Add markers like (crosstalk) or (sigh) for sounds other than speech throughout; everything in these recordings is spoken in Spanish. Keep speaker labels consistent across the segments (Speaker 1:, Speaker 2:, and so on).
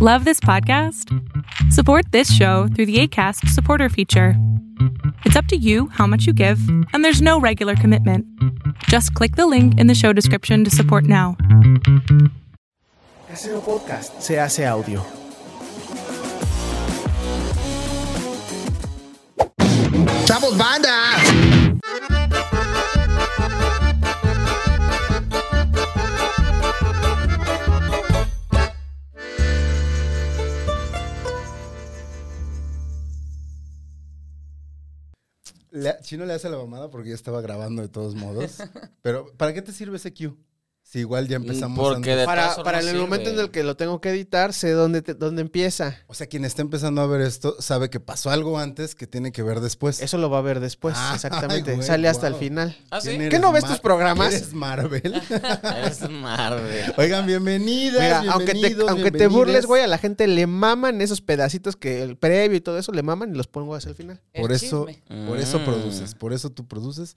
Speaker 1: Love this podcast? Support this show through the ACAST supporter feature. It's up to you how much you give, and there's no regular commitment. Just click the link in the show description to support now.
Speaker 2: Casero Podcast se hace audio.
Speaker 3: ¡Chavos, banda!
Speaker 4: Le- Chino le hace la mamada porque ya estaba grabando de todos modos.
Speaker 2: (laughs)
Speaker 4: Pero, ¿para qué te sirve ese Q? Si igual ya empezamos.
Speaker 5: Mm, Porque
Speaker 4: antes.
Speaker 5: de
Speaker 2: Para,
Speaker 5: paso
Speaker 2: para
Speaker 5: no
Speaker 2: en el
Speaker 5: sirve.
Speaker 2: momento en el que lo tengo que editar, sé dónde, te- dónde empieza.
Speaker 4: O sea, quien está empezando a ver esto sabe que pasó algo antes que tiene que ver después.
Speaker 2: Eso lo va a ver después,
Speaker 4: Ah,
Speaker 2: exactamente.
Speaker 4: ay, güey,
Speaker 2: Sale hasta el
Speaker 4: wow.
Speaker 2: final.
Speaker 5: ¿Ah, sí?
Speaker 4: ¿Quién eres,
Speaker 2: ¿Qué no ves
Speaker 4: Mar-
Speaker 2: tus programas?
Speaker 4: ¿Eres Marvel? (laughs)
Speaker 5: (laughs) Es Marvel.
Speaker 4: Oigan, bienvenidas,
Speaker 2: Mira, aunque te,
Speaker 4: bienvenidos,
Speaker 2: aunque te
Speaker 4: bienvenides.
Speaker 2: burles, güey, a la gente le maman esos pedacitos que el previo y todo eso le maman y los pongo hasta el final.
Speaker 4: Por
Speaker 6: El
Speaker 4: eso,
Speaker 6: chisme.
Speaker 4: por eso
Speaker 5: Mm.
Speaker 4: produces, por eso tú produces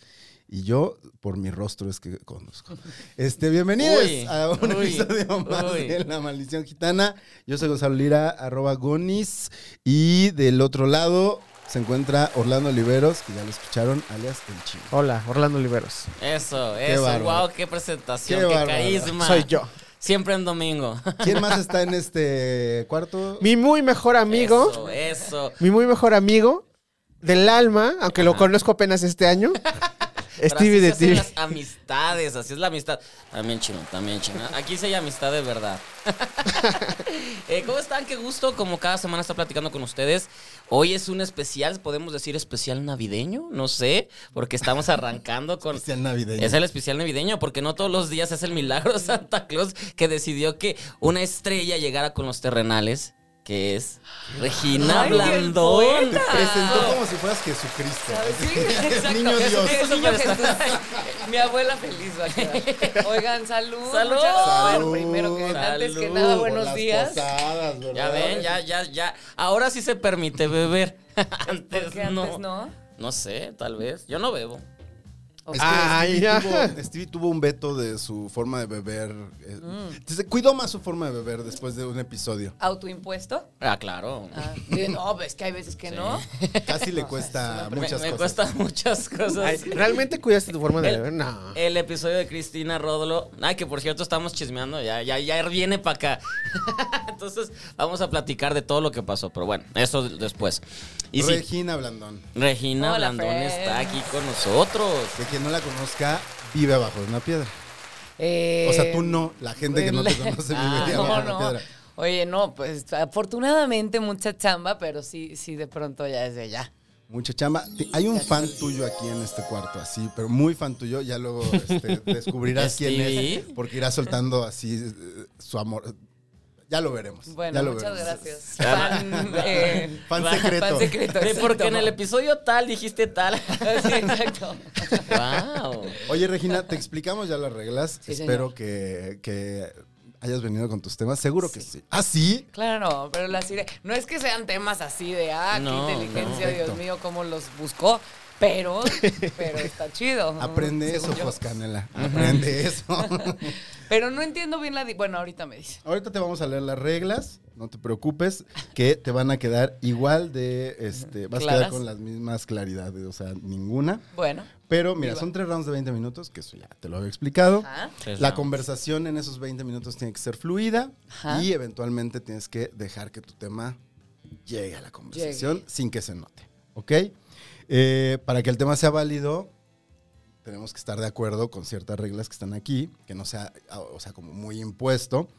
Speaker 4: y yo por mi rostro es que conduzco. Este, bienvenidos
Speaker 5: Uy,
Speaker 4: a un
Speaker 5: uy,
Speaker 4: episodio más
Speaker 5: uy.
Speaker 4: de La Maldición Gitana. Yo soy Gonzalo Lira, arroba Gonis y del otro lado se encuentra Orlando Oliveros, que ya lo escucharon, alias El Chino.
Speaker 2: Hola, Orlando Oliveros.
Speaker 5: Eso,
Speaker 4: Qué
Speaker 5: eso.
Speaker 4: bárbaro.
Speaker 5: wow, qué presentación,
Speaker 4: Qué
Speaker 5: qué,
Speaker 4: bárbaro.
Speaker 5: carisma.
Speaker 2: Soy yo.
Speaker 5: Siempre en domingo.
Speaker 4: ¿Quién más está en este cuarto?
Speaker 2: Mi muy mejor
Speaker 5: Eso,
Speaker 2: amigo,
Speaker 5: eso.
Speaker 2: mi muy mejor amigo del alma, aunque lo conozco apenas este
Speaker 5: (laughs)
Speaker 2: año.
Speaker 5: Pero así
Speaker 2: Stevie
Speaker 5: se
Speaker 2: de
Speaker 5: hacen
Speaker 2: TV.
Speaker 5: las amistades, así es la amistad. También chino, también chino. Aquí sí hay amistad de verdad. (laughs) Eh, ¿Cómo están? Qué gusto, como cada semana está platicando con ustedes. Hoy es un especial, podemos decir especial navideño, no sé, porque estamos arrancando
Speaker 2: (laughs)
Speaker 5: con
Speaker 4: Cristian Navideño.
Speaker 5: Es el especial navideño, porque no todos los días es el milagro (laughs) de Santa Claus que decidió que una estrella llegara con los terrenales, que es Regina
Speaker 6: Ay, qué
Speaker 5: Blandón. (laughs)
Speaker 6: buena.
Speaker 4: Presentó como si fueras Jesucristo.
Speaker 6: Sí,
Speaker 5: Exacto,
Speaker 4: (laughs) Niño
Speaker 5: Jesús,
Speaker 4: Dios.
Speaker 5: Jesús,
Speaker 6: Niño
Speaker 5: Jesús. (laughs)
Speaker 6: Mi abuela feliz va a quedar. Oigan, salud.
Speaker 5: Salud.
Speaker 6: Muchas-
Speaker 4: Salud.
Speaker 6: Bueno, primero que antes que
Speaker 5: Salud.
Speaker 6: nada,
Speaker 4: Por
Speaker 6: buenos
Speaker 4: las
Speaker 6: días.
Speaker 4: posadas, ¿verdad?
Speaker 5: Ya ven, ya, ya, ya. Ahora sí se permite beber. (laughs) antes,
Speaker 6: Porque
Speaker 5: no.
Speaker 6: antes no.
Speaker 5: No sé, tal vez. Yo no bebo.
Speaker 6: Ok.
Speaker 4: Es que
Speaker 6: Ah,
Speaker 2: Ay,
Speaker 4: Stevie,
Speaker 2: ya.
Speaker 4: tuvo, Stevie tuvo un veto de su forma de beber. eh,
Speaker 6: Mm.
Speaker 4: se Cuidó más su forma de beber después de un episodio.
Speaker 6: Autoimpuesto.
Speaker 5: Ah, claro.
Speaker 6: Ah, sí, no, pues que hay veces que no. (laughs)
Speaker 4: Casi le cuesta
Speaker 5: me,
Speaker 4: muchas
Speaker 5: me
Speaker 4: cosas.
Speaker 5: cuesta (laughs) muchas
Speaker 2: Ay,
Speaker 5: cosas.
Speaker 2: ¿Realmente cuidaste tu forma de
Speaker 5: El-
Speaker 2: beber? No.
Speaker 5: El episodio de Cristina Ródolo. Ay, que por cierto estamos chismeando, ya, ya, ya viene para acá. (laughs) Entonces, vamos a platicar de todo lo que pasó, pero bueno, eso después. Y sí,
Speaker 4: Regina Blandón,
Speaker 5: Regina
Speaker 6: Hola,
Speaker 5: Blandón
Speaker 6: Fred.
Speaker 5: está aquí con nosotros.
Speaker 4: que quien no la conozca, vive abajo de una piedra.
Speaker 6: Eh,
Speaker 4: O sea, tú no, la gente que no te conoce
Speaker 5: Ah,
Speaker 4: vive
Speaker 5: no,
Speaker 4: abajo de una
Speaker 6: No, no.
Speaker 4: piedra.
Speaker 6: Oye, no, pues afortunadamente mucha chamba, pero sí, sí, de pronto ya es de ya.
Speaker 4: Mucha chamba. Te- Hay un fan tuyo aquí en este cuarto, así, pero muy fan tuyo. Ya luego este, descubrirás quién es,
Speaker 5: Stevie.
Speaker 4: porque irá soltando así eh, su amor. Ya lo veremos. ya
Speaker 6: Bueno,
Speaker 4: lo
Speaker 6: muchas
Speaker 4: veremos. (laughs)
Speaker 6: gracias. Fan, eh,
Speaker 4: Fan secreto.
Speaker 6: Fan secreto.
Speaker 5: Sí, porque
Speaker 6: exacto.
Speaker 5: en el episodio tal dijiste tal.
Speaker 6: (laughs) Sí, exacto.
Speaker 4: (laughs)
Speaker 5: wow.
Speaker 4: Oye, Regina, te explicamos ya las reglas.
Speaker 6: Sí, señor.
Speaker 4: Espero que, que hayas venido con tus temas. Seguro que sí. ¿Ah, sí?
Speaker 6: (laughs) Claro, pero las iré. No es que sean temas así de, ah,
Speaker 5: No,
Speaker 6: qué inteligencia,
Speaker 4: no.
Speaker 6: Dios mío, cómo los buscó. Pero, pero está chido.
Speaker 4: Aprende
Speaker 6: (laughs) según
Speaker 4: eso,
Speaker 6: yo.
Speaker 4: Foscanela.
Speaker 6: (laughs)
Speaker 4: Aprende eso. (laughs)
Speaker 6: Pero no entiendo bien la. di- Bueno, ahorita me dice.
Speaker 4: Ahorita te vamos a leer las reglas. No te preocupes, que te van a quedar igual de. Este, vas a quedar
Speaker 6: Claras.
Speaker 4: con las mismas claridades, o sea, ninguna.
Speaker 6: Bueno.
Speaker 4: Pero mira,
Speaker 6: Viva.
Speaker 4: son tres rounds de 20 minutos, que eso ya te lo había explicado.
Speaker 6: Ajá.
Speaker 5: Tres
Speaker 4: La
Speaker 5: rounds.
Speaker 4: conversación en esos 20 minutos tiene que ser fluida
Speaker 6: Ajá.
Speaker 4: y eventualmente tienes que dejar que tu tema llegue a la conversación
Speaker 6: Llegue.
Speaker 4: sin que se note, ¿ok? Eh, para que el tema sea válido, tenemos que estar de acuerdo con ciertas reglas que están aquí, que no sea, ah, o sea, como muy impuesto.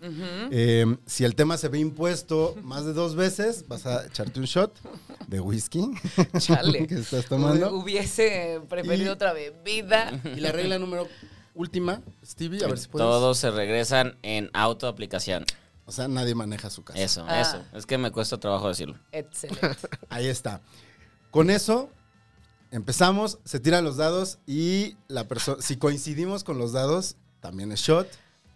Speaker 4: Eh, si el tema se ve
Speaker 6: (laughs)
Speaker 4: impuesto más de dos veces, vas a echarte un shot de whisky (laughs)
Speaker 6: Chale.
Speaker 4: que estás tomando.
Speaker 6: Hu- (laughs) Hubiese preferido
Speaker 4: Y-
Speaker 6: otra
Speaker 5: (laughs)
Speaker 6: bebida.
Speaker 4: Y la regla número última, Stevie, a ver si puedes.
Speaker 5: Todos se regresan en autoaplicación.
Speaker 4: O sea, nadie maneja su casa.
Speaker 5: Eso,
Speaker 6: Ah.
Speaker 5: eso. Es que me cuesta trabajo decirlo.
Speaker 4: (laughs)
Speaker 6: Excelente.
Speaker 4: Ahí está. Con eso empezamos, se tiran los dados y la persona si coincidimos con los dados también es shot.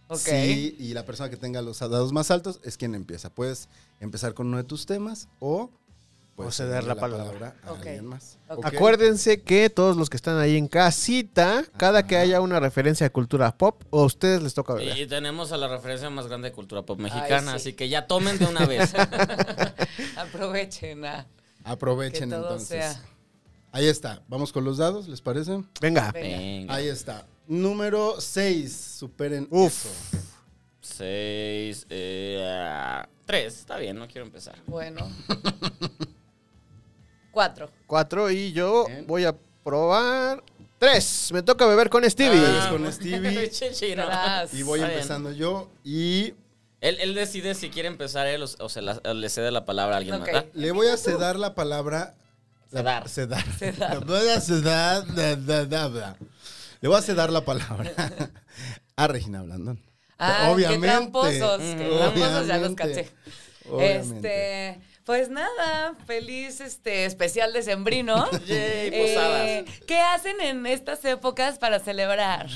Speaker 6: Ok.
Speaker 4: Sí, y la persona que tenga los dados más altos es quien empieza. Puedes empezar con uno de tus temas o puedes
Speaker 2: ceder la palabra.
Speaker 4: a
Speaker 6: Ok.
Speaker 4: alguien más.
Speaker 6: Ok.
Speaker 4: ¿ok?
Speaker 2: Acuérdense que todos los que están ahí en casita, cada que haya una referencia a cultura pop, a ustedes les toca beber.
Speaker 5: Y tenemos a la referencia más grande de cultura pop mexicana,
Speaker 6: Ay, sí.
Speaker 5: así que ya tomen de una
Speaker 6: (laughs)
Speaker 5: vez.
Speaker 6: Aprovechen ah, que
Speaker 4: Aprovechen
Speaker 6: todo
Speaker 4: entonces.
Speaker 6: sea.
Speaker 4: Ahí está. Vamos con los dados, ¿les parece?
Speaker 2: Venga.
Speaker 5: Venga.
Speaker 4: Ahí está. Número 6. Superen
Speaker 2: Uf.
Speaker 4: eso.
Speaker 5: Seis, eh, ah, tres. Está bien, no quiero empezar.
Speaker 4: (laughs)
Speaker 6: Bueno. Cuatro.
Speaker 2: Cuatro y yo
Speaker 4: Bien.
Speaker 2: voy a probar tres. Me toca beber con Stevie.
Speaker 5: Ah,
Speaker 4: con
Speaker 5: (laughs)
Speaker 4: Stevie.
Speaker 5: Chichiro.
Speaker 6: Tras.
Speaker 4: Y voy
Speaker 5: Está bien.
Speaker 4: empezando yo y
Speaker 5: Él, él decide si quiere empezar él o, o se la- o le cede la palabra a alguien
Speaker 6: Ok.
Speaker 5: más. ¿verdad?
Speaker 4: le voy a cedar la palabra. la-
Speaker 5: Cedar.
Speaker 4: Cedar. Le (laughs) voy a cedar. da, da, da, da. Le voy a cedar la palabra (laughs) a Regina Blandón.
Speaker 6: Ah,
Speaker 4: Obviamente.
Speaker 6: Qué tramposos, qué tramposos, ya los
Speaker 4: Obviamente.
Speaker 6: caché.
Speaker 4: Obviamente.
Speaker 6: Este, pues nada, feliz este especial de Sembrino.
Speaker 5: (laughs) Yay, posadas.
Speaker 6: ¿Qué hacen en estas épocas para
Speaker 5: (laughs)
Speaker 6: celebrar?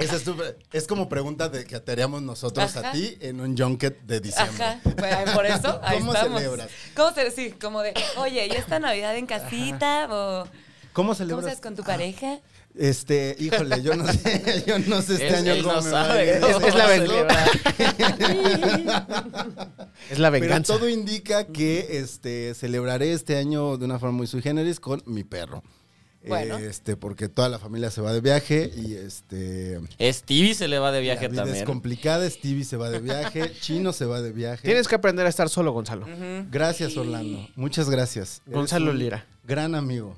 Speaker 4: Esa es, tu- es como pregunta de que te haríamos nosotros
Speaker 6: Ajá.
Speaker 4: a ti en un junket de diciembre.
Speaker 6: Ajá, pues, por eso ahí
Speaker 4: ¿Cómo
Speaker 6: estamos.
Speaker 4: celebras?
Speaker 6: ¿Cómo se sí, como de, oye, ¿y esta Navidad en casita o
Speaker 4: ¿Cómo
Speaker 6: cómo
Speaker 4: celebras?
Speaker 6: estás con tu
Speaker 4: Ah,
Speaker 6: pareja?
Speaker 4: Este, híjole, yo no sé, (laughs) yo no sé este
Speaker 5: Él-
Speaker 4: año
Speaker 5: él
Speaker 4: cómo
Speaker 5: no
Speaker 4: me
Speaker 5: sabe
Speaker 4: va a ir.
Speaker 5: cómo
Speaker 2: Es la
Speaker 5: va a
Speaker 2: verdad.
Speaker 4: (laughs)
Speaker 5: celebrar.
Speaker 2: Es la
Speaker 4: Pero
Speaker 2: venganza.
Speaker 4: todo indica que este, celebraré este año de una forma muy sui generis con mi perro.
Speaker 6: Bueno.
Speaker 4: Este, porque toda la familia se va de viaje y este.
Speaker 5: Eh, Stevie se le va de viaje
Speaker 4: la vida
Speaker 5: también.
Speaker 4: es complicada. Stevie se va de viaje, Chino se va de viaje.
Speaker 2: Tienes que aprender a estar solo, Gonzalo.
Speaker 4: Gracias, Orlando. Muchas gracias. Eres
Speaker 2: Gonzalo
Speaker 4: un
Speaker 2: Lira.
Speaker 4: Gran amigo.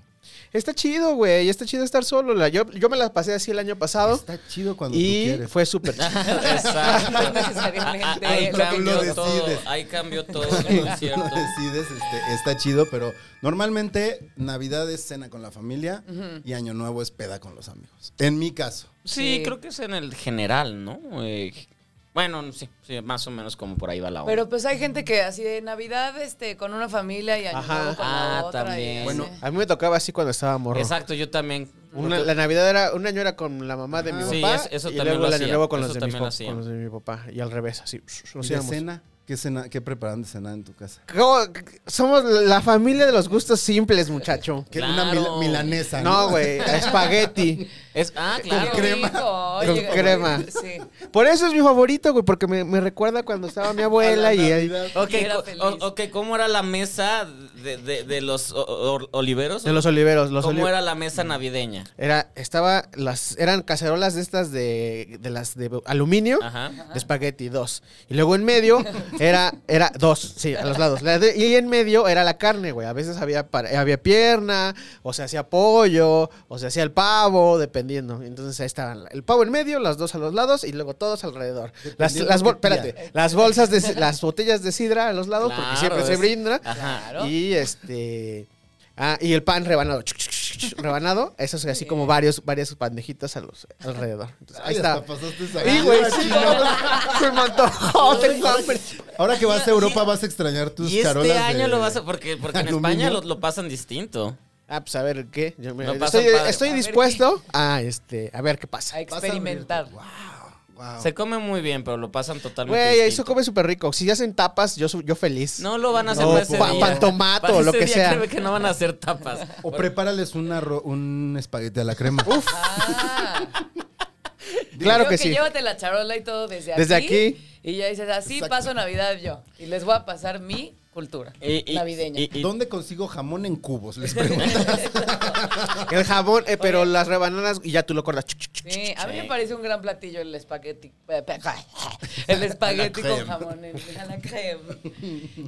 Speaker 2: Está chido, güey. Está chido estar solo. La- yo, yo me la pasé así el año pasado
Speaker 4: Está chido cuando tú
Speaker 2: y
Speaker 4: quieres.
Speaker 2: fue
Speaker 5: (laughs)
Speaker 2: súper chido.
Speaker 5: (laughs) Exacto.
Speaker 6: (laughs)
Speaker 5: Ah,
Speaker 6: No necesariamente
Speaker 5: Ahí
Speaker 6: lo que
Speaker 5: cambió
Speaker 4: yo-
Speaker 5: todo.
Speaker 4: decides.
Speaker 5: Ahí cambió
Speaker 4: (laughs)
Speaker 5: todo.
Speaker 4: Tú
Speaker 5: ¿no es (laughs) cierto?
Speaker 4: lo decides, este, está chido, pero normalmente Navidad es cena con la familia y Año Nuevo es peda con los amigos. En mi caso.
Speaker 5: Sí,
Speaker 6: Sí.
Speaker 5: creo que es en el general, ¿no? Eh, bueno, sí, sí, más o menos como por ahí va la onda.
Speaker 6: Pero pues hay gente que así de Navidad este con una familia y año
Speaker 2: Ajá.
Speaker 6: Nuevo con
Speaker 5: Ah,
Speaker 6: la otra. y
Speaker 5: también.
Speaker 6: así.
Speaker 5: Bueno,
Speaker 2: A mí me tocaba así cuando estaba morro.
Speaker 5: Exacto, yo también.
Speaker 2: Una- la Navidad era, un año era con la mamá de mi
Speaker 5: Ah. Sí,
Speaker 2: papá
Speaker 5: es- eso
Speaker 2: y
Speaker 5: también
Speaker 2: luego
Speaker 5: lo
Speaker 2: el año
Speaker 5: hacía,
Speaker 2: nuevo con
Speaker 5: eso
Speaker 2: los, de mi
Speaker 5: también lo
Speaker 2: pap-
Speaker 5: hacía.
Speaker 2: con los de mi papá y al revés, así.
Speaker 4: ¿Y
Speaker 2: Nos
Speaker 4: de
Speaker 2: íbamos.
Speaker 4: cena? ¿Qué, cena? ¿Qué preparan de cenar en tu casa?
Speaker 2: ¿Cómo? Somos la familia de los gustos simples, muchacho.
Speaker 4: Que
Speaker 5: Claro.
Speaker 4: Una mila- milanesa.
Speaker 2: No, güey, espagueti.
Speaker 5: Es, ah,
Speaker 4: (laughs)
Speaker 5: claro.
Speaker 6: Qué rico,
Speaker 2: Con
Speaker 6: oye,
Speaker 2: crema.
Speaker 6: Sí.
Speaker 2: Por eso es mi favorito, güey, porque me, me recuerda cuando estaba mi abuela y ahí.
Speaker 4: Navidad.
Speaker 5: Ok,
Speaker 6: Y era
Speaker 5: co-
Speaker 6: feliz.
Speaker 5: o- ok, ¿cómo era la mesa de, de- de los o- o- oliveros?
Speaker 2: De los oliveros, los
Speaker 5: ¿Cómo
Speaker 2: oli-
Speaker 5: era la mesa navideña?
Speaker 2: Era, estaba, las, eran cacerolas de estas de, de las de aluminio,
Speaker 5: Ajá.
Speaker 2: de espagueti, dos. Y luego en medio era, era dos, sí, a los lados. La de- y en medio era la carne, güey. A veces había, para- había pierna, o se hacía pollo, o se hacía el pavo, dependiendo. Entonces ahí estaban el pavo en medio, las dos a los lados y luego todos alrededor. Las,
Speaker 4: Dependiendo
Speaker 2: las, bol-
Speaker 4: qué día.
Speaker 2: espérate, las bolsas, de,
Speaker 4: (laughs)
Speaker 2: ci- las botellas de sidra a los lados, porque
Speaker 5: Claro,
Speaker 2: siempre se
Speaker 5: es-
Speaker 2: brinda.
Speaker 4: Ah,
Speaker 5: Ajá.
Speaker 6: Claro.
Speaker 2: Y este. Ah, y el pan rebanado. chuc, chuc, chuc, chuc, rebanado. Eso es así como varios, varias pandejitas a los, alrededor. Entonces, ahí
Speaker 4: Ay,
Speaker 2: está.
Speaker 4: hasta pasaste esa
Speaker 2: Y güey,
Speaker 4: vida,
Speaker 2: sí,
Speaker 4: chino.
Speaker 2: no, se me antojó, tengo hambre.
Speaker 4: Ahora que vas a Europa vas a extrañar tus
Speaker 5: Y este
Speaker 4: carolas
Speaker 5: año
Speaker 4: de-
Speaker 5: lo vas a... Porque, porque en
Speaker 4: aluminio.
Speaker 5: España lo, lo pasan distinto.
Speaker 2: Ah, pues a ver qué. Yo me-
Speaker 5: No pasa
Speaker 2: estoy
Speaker 5: padre.
Speaker 2: estoy
Speaker 5: A
Speaker 6: ver
Speaker 2: dispuesto a este. A ver qué pasa.
Speaker 6: A
Speaker 4: Vas a
Speaker 6: experimentar.
Speaker 4: abrir- Wow, wow.
Speaker 5: Se come muy bien, pero lo pasan totalmente
Speaker 2: Ah, Güey, eso
Speaker 5: distinto.
Speaker 2: come súper rico. Si hacen tapas, yo, su- yo feliz.
Speaker 5: No lo van a hacer
Speaker 2: No,
Speaker 5: para ese
Speaker 2: pa-
Speaker 5: día.
Speaker 2: pan tomato,
Speaker 5: Para
Speaker 2: lo
Speaker 5: ese
Speaker 2: que
Speaker 5: día
Speaker 2: sea.
Speaker 5: créeme que no van a hacer tapas.
Speaker 4: O prepárales un, arro- un espagueti a la crema.
Speaker 2: Uf,
Speaker 6: Ah,
Speaker 2: (laughs) claro
Speaker 6: creo
Speaker 2: que sí.
Speaker 6: Llévate la charola y todo desde aquí.
Speaker 2: Desde aquí.
Speaker 6: Y ya dices, así
Speaker 4: Exacto.
Speaker 6: paso Navidad yo. Y les voy a pasar mi cultura
Speaker 5: Y- y-
Speaker 6: navideña.
Speaker 5: y- y-
Speaker 4: ¿Dónde consigo jamón en cubos? Les pregunto.
Speaker 5: (laughs)
Speaker 2: El jabón, eh, pero las rebanadas, y ya tú lo cortas. chuc, chuc, chuc.
Speaker 6: Sí, a mí me parece un gran platillo el espagueti. eh, (laughs) El espagueti con jamón en- a la crema.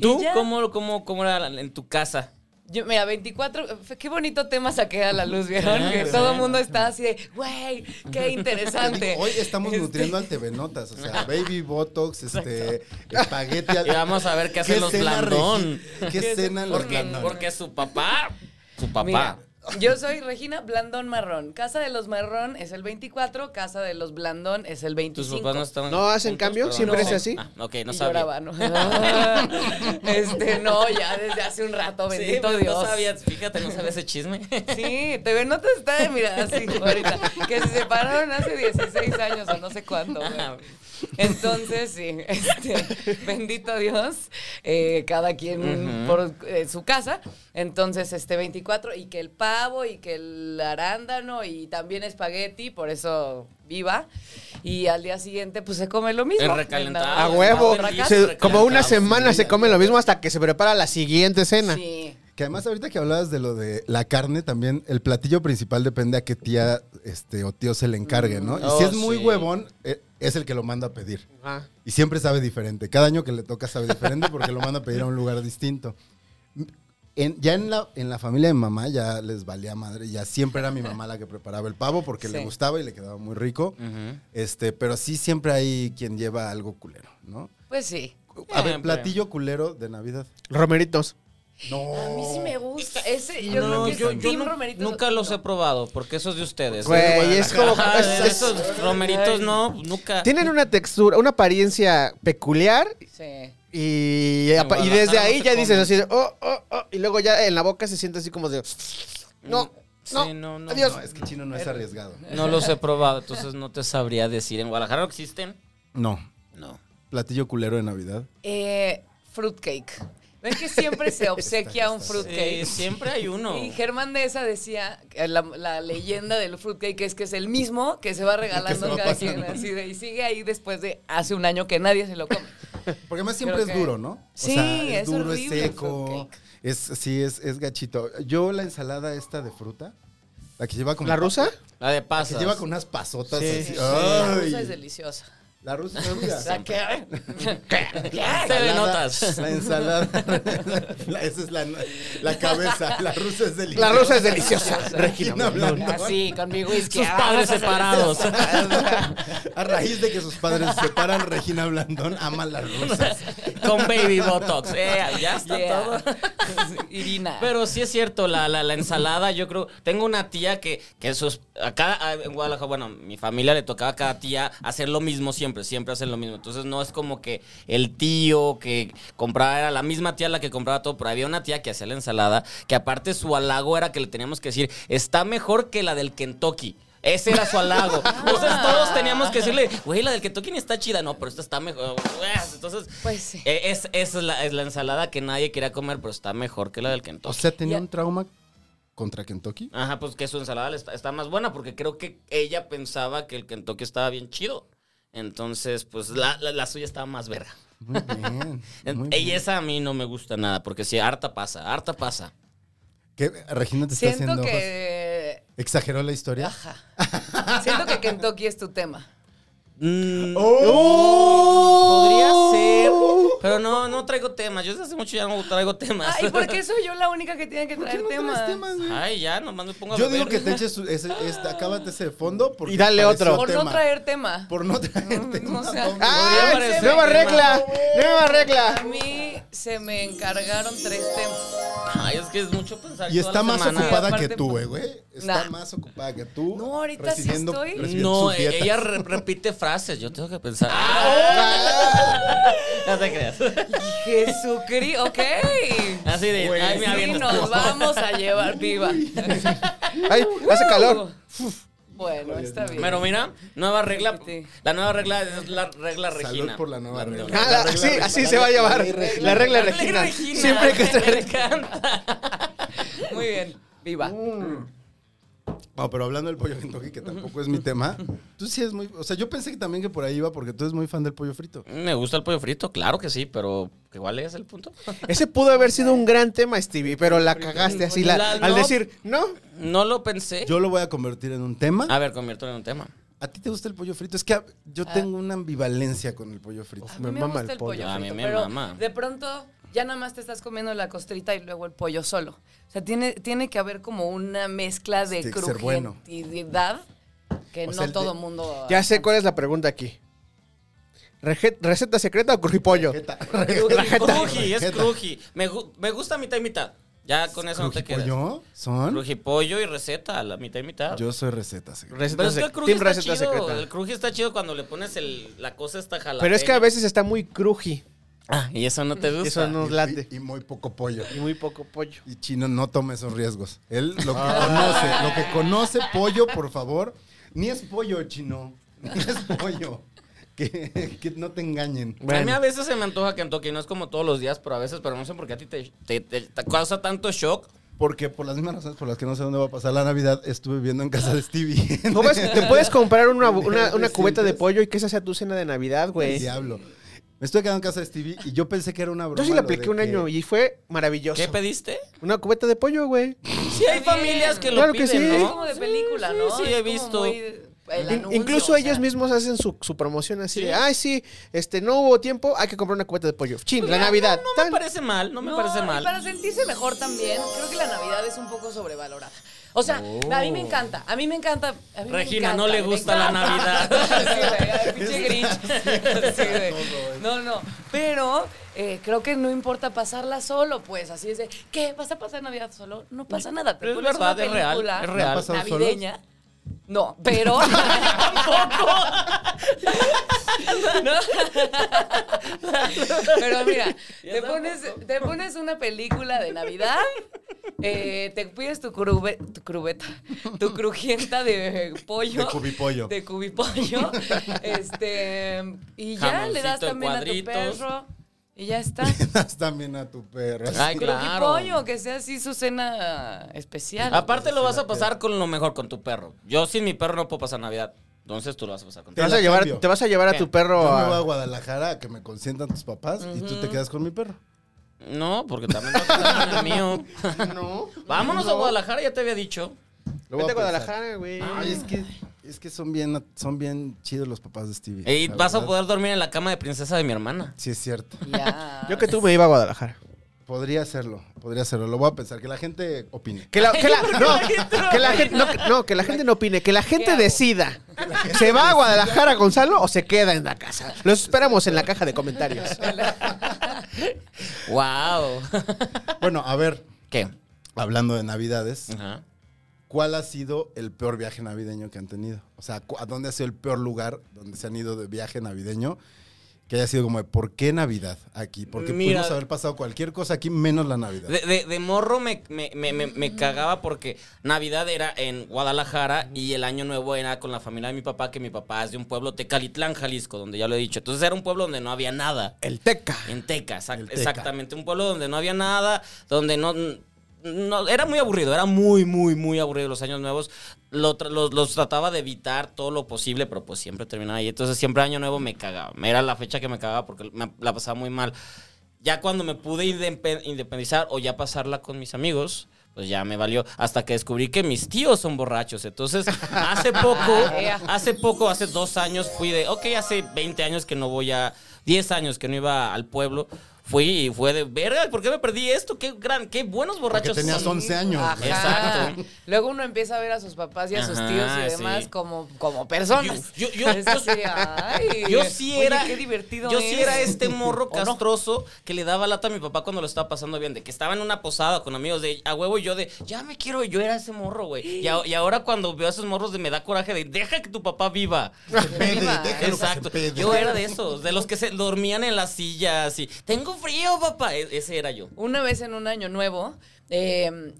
Speaker 5: ¿Tú
Speaker 6: Y ya.
Speaker 5: cómo, cómo, cómo era la- en tu casa?
Speaker 6: Yo, mira, 24, f- qué bonito tema saqué a la luz, ¿vieron?
Speaker 5: Claro,
Speaker 6: que
Speaker 5: sí.
Speaker 6: todo el mundo está así de, güey,
Speaker 5: (laughs)
Speaker 6: qué interesante.
Speaker 4: Hoy estamos
Speaker 6: Este,
Speaker 4: nutriendo al TV Notas, o sea, baby botox, este, espagueti. al-
Speaker 5: Y vamos a ver qué hacen los
Speaker 4: cena
Speaker 5: blandón.
Speaker 4: regi- ¿Qué cenan los
Speaker 5: Porque,
Speaker 4: blandón?
Speaker 5: porque su papá, su papá,
Speaker 6: (laughs) Mira, Yo soy Regina Blandón Marrón. Casa de los Marrón es el 24, Casa de los Blandón es el
Speaker 5: ¿Tus
Speaker 6: 25.
Speaker 5: papás no estaban
Speaker 2: ¿No hacen
Speaker 5: juntos?
Speaker 2: cambio?
Speaker 5: Perdón.
Speaker 2: ¿Siempre
Speaker 6: es
Speaker 2: así?
Speaker 5: Ah, ok, no
Speaker 6: Y
Speaker 5: sabía.
Speaker 6: lloraba, ¿no? (laughs) este, no, ya desde hace un rato,
Speaker 5: Sí,
Speaker 6: bendito
Speaker 5: pero
Speaker 6: Dios.
Speaker 5: No sabías, fíjate, no sabía ese chisme.
Speaker 6: (laughs) Sí, TV no te está de mirada así ahorita. Que se separaron hace 16 años o no sé cuándo, güey.
Speaker 5: Ah,
Speaker 6: Entonces, sí, este, bendito Dios, eh, cada quien
Speaker 5: Ujú.
Speaker 6: por eh, su casa. Entonces, este 24, y que el pavo, y que el arándano, y también espagueti, por eso viva. Y al día siguiente, pues se come lo mismo.
Speaker 5: El recalentado.
Speaker 2: A
Speaker 5: Ah, no,
Speaker 2: huevo. Se-
Speaker 5: recalentado,
Speaker 2: como una
Speaker 5: sí,
Speaker 2: semana se
Speaker 5: ya.
Speaker 2: come lo mismo hasta que se prepara la siguiente cena.
Speaker 6: Sí.
Speaker 4: Que además ahorita que hablabas de lo de la carne, también el platillo principal depende a qué tía este, o tío se le encargue, ¿no? Y
Speaker 5: Oh,
Speaker 4: si es muy
Speaker 5: sí.
Speaker 4: huevón, eh, es el que lo manda a pedir.
Speaker 2: Ajá.
Speaker 4: Y siempre sabe diferente. Cada año que le toca sabe diferente porque lo manda a pedir a un lugar distinto. En- ya en la, en la familia de mamá ya les valía madre. Ya siempre era mi mamá la que preparaba el pavo porque le
Speaker 6: Sí.
Speaker 4: gustaba y le quedaba muy rico.
Speaker 5: Ujú.
Speaker 4: Este, pero sí siempre hay quien lleva algo culero, ¿no?
Speaker 6: Pues sí.
Speaker 4: A ver,
Speaker 5: Siempre.
Speaker 4: platillo culero de Navidad.
Speaker 2: Romeritos.
Speaker 4: No.
Speaker 6: A mí sí me gusta. Ese, yo
Speaker 5: No,
Speaker 6: creo que
Speaker 5: yo,
Speaker 6: es
Speaker 5: yo
Speaker 6: Team
Speaker 5: nu-
Speaker 6: Romerito.
Speaker 5: nunca los he probado, porque eso es de ustedes. ¿eh?
Speaker 2: Güey, es como.
Speaker 5: Ajá,
Speaker 2: es- es-
Speaker 5: esos romeritos no, nunca.
Speaker 2: tienen una textura, una apariencia peculiar
Speaker 6: Sí.
Speaker 2: y,
Speaker 5: En
Speaker 2: apa- y
Speaker 5: Guadalajara
Speaker 2: desde
Speaker 5: no
Speaker 2: ahí
Speaker 5: se
Speaker 2: ya dices
Speaker 5: come.
Speaker 2: así, de, oh, oh, oh, y luego ya en la boca se siente así como de, no,
Speaker 5: Mm, Sí,
Speaker 2: no,
Speaker 5: no, no,
Speaker 2: adiós.
Speaker 4: No, es que chino no es arriesgado.
Speaker 5: No los he probado, entonces no te sabría decir. ¿En Guadalajara no existen?
Speaker 4: No.
Speaker 5: No.
Speaker 4: Platillo culero de Navidad.
Speaker 6: Eh, fruitcake. ¿Ven que siempre se obsequia un fruitcake?
Speaker 5: Sí, siempre hay
Speaker 6: (laughs)
Speaker 5: uno.
Speaker 6: Y Germán de esa decía, eh, la, la leyenda del fruitcake es que es el mismo que se va regalando
Speaker 4: Que se va
Speaker 6: cada
Speaker 4: pasando.
Speaker 6: quien así de- y sigue ahí después de hace un año que nadie se lo come.
Speaker 4: Porque además siempre
Speaker 6: Creo
Speaker 4: es
Speaker 6: que-
Speaker 4: duro, ¿no?
Speaker 6: Sí, es horrible el fruitcake.
Speaker 4: Es, sí, es, es gachito. Yo la ensalada esta de fruta, la que lleva con...
Speaker 2: ¿La rusa?
Speaker 5: La de
Speaker 4: La que
Speaker 5: pasas.
Speaker 4: lleva con unas pasotas
Speaker 2: Sí,
Speaker 4: así.
Speaker 2: sí.
Speaker 6: La
Speaker 4: Ay.
Speaker 6: rusa es deliciosa.
Speaker 4: La rusa
Speaker 6: O sea, que-
Speaker 5: Te
Speaker 4: La
Speaker 5: de
Speaker 4: ensalada-
Speaker 5: notas.
Speaker 4: La ensalada. la- esa es la, la cabeza. La rusa es deliciosa.
Speaker 2: La rusa
Speaker 4: (laughs)
Speaker 2: es deliciosa.
Speaker 6: (laughs)
Speaker 2: Regina
Speaker 4: Regina Blandón.
Speaker 6: Así, con mi whisky.
Speaker 5: Sus
Speaker 6: ah,
Speaker 5: padres
Speaker 6: (laughs) vamos a hacer
Speaker 5: separados.
Speaker 6: eso.
Speaker 4: A raíz de que sus padres se separan, Regina Blandón ama las rusas.
Speaker 5: Con baby botox. Eh, ya está
Speaker 6: Yeah.
Speaker 5: todo.
Speaker 6: Sí, (laughs) Irina.
Speaker 5: Pero sí es cierto, la, la, la ensalada, yo creo. Tengo una tía que, que sus, acá ah, en Guadalajara, bueno, mi familia le tocaba a cada tía hacer lo mismo siempre, siempre hacer lo mismo. Entonces no es como que el tío que compraba, era la misma tía la que compraba todo, pero había una tía que hacía la ensalada, que aparte su halago era que le teníamos que decir, está mejor que la del Kentucky. Ese era su halago. Entonces todos teníamos que decirle, güey, la del Kentucky ni está chida. No, pero esta está mejor. Entonces,
Speaker 6: Pues sí.
Speaker 5: eh, Es, esa es la, es la ensalada que nadie quería comer, pero está mejor que la del
Speaker 4: O
Speaker 5: Kentucky.
Speaker 4: sea, tenía
Speaker 6: Ya.
Speaker 4: un trauma contra Kentucky.
Speaker 5: Ajá, pues que su ensalada le está, está más buena, porque creo que ella pensaba que el Kentucky estaba bien chido. Entonces, pues la, la- la suya estaba más verga.
Speaker 4: Muy bien.
Speaker 6: (laughs)
Speaker 5: En-
Speaker 4: muy
Speaker 5: Y
Speaker 4: bien.
Speaker 5: esa a mí no me gusta nada, porque sí, harta pasa, harta pasa.
Speaker 4: ¿Qué? Regina te está
Speaker 6: Siento
Speaker 4: haciendo. ojos.
Speaker 6: que...
Speaker 4: ¿Exageró la historia?
Speaker 6: Ajá. Siento que Kentucky es tu tema.
Speaker 5: Mm, Podría
Speaker 4: ¡Oh!
Speaker 5: ser, pero no, no traigo temas. Yo desde hace mucho ya no traigo temas. (laughs)
Speaker 6: Ay, ¿por qué soy yo la única que tiene que
Speaker 4: ¿Por qué
Speaker 6: traer
Speaker 4: no traes temas,
Speaker 6: temas?
Speaker 4: güey?
Speaker 5: Ay, ya, nomás me pongo a
Speaker 4: Yo digo que
Speaker 5: beber. (laughs)
Speaker 4: te eches su- ese, este, acábate ese de fondo porque
Speaker 2: Y dale
Speaker 4: pareció
Speaker 2: otro.
Speaker 6: Por no
Speaker 4: tema.
Speaker 6: traer tema.
Speaker 4: Por no traer tema.
Speaker 6: o sea-
Speaker 4: hombre.
Speaker 2: ¡Ah!
Speaker 5: Podría parecer
Speaker 2: ¡Nueva
Speaker 5: que no.
Speaker 2: regla! ¡Nueva
Speaker 6: A
Speaker 2: regla!
Speaker 6: mí se me encargaron tres temas.
Speaker 5: Ay, es que es mucho pensar.
Speaker 4: Y
Speaker 5: toda
Speaker 4: está
Speaker 5: la
Speaker 4: más
Speaker 5: semana.
Speaker 4: ocupada
Speaker 6: Aparte, pues,
Speaker 4: que tú, eh, güey. Está
Speaker 6: Nah.
Speaker 4: más ocupada que tú.
Speaker 6: No, ahorita sí
Speaker 4: recibiendo-
Speaker 6: estoy.
Speaker 4: recibiendo
Speaker 5: No, e-
Speaker 2: eh,
Speaker 4: su dieta.
Speaker 5: ella re- repite frases. Yo tengo que pensar.
Speaker 6: Ah,
Speaker 5: Ah, No te creas. (laughs)
Speaker 6: Jesucristo, (laughs) ok.
Speaker 5: Así de.
Speaker 4: Güey,
Speaker 5: ay, me
Speaker 6: Sí,
Speaker 5: avientas.
Speaker 6: nos vamos a llevar viva. Uh.
Speaker 2: ¡Ay, hace calor!
Speaker 6: Bueno, está bien.
Speaker 5: Pero mira, nueva regla.
Speaker 6: Sí.
Speaker 5: La nueva regla es la regla
Speaker 4: Salud
Speaker 5: Regina.
Speaker 4: por la nueva regla.
Speaker 2: Ah, la- así, así se va a llamar. La regla Regina. Siempre hay que
Speaker 5: Me
Speaker 2: traer.
Speaker 5: encanta.
Speaker 6: (laughs) Muy bien, viva.
Speaker 4: No, pero hablando del pollo Kentucky, que tampoco es mi tema, tú sí es muy... O sea, yo pensé que también que por ahí iba porque tú eres muy fan del pollo frito.
Speaker 5: Me gusta el pollo frito, claro que sí, pero igual es el punto.
Speaker 2: Ese pudo haber sido un gran tema, Stevie, pero la cagaste así la-
Speaker 5: La-
Speaker 2: al
Speaker 5: no.
Speaker 2: decir, no.
Speaker 5: No lo pensé.
Speaker 4: Yo lo voy a convertir en un tema.
Speaker 5: A ver, conviértelo en
Speaker 4: (laughs)
Speaker 5: un tema.
Speaker 4: ¿A ti te gusta el pollo frito? Es que ah, yo tengo una ambivalencia con el pollo frito.
Speaker 6: A mí me,
Speaker 2: mama
Speaker 6: gusta el pollo,
Speaker 5: A mí
Speaker 6: frito,
Speaker 5: me
Speaker 6: pero
Speaker 5: mama.
Speaker 6: de pronto ya nada más te estás comiendo la costrita y luego el pollo solo. O sea, tiene, tiene que haber como una mezcla de
Speaker 4: Tiene que ser bueno.
Speaker 6: crujentidad que
Speaker 4: O
Speaker 6: no
Speaker 4: sea, el de-
Speaker 6: todo mundo...
Speaker 2: Ya sé cuál es la pregunta aquí. Reje- ¿Receta secreta o curripollo?
Speaker 4: Jeta.
Speaker 5: Cruji, es
Speaker 4: Jeta.
Speaker 5: cruji. Me, gu- me gusta mitad y mitad. Ya con eso no te quedas.
Speaker 4: ¿Yo? ¿Son?
Speaker 5: Crujipollo y receta, la mitad y mitad.
Speaker 4: Yo soy receta, sí.
Speaker 5: Pero es que el
Speaker 2: sec-
Speaker 5: cruji
Speaker 2: team
Speaker 5: está chido.
Speaker 2: receta secreta.
Speaker 5: El cruji está chido cuando le pones el, la cosa esta jalapeña.
Speaker 2: Pero es que a veces está muy cruji.
Speaker 5: Ah, y eso no te gusta.
Speaker 2: Eso no-
Speaker 4: Y-
Speaker 2: Nos late.
Speaker 4: Y, y muy poco pollo.
Speaker 2: Y muy poco (laughs) pollo.
Speaker 4: Y Chino no tome esos riesgos. Él lo que
Speaker 2: Ah.
Speaker 4: conoce, lo que conoce pollo, por favor. Ni es pollo, Chino. Ni es pollo. Que, que no te engañen.
Speaker 5: A mí
Speaker 2: Bueno.
Speaker 5: a veces se me antoja Kentucky, no es como todos los días, pero a veces, pero no sé por qué a ti te, te- te- te causa tanto shock.
Speaker 4: Porque por las mismas razones por las que no sé dónde va a pasar la Navidad, estuve viviendo en casa de Stevie.
Speaker 2: ¿No ves? Te puedes comprar una, una, una
Speaker 4: ¿Sientes?
Speaker 2: cubeta de pollo y que esa sea tu cena de Navidad,
Speaker 4: (laughs) El
Speaker 2: güey.
Speaker 4: diablo. Me estoy quedando en casa de Stevie y yo pensé que era una broma.
Speaker 2: Yo sí la
Speaker 4: lo de
Speaker 2: apliqué un
Speaker 4: que-
Speaker 2: año y fue maravilloso.
Speaker 5: ¿Qué pediste?
Speaker 2: Una cubeta de pollo, güey.
Speaker 5: Sí, hay familias que lo
Speaker 2: Claro que
Speaker 5: piden,
Speaker 2: sí.
Speaker 6: Es
Speaker 5: ¿no?
Speaker 6: como de película,
Speaker 5: sí,
Speaker 6: ¿no?
Speaker 5: Sí,
Speaker 6: Es
Speaker 5: he
Speaker 6: como
Speaker 5: visto.
Speaker 6: muy de- el
Speaker 2: In-
Speaker 6: anuncio,
Speaker 2: incluso
Speaker 6: o sea.
Speaker 2: ellos mismos hacen su, su promoción así
Speaker 5: Sí.
Speaker 2: de, ay, sí, este, no hubo tiempo, hay que comprar una cubeta de pollo. Chin,
Speaker 5: Pues
Speaker 2: la
Speaker 5: mira,
Speaker 2: Navidad.
Speaker 5: No, no
Speaker 2: tan.
Speaker 5: me parece mal, no me parece
Speaker 6: y
Speaker 5: mal.
Speaker 6: Para sentirse mejor también, creo que la Navidad es un poco sobrevalorada. O sea, a mí me encanta, a mí me encanta. a mí me
Speaker 5: Regina,
Speaker 6: encanta,
Speaker 5: no le
Speaker 6: me
Speaker 5: gusta la
Speaker 6: encanta.
Speaker 5: Navidad.
Speaker 6: (laughs) Sí,
Speaker 5: (laughs)
Speaker 6: güey, ay, pinche Grinch. Sí, güey. No, no. Pero eh, creo que no importa pasarla solo, pues. Así es de, ¿qué? ¿Vas a pasar Navidad solo? No pasa nada. Te
Speaker 5: Pero es
Speaker 6: pones una
Speaker 5: verdad, es real,
Speaker 6: película
Speaker 5: es real. ¿No han
Speaker 4: pasado
Speaker 6: navideña. No, pero (laughs) tampoco. Pero mira, te pones, te pones una película de Navidad, eh, te pides tu, crube- tu crubeta, tu crujienta de eh, pollo.
Speaker 4: De cubipollo. (laughs)
Speaker 6: De cubipollo. Este, y ya le das
Speaker 5: Jamoncito en
Speaker 6: también a tu
Speaker 5: cuadritos.
Speaker 6: perro. Y ya está.
Speaker 4: Das también a tu perro.
Speaker 5: Ay, claro.
Speaker 6: Crujipollo, que sea así su cena especial.
Speaker 5: Aparte lo vas a pasar con lo mejor, con tu perro. Yo sin mi perro no puedo pasar Navidad. Entonces tú lo vas a pasar con tu
Speaker 2: Te
Speaker 5: perro.
Speaker 2: vas,
Speaker 4: la
Speaker 2: a
Speaker 4: cambio.
Speaker 2: llevar, te vas a llevar a tu perro
Speaker 4: Yo me voy a
Speaker 2: a...
Speaker 4: Guadalajara a que me consientan tus papás y tú te quedas con mi perro.
Speaker 5: No, porque también no te dan el mío.
Speaker 2: (laughs) No.
Speaker 5: Vámonos a Guadalajara, ya te había dicho.
Speaker 4: Lo voy
Speaker 2: Vete
Speaker 4: pensar.
Speaker 2: a Guadalajara, güey.
Speaker 4: Ay, es que, es que son, bien, son bien chidos los papás de Stevie.
Speaker 5: Y
Speaker 4: la
Speaker 5: vas a
Speaker 4: verdad.
Speaker 5: poder dormir en la cama de princesa de mi hermana.
Speaker 4: Sí, es cierto.
Speaker 6: Ya.
Speaker 2: Yo que tú me iba a Guadalajara.
Speaker 4: Podría hacerlo, podría hacerlo. Lo voy a pensar, que la gente opine.
Speaker 2: Que la, que la- no,
Speaker 5: no
Speaker 2: que la gente, no, que- no, que la gente no opine, que la gente
Speaker 6: hago?
Speaker 2: decida. ¿Se va a Guadalajara, Gonzalo, o se queda en la casa? Los esperamos en la caja de comentarios.
Speaker 4: (laughs)
Speaker 5: Wow.
Speaker 4: Bueno, a ver,
Speaker 5: ¿Qué?
Speaker 4: hablando de Navidades,
Speaker 5: Ajá.
Speaker 4: ¿cuál ha sido el peor viaje navideño que han tenido? O sea, cu- ¿a dónde ha sido el peor lugar donde se han ido de viaje navideño? Que haya sido como de, ¿por qué Navidad aquí? Porque
Speaker 5: Mira.
Speaker 4: pudimos haber pasado cualquier cosa aquí menos la Navidad.
Speaker 5: De, de- de morro me, me- me- me- me cagaba porque Navidad era en Guadalajara y el Año Nuevo era con la familia de mi papá, que mi papá es de un pueblo, Tecalitlán, Jalisco, donde ya lo he dicho. Entonces era un pueblo donde no había nada.
Speaker 2: El Teca.
Speaker 5: En Teca, exac-
Speaker 4: El Teca.
Speaker 5: exactamente. Un pueblo donde no había nada, donde no, no- Era muy aburrido, era muy, muy, muy aburrido los años nuevos. Lo tra- los, los trataba de evitar todo lo posible, pero pues siempre terminaba ahí. Entonces siempre año nuevo me cagaba. Era la fecha que me cagaba porque me la pasaba muy mal. Ya cuando me pude indepe- independizar o ya pasarla con mis amigos... Pues ya me valió hasta que descubrí que mis tíos son borrachos. Entonces, hace poco,
Speaker 6: Ea.
Speaker 5: Hace poco, hace dos años, fui de. Ok, hace 20 años que no voy a. 10 años que no iba al pueblo. Fui y fue de. Verga, ¿por qué me perdí esto? Qué gran, qué buenos
Speaker 4: Porque
Speaker 5: borrachos
Speaker 4: tenías
Speaker 5: son".
Speaker 4: 11 años.
Speaker 6: Ajá.
Speaker 5: Exacto.
Speaker 6: Luego uno empieza a ver a sus papás y a sus
Speaker 5: Ajá,
Speaker 6: tíos y demás
Speaker 5: sí.
Speaker 6: como, como personas.
Speaker 5: Yo- yo- yo-
Speaker 6: (laughs) Es así, ay,
Speaker 5: Yo sí
Speaker 6: oye,
Speaker 5: era.
Speaker 6: qué divertido
Speaker 5: Yo
Speaker 6: es.
Speaker 5: sí era este morro
Speaker 6: ¿O no?
Speaker 5: castroso que le daba lata a mi papá cuando lo estaba pasando bien. De que estaba en una posada con amigos de a huevo y yo de ya me quiero. Yo era ese morro, güey. Y, a- y ahora cuando veo a esos morros de me da coraje de deja que tu papá viva.
Speaker 6: (laughs)
Speaker 4: Pede,
Speaker 6: Viva.
Speaker 4: déjalo que se
Speaker 5: Exacto.
Speaker 4: pede.
Speaker 5: Yo era de esos, de los que se dormían en las sillas y tengo frío, papá. E- ese era yo. (laughs)
Speaker 6: Una vez en un año nuevo, eh,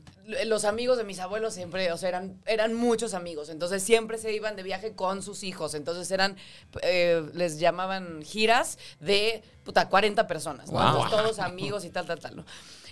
Speaker 6: los amigos de mis abuelos siempre, o sea, eran, eran muchos amigos, entonces siempre se iban de viaje con sus hijos, entonces eran, eh, les llamaban giras de, puta, 40 personas, ¿no?
Speaker 5: Wow.
Speaker 6: Entonces, todos amigos y tal, tal, tal, ¿no?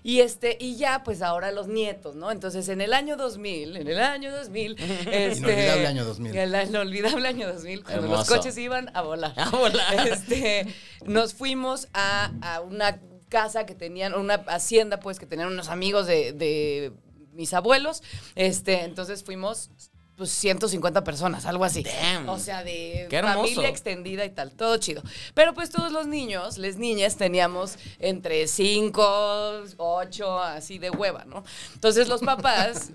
Speaker 6: Y, este, y ya, pues ahora los nietos, ¿no? Entonces, en el año 2000, en el año 2000... Este,
Speaker 4: (laughs) Inolvidable año 2000.
Speaker 6: El inolvidable año 2000, cuando los
Speaker 5: Hermoso.
Speaker 6: coches iban a volar.
Speaker 5: A volar.
Speaker 6: Este, nos fuimos a, a una casa que tenían, una hacienda, pues, que tenían unos amigos de, de mis abuelos. Este, entonces fuimos pues 150 personas, algo así.
Speaker 5: Damn.
Speaker 6: O sea, de
Speaker 5: Qué hermoso.
Speaker 6: familia extendida y tal, todo chido. Pero pues todos los niños, les niñas, teníamos entre 5, 8, así de hueva, ¿no? Entonces los papás,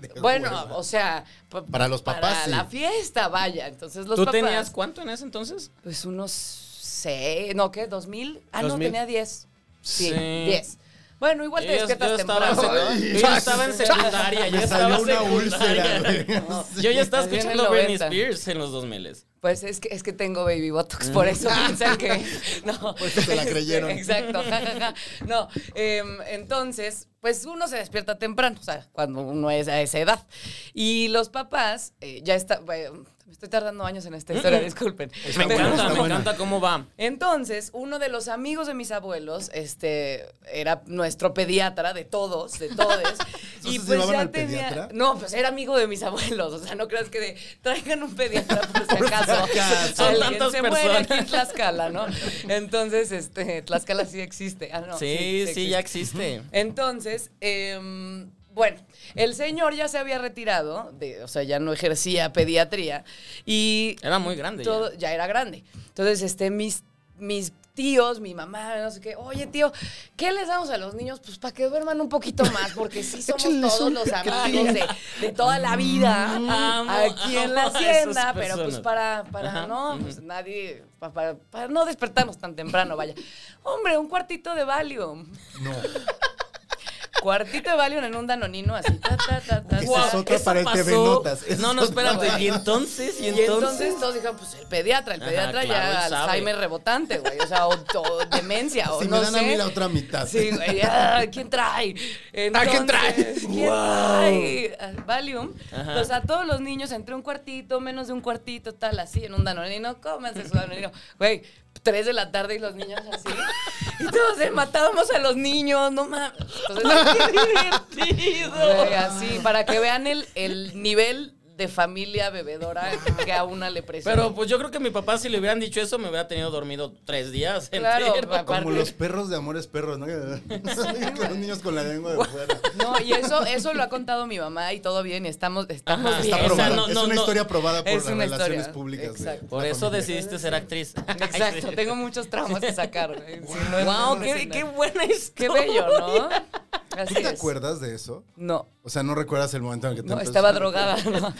Speaker 4: (laughs) De
Speaker 6: bueno,
Speaker 4: hueva.
Speaker 6: o sea, pa-
Speaker 4: Para los papás,
Speaker 6: Para
Speaker 4: sí.
Speaker 6: la fiesta, vaya. Entonces los
Speaker 5: ¿Tú
Speaker 6: papás.
Speaker 5: tenías cuánto en ese entonces?
Speaker 6: Pues unos seis, no, ¿qué? ¿2000? Ah, no,
Speaker 2: 2000.
Speaker 6: tenía 10. Sí,
Speaker 5: Sí.
Speaker 6: 10. Bueno, igual te
Speaker 5: Yo, yo
Speaker 6: despiertas
Speaker 5: estaba, en
Speaker 6: temprano. ¿no?
Speaker 5: secu- yo
Speaker 4: (laughs)
Speaker 5: ya estaba en secundaria. Yo
Speaker 4: Me
Speaker 5: ya estaba
Speaker 4: salió
Speaker 5: en
Speaker 4: una
Speaker 6: (laughs)
Speaker 5: secundaria.
Speaker 4: (laughs) úlcera, güey.
Speaker 5: No, Yo ya estaba
Speaker 6: Más bien en
Speaker 5: escuchando Britney
Speaker 6: 90.
Speaker 5: Spears en los 2000.
Speaker 6: Pues es que, es que tengo baby botox, por (laughs) eso piensan que. No.
Speaker 4: Por eso se la creyeron.
Speaker 6: Exacto, ja, ja, ja. No, em, entonces, pues uno se despierta temprano, o sea, cuando uno es a esa edad. Y los papás, eh, ya está. bueno, me estoy tardando años en esta historia, disculpen.
Speaker 5: Me
Speaker 6: Pero-
Speaker 5: encanta,
Speaker 4: está
Speaker 5: me
Speaker 4: buena.
Speaker 5: encanta cómo va.
Speaker 6: entonces, uno de los amigos de mis abuelos, este, era nuestro pediatra de todos, de
Speaker 4: (laughs)
Speaker 6: todes.
Speaker 4: ¿Ustedes
Speaker 6: y pues
Speaker 4: llevaban
Speaker 6: ya
Speaker 4: al
Speaker 6: tenía.
Speaker 4: pediatra?
Speaker 6: No, pues era amigo de mis abuelos. O sea, no creas que de, traigan un pediatra por si
Speaker 4: (laughs) Por si
Speaker 6: acaso.
Speaker 4: acaso.
Speaker 5: Son
Speaker 6: Alguien
Speaker 5: tantas
Speaker 6: se muere aquí en
Speaker 5: personas. (laughs)
Speaker 6: Tlaxcala, ¿no? Entonces, este, Tlaxcala sí existe. Ah, no,
Speaker 5: sí, sí,
Speaker 6: existe.
Speaker 5: ya existe.
Speaker 6: Entonces, em, bueno, el señor ya se había retirado, de, o sea, ya no ejercía pediatría y
Speaker 5: Era muy grande. ya.
Speaker 6: todo- ya. era grande. Entonces, este, mis, mis tíos, mi mamá, no sé qué, oye, tío, ¿qué les damos a los niños? Pues para que duerman un poquito más,
Speaker 4: (laughs)
Speaker 6: porque sí somos
Speaker 4: Échenles
Speaker 6: todos
Speaker 4: un
Speaker 6: los amigos
Speaker 4: piquetín.
Speaker 6: de, de toda la vida
Speaker 5: Amo,
Speaker 6: aquí en la
Speaker 5: amo a
Speaker 6: hacienda,
Speaker 5: esas
Speaker 6: pero pues
Speaker 5: personas.
Speaker 6: para, para
Speaker 5: Ajá,
Speaker 6: no, pues nadie, pa- para, para no despertarnos tan temprano, vaya. Hombre, un cuartito de Valium.
Speaker 4: No.
Speaker 6: (laughs) Cuartito de Valium en un danonino así. Ta, ta, ta, ta,
Speaker 4: Esa
Speaker 5: Guau,
Speaker 6: ta.
Speaker 4: es otra
Speaker 5: eso
Speaker 4: para el TV
Speaker 5: pasó.
Speaker 4: Notas. Esa
Speaker 5: No, no,
Speaker 4: es otra.
Speaker 5: espérate. Y entonces, y
Speaker 6: Y entonces
Speaker 5: entonces.
Speaker 6: todos dijeron, pues el pediatra, el
Speaker 5: Ajá,
Speaker 6: pediatra
Speaker 5: claro, él
Speaker 6: ya
Speaker 5: sabe.
Speaker 6: Alzheimer rebotante, güey. O sea, o, o
Speaker 4: (laughs)
Speaker 6: demencia, o
Speaker 4: Si
Speaker 6: no
Speaker 4: me dan
Speaker 6: sé.
Speaker 4: a mí la otra mitad.
Speaker 6: Sí, güey. ah, ¿Quién trae? Entonces,
Speaker 4: ¿quién trae?
Speaker 6: Ah, ¿Quién trae? Ah, Valium.
Speaker 5: Ajá.
Speaker 6: Entonces, a todos los niños, entre un cuartito, menos de un cuartito, tal, así, en un danonino, cómanse su danonino. Güey, tres de la tarde y los niños así. Y todos eh, matábamos a los niños, no mames. Entonces, ¡qué divertido! Güey, así, para que vean el, el nivel de familia bebedora que a una le presiona.
Speaker 5: Pero pues yo creo que mi papá, si le hubieran dicho eso, me hubiera tenido dormido tres días. (laughs)
Speaker 6: Claro,
Speaker 5: entero.
Speaker 4: (laughs)
Speaker 6: papá.
Speaker 4: Como los perros de amores perros,
Speaker 6: (laughs)
Speaker 4: ¿no? (laughs) Que los niños con la lengua de fuera.
Speaker 6: No, y eso, eso lo ha contado mi mamá y todo bien, y estamos, estamos
Speaker 5: Ajá,
Speaker 6: bien.
Speaker 4: Está
Speaker 5: O sea,
Speaker 4: probado.
Speaker 5: no,
Speaker 4: es
Speaker 5: no,
Speaker 4: una
Speaker 5: no.
Speaker 4: historia probada por
Speaker 6: Es
Speaker 4: las
Speaker 6: una
Speaker 4: relaciones
Speaker 6: historia.
Speaker 4: públicas. de
Speaker 6: Exacto.
Speaker 4: la
Speaker 5: Por eso
Speaker 4: familia.
Speaker 5: decidiste ser actriz.
Speaker 6: (laughs) Exacto,
Speaker 5: (laughs)
Speaker 6: tengo muchos traumas que sacar. güey. Si no es
Speaker 5: Wow,
Speaker 6: un
Speaker 5: qué,
Speaker 6: escenario.
Speaker 5: qué buena
Speaker 6: Qué
Speaker 5: historia.
Speaker 6: bello, ¿no? Así
Speaker 4: ¿Tú te
Speaker 6: es.
Speaker 4: acuerdas de eso?
Speaker 6: No.
Speaker 4: O sea, no recuerdas el momento en el que te
Speaker 6: Pues. No,
Speaker 4: empezó-
Speaker 6: estaba drogada. No, no, no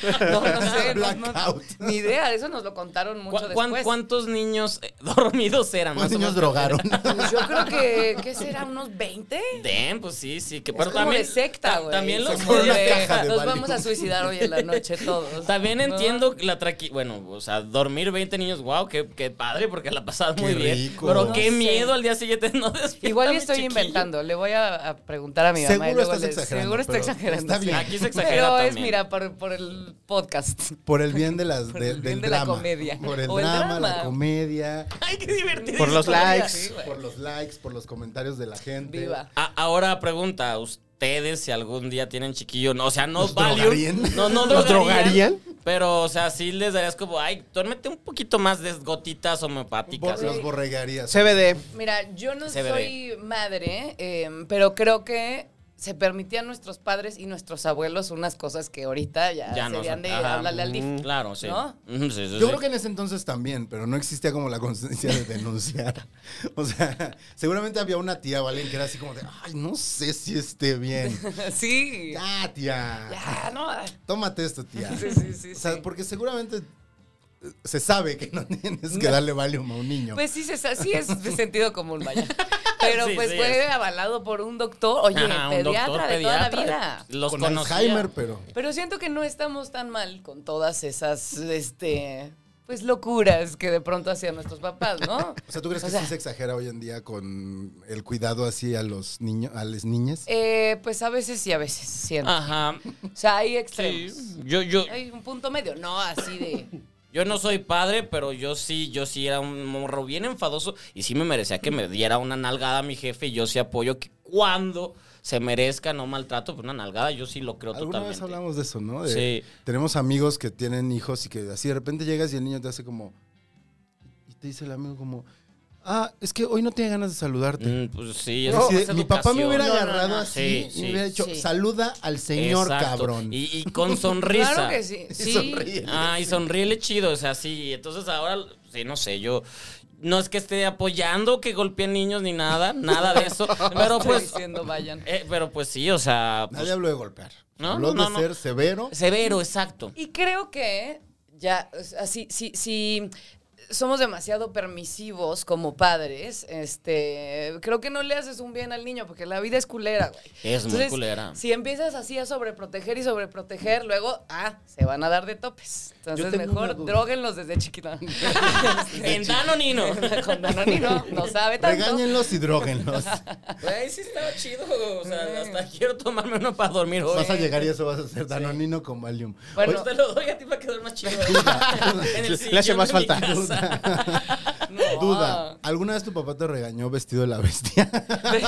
Speaker 6: sé. no, no,
Speaker 4: Blackout.
Speaker 6: ni idea, eso nos lo contaron
Speaker 5: ¿Cu-
Speaker 6: mucho
Speaker 5: cuán-
Speaker 6: después.
Speaker 5: ¿Cuántos niños eh, (laughs) dormidos
Speaker 4: (laughs)
Speaker 5: eran?
Speaker 4: Los
Speaker 5: más o
Speaker 4: niños
Speaker 5: menos?
Speaker 4: drogaron.
Speaker 6: (laughs) Pues yo creo que, ¿qué será? ¿Unos 20?
Speaker 5: Damn, pues sí, sí. Que,
Speaker 6: Es
Speaker 5: pero
Speaker 6: como
Speaker 5: también,
Speaker 6: de secta,
Speaker 5: ta-
Speaker 6: güey.
Speaker 5: También los
Speaker 6: Es como
Speaker 5: podías
Speaker 6: de,
Speaker 5: dejar.
Speaker 4: caja de
Speaker 6: Nos
Speaker 4: Valium.
Speaker 6: vamos a suicidar hoy en la noche todos.
Speaker 5: También
Speaker 6: ¿no?
Speaker 5: entiendo la traqui... Bueno, o sea, dormir 20 niños, wow, qué, qué padre, porque la pasas muy
Speaker 4: Qué
Speaker 5: bien.
Speaker 4: rico.
Speaker 5: Pero
Speaker 4: No
Speaker 5: qué
Speaker 6: sé.
Speaker 5: miedo al día siguiente (laughs) no despierta.
Speaker 6: Igual
Speaker 5: mi
Speaker 6: y estoy
Speaker 5: chiquillo.
Speaker 6: inventando. Le voy a, a preguntar a mi mamá. y
Speaker 4: Seguro
Speaker 6: luego
Speaker 4: estás
Speaker 6: le-
Speaker 4: exagerando,
Speaker 6: Seguro estoy
Speaker 4: pero
Speaker 6: exagerando.
Speaker 4: está
Speaker 6: sí.
Speaker 4: bien.
Speaker 5: Aquí se exagera
Speaker 6: Pero es,
Speaker 5: también.
Speaker 6: mira, por, por el podcast.
Speaker 4: Por el bien de las,
Speaker 6: (laughs) Por
Speaker 4: de-
Speaker 6: el
Speaker 4: del
Speaker 6: bien de la
Speaker 4: drama.
Speaker 6: comedia.
Speaker 4: Por el,
Speaker 6: O el
Speaker 4: drama, la
Speaker 6: drama.
Speaker 4: comedia,
Speaker 5: (laughs) Ay, qué divertido.
Speaker 2: Por los likes.
Speaker 6: Sí, güey.
Speaker 4: por los likes, por los comentarios de la gente.
Speaker 6: Viva.
Speaker 5: A- ahora pregunta, ustedes si algún día tienen chiquillo, no, o sea, no
Speaker 4: ¿Los
Speaker 5: Valium,
Speaker 4: drogarían?
Speaker 5: no, no
Speaker 2: ¿Los drogarían?
Speaker 5: pero o sea, sí les darías como, ay, duérmete un poquito más de gotitas homeopáticas.
Speaker 4: Por- los borregarías.
Speaker 2: CBD.
Speaker 6: Mira, yo no
Speaker 5: CBD.
Speaker 6: soy madre, eh, pero creo que se permitían nuestros padres y nuestros abuelos unas cosas que ahorita ya,
Speaker 5: Ya no
Speaker 6: serían
Speaker 5: son-
Speaker 6: de
Speaker 5: ajá. Mm,
Speaker 6: hablarle al DIF.
Speaker 5: Claro, sí.
Speaker 6: ¿No?
Speaker 5: Ujú, sí, sí,
Speaker 4: Yo
Speaker 5: sí.
Speaker 4: creo que en ese entonces también, pero no existía como la conciencia de denunciar. (laughs) O sea, seguramente había una tía o alguien que era así como de, ay, no sé si esté bien.
Speaker 6: (laughs) (laughs) Sí. Ya,
Speaker 4: Ya, tía.
Speaker 6: no. ah,
Speaker 4: Tómate esto, tía.
Speaker 6: Sí, sí, sí,
Speaker 4: O sea,
Speaker 6: sí.
Speaker 4: porque seguramente eh, se sabe que no (laughs) tienes que darle Valium a un niño.
Speaker 6: Pues sí, se sa- sí es de sentido común,
Speaker 5: (laughs)
Speaker 6: vaya. Pero
Speaker 5: Sí,
Speaker 6: pues
Speaker 5: sí
Speaker 6: fue
Speaker 5: es.
Speaker 6: avalado por un doctor, oye,
Speaker 5: Ajá, un
Speaker 6: pediatra
Speaker 5: doctor,
Speaker 6: de
Speaker 5: pediatra,
Speaker 6: toda la vida.
Speaker 5: Los
Speaker 4: Con
Speaker 5: conocía.
Speaker 4: Alzheimer, pero...
Speaker 6: Pero siento que no estamos tan mal con todas esas, este, pues locuras que de pronto hacían nuestros papás, ¿no?
Speaker 5: (laughs)
Speaker 4: O sea, ¿tú crees que
Speaker 6: sea-
Speaker 4: sí se exagera hoy en día con el cuidado así a los niños, a las niñas?
Speaker 6: Eh, pues a veces sí, a veces siento. (laughs)
Speaker 5: Ajá.
Speaker 6: O sea, hay
Speaker 5: Sí.
Speaker 6: extremos.
Speaker 5: Yo, yo,
Speaker 6: Hay un punto medio, no así de.
Speaker 5: yo no soy padre, pero yo sí, yo sí era un morro bien enfadoso y sí me merecía que me diera una nalgada a mi jefe y yo sí apoyo que cuando se merezca no maltrato, pues una nalgada, yo sí lo creo
Speaker 4: Alguna
Speaker 5: totalmente.
Speaker 4: vez hablamos de eso, ¿no? De-
Speaker 5: Sí.
Speaker 4: Tenemos amigos que tienen hijos y que así de repente llegas y el niño te hace como... Y te dice el amigo como... Ah, es que hoy no tiene ganas de saludarte.
Speaker 5: Mm, pues sí,
Speaker 4: Así de,
Speaker 5: es
Speaker 4: este mi papá me hubiera
Speaker 5: educación.
Speaker 4: agarrado
Speaker 5: no, no.
Speaker 4: así y
Speaker 5: Sí,
Speaker 4: me
Speaker 5: sí,
Speaker 4: hubiera dicho,
Speaker 6: sí.
Speaker 4: saluda al señor,
Speaker 5: Exacto.
Speaker 4: cabrón.
Speaker 5: Y, y
Speaker 6: (laughs)
Speaker 5: con sonrisa.
Speaker 6: Claro que sí.
Speaker 4: Y
Speaker 6: Sí.
Speaker 4: sonríe.
Speaker 5: Ah, y sonríele chido, o sea, sí. Entonces ahora, sí, no sé, yo. No es que esté apoyando que golpeen niños ni nada, nada de eso. pero
Speaker 6: Estoy
Speaker 5: pues.
Speaker 6: diciendo, vayan.
Speaker 5: eh, pero pues sí, o sea. pues,
Speaker 4: Nadie habló de golpear.
Speaker 5: No,
Speaker 4: habló
Speaker 5: no,
Speaker 4: de
Speaker 5: no.
Speaker 4: ser severo.
Speaker 6: (laughs)
Speaker 5: severo, exacto.
Speaker 6: Y creo que ya, o sea, si, si, si somos demasiado permisivos como padres. Este, creo que no le haces un bien al niño porque la vida es culera, güey.
Speaker 5: Es muy culera.
Speaker 6: Si empiezas así a sobreproteger y sobreproteger, luego, ah, se van a dar de topes. Entonces,
Speaker 4: tengo una
Speaker 6: mejor
Speaker 4: duda.
Speaker 6: droguenlos desde chiquita.
Speaker 5: En Danonino.
Speaker 6: (laughs) Con Danonino, no sabe tanto.
Speaker 4: Regáñenlos
Speaker 5: (laughs)
Speaker 4: y droguenlos.
Speaker 5: Güey, sí estaba chido. O sea, hasta quiero tomarme uno para dormir hoy. Pues
Speaker 4: Vas a llegar y eso vas a hacer danonino con Valium.
Speaker 6: Bueno,
Speaker 5: Te lo doy a ti para que duermas chido. (laughs) En el
Speaker 2: Le hace
Speaker 5: sillón
Speaker 2: más
Speaker 5: de mi
Speaker 2: falta.
Speaker 5: casa.
Speaker 6: no.
Speaker 4: (laughs) Duda, ¿alguna vez tu papá te regañó vestido de la bestia?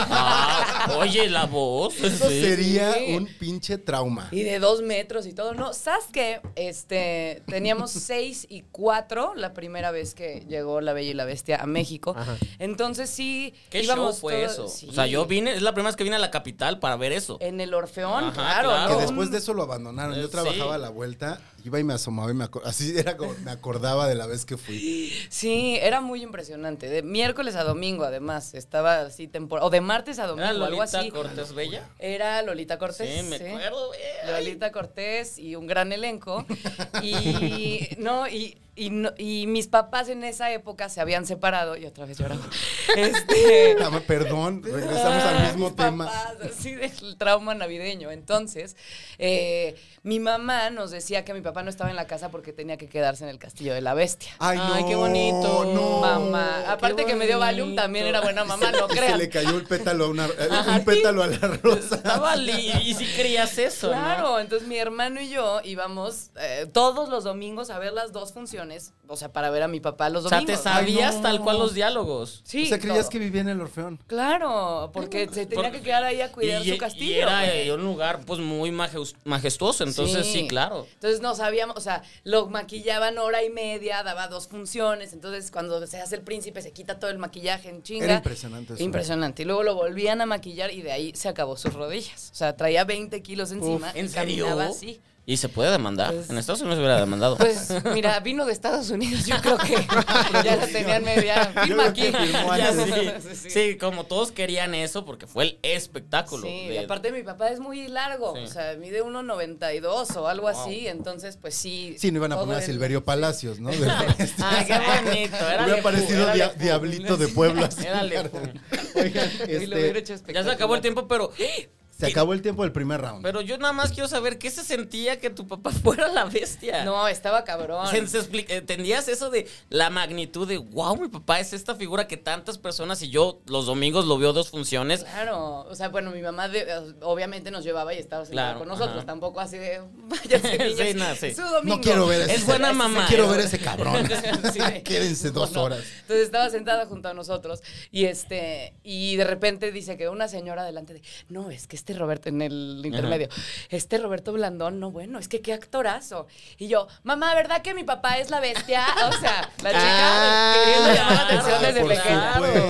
Speaker 5: Ah, oye, la voz.
Speaker 4: Eso
Speaker 5: Sí.
Speaker 4: (laughs) sería
Speaker 6: Sí.
Speaker 4: un pinche trauma.
Speaker 6: Y de dos metros y todo. No, ¿sabes qué? Este,
Speaker 4: (laughs)
Speaker 6: teníamos seis y cuatro la primera vez que llegó La Bella y la Bestia a México. Entonces sí
Speaker 5: ¿Qué show
Speaker 6: íbamos
Speaker 5: fue
Speaker 6: todos-
Speaker 5: eso?
Speaker 6: sí.
Speaker 5: O sea, yo vine, es la primera vez que vine a la capital para ver eso.
Speaker 6: En el Orfeón,
Speaker 5: Ajá,
Speaker 6: claro.
Speaker 5: claro.
Speaker 4: Que
Speaker 6: ¿no?
Speaker 4: después de eso lo abandonaron.
Speaker 5: Eh,
Speaker 4: Yo
Speaker 5: sí.
Speaker 4: trabajaba a la vuelta, iba y me asomaba y me acor- así era como me acordaba de la vez que fui.
Speaker 6: Sí, era muy impresionante. De miércoles a domingo, además. Estaba así temporada. O de martes a
Speaker 5: ¿Era
Speaker 6: domingo, algo
Speaker 5: Lolita
Speaker 6: así. Ah,
Speaker 5: Cortés Bella?
Speaker 6: Era Lolita Cortés.
Speaker 5: Sí, me acuerdo, güey.
Speaker 6: Lolita Cortés y un
Speaker 4: (laughs)
Speaker 6: gran elenco. Y no, y, y no- y mis papás en esa época se habían separado y otra
Speaker 4: (laughs)
Speaker 6: vez lloraba. Este,
Speaker 4: Ah, Perdón, regresamos al
Speaker 6: Ah,
Speaker 4: mismo
Speaker 6: mis
Speaker 4: tema.
Speaker 6: papás, así del trauma navideño. Entonces, eh, mi mamá nos decía que mi papá no estaba en la casa porque tenía que quedarse en el castillo de la bestia.
Speaker 4: Ay,
Speaker 5: Ay,
Speaker 4: no,
Speaker 5: qué bonito.
Speaker 4: No.
Speaker 6: mamá. Aparte que me dio Valium,
Speaker 5: bonito.
Speaker 6: también era buena mamá, no
Speaker 4: (laughs) Y Se
Speaker 6: crean.
Speaker 4: le cayó el pétalo a una, eh,
Speaker 5: Ajá,
Speaker 4: un
Speaker 5: sí.
Speaker 4: pétalo a la rosa.
Speaker 5: Estaba li y si creías eso,
Speaker 6: Claro,
Speaker 5: ¿no?
Speaker 6: entonces mi hermano y yo íbamos eh, todos los domingos a ver las dos funciones, o sea, para ver a mi papá los
Speaker 5: O sea, te
Speaker 6: domingos.
Speaker 5: sabías
Speaker 4: no.
Speaker 5: tal cual los diálogos.
Speaker 6: Sí,
Speaker 4: o sea, creías
Speaker 6: todo.
Speaker 4: que vivía en el orfeón.
Speaker 6: Claro, porque se tenía que quedar ahí a cuidar
Speaker 5: Y-
Speaker 6: su castillo.
Speaker 5: Y era
Speaker 6: güey.
Speaker 5: eh, un lugar pues muy majeus- majestuoso, entonces sí, claro.
Speaker 6: Entonces no sabíamos, o sea, lo maquillaban hora y media, daba dos funciones, entonces cuando se hace el príncipe se quita todo el maquillaje en chinga.
Speaker 4: Era impresionante eso.
Speaker 6: Impresionante. Y luego lo volvían a maquillar y de ahí se acabó sus rodillas. O sea, traía 20 kilos encima
Speaker 5: ¿En
Speaker 6: y caminaba
Speaker 5: serio?
Speaker 6: así.
Speaker 5: Y se puede demandar.
Speaker 6: Pues-
Speaker 5: en Estados Unidos se hubiera demandado. (laughs)
Speaker 6: Pues mira, vino de Estados Unidos, yo
Speaker 4: (laughs)
Speaker 6: creo que ya la tenían media.
Speaker 4: Yo
Speaker 6: Firma
Speaker 4: creo que
Speaker 6: aquí.
Speaker 4: firmó
Speaker 6: (laughs)
Speaker 5: Ya,
Speaker 4: antes.
Speaker 5: sí.
Speaker 6: Sí, sí.
Speaker 5: Sí, como todos querían eso porque fue el espectáculo.
Speaker 6: Sí, y
Speaker 5: de- (laughs)
Speaker 6: aparte mi papá es muy largo,
Speaker 5: Sí.
Speaker 6: o sea, mide 1.92 o algo así, entonces pues sí.
Speaker 4: Sí, no iban a
Speaker 6: todo
Speaker 4: poner a
Speaker 6: el- (laughs)
Speaker 4: Silverio Palacios,
Speaker 5: (laughs) Ah,
Speaker 4: ¿no? este, De
Speaker 5: Ay, qué bonito. Era
Speaker 4: Hubiera
Speaker 5: Lefu,
Speaker 4: parecido
Speaker 5: era
Speaker 4: dia-
Speaker 5: Lefu.
Speaker 4: diablito de Puebla,
Speaker 5: (laughs)
Speaker 4: así.
Speaker 5: Era Lefu.
Speaker 4: Oigan,
Speaker 6: Uy, lo hubiera
Speaker 4: este,
Speaker 6: hecho
Speaker 5: Ya se acabó
Speaker 6: espectacular.
Speaker 5: el tiempo, pero
Speaker 4: se acabó el tiempo del primer round.
Speaker 5: pero yo nada más quiero saber qué se sentía que tu papá (laughs) fuera la bestia.
Speaker 6: No, estaba cabrón.
Speaker 5: Se- se expli- eh, ¿Entendías eso de la magnitud de, wow, mi papá es esta figura que tantas personas y yo los domingos lo veo dos funciones?
Speaker 6: Claro, o sea, bueno, mi mamá de- obviamente nos llevaba y estaba sentada
Speaker 5: Claro,
Speaker 6: con nosotros,
Speaker 5: ajá.
Speaker 6: tampoco así de, (laughs) váyanse niñas,
Speaker 5: (laughs) Sí, no, sí.
Speaker 6: su
Speaker 4: (laughs)
Speaker 6: domingo".
Speaker 4: No quiero ver
Speaker 5: Es
Speaker 4: ese.
Speaker 5: buena mamá.
Speaker 4: Quiero
Speaker 5: Es-
Speaker 4: ver ese cabrón.
Speaker 6: (laughs) Sí.
Speaker 4: (laughs) Quédense dos
Speaker 6: No, no.
Speaker 4: horas.
Speaker 6: Entonces estaba sentada junto a nosotros y este y de repente dice que una señora delante de, "No, es que este Roberto en el intermedio, este Roberto Blandón, no bueno, es que qué actorazo." Y yo, "Mamá, ¿verdad que mi papá es la bestia?" O sea, la chica
Speaker 2: Ah,
Speaker 6: queriendo llamar la atención
Speaker 5: claro,
Speaker 6: desde
Speaker 4: por
Speaker 6: pequeña.
Speaker 4: supuesto,
Speaker 5: Claro,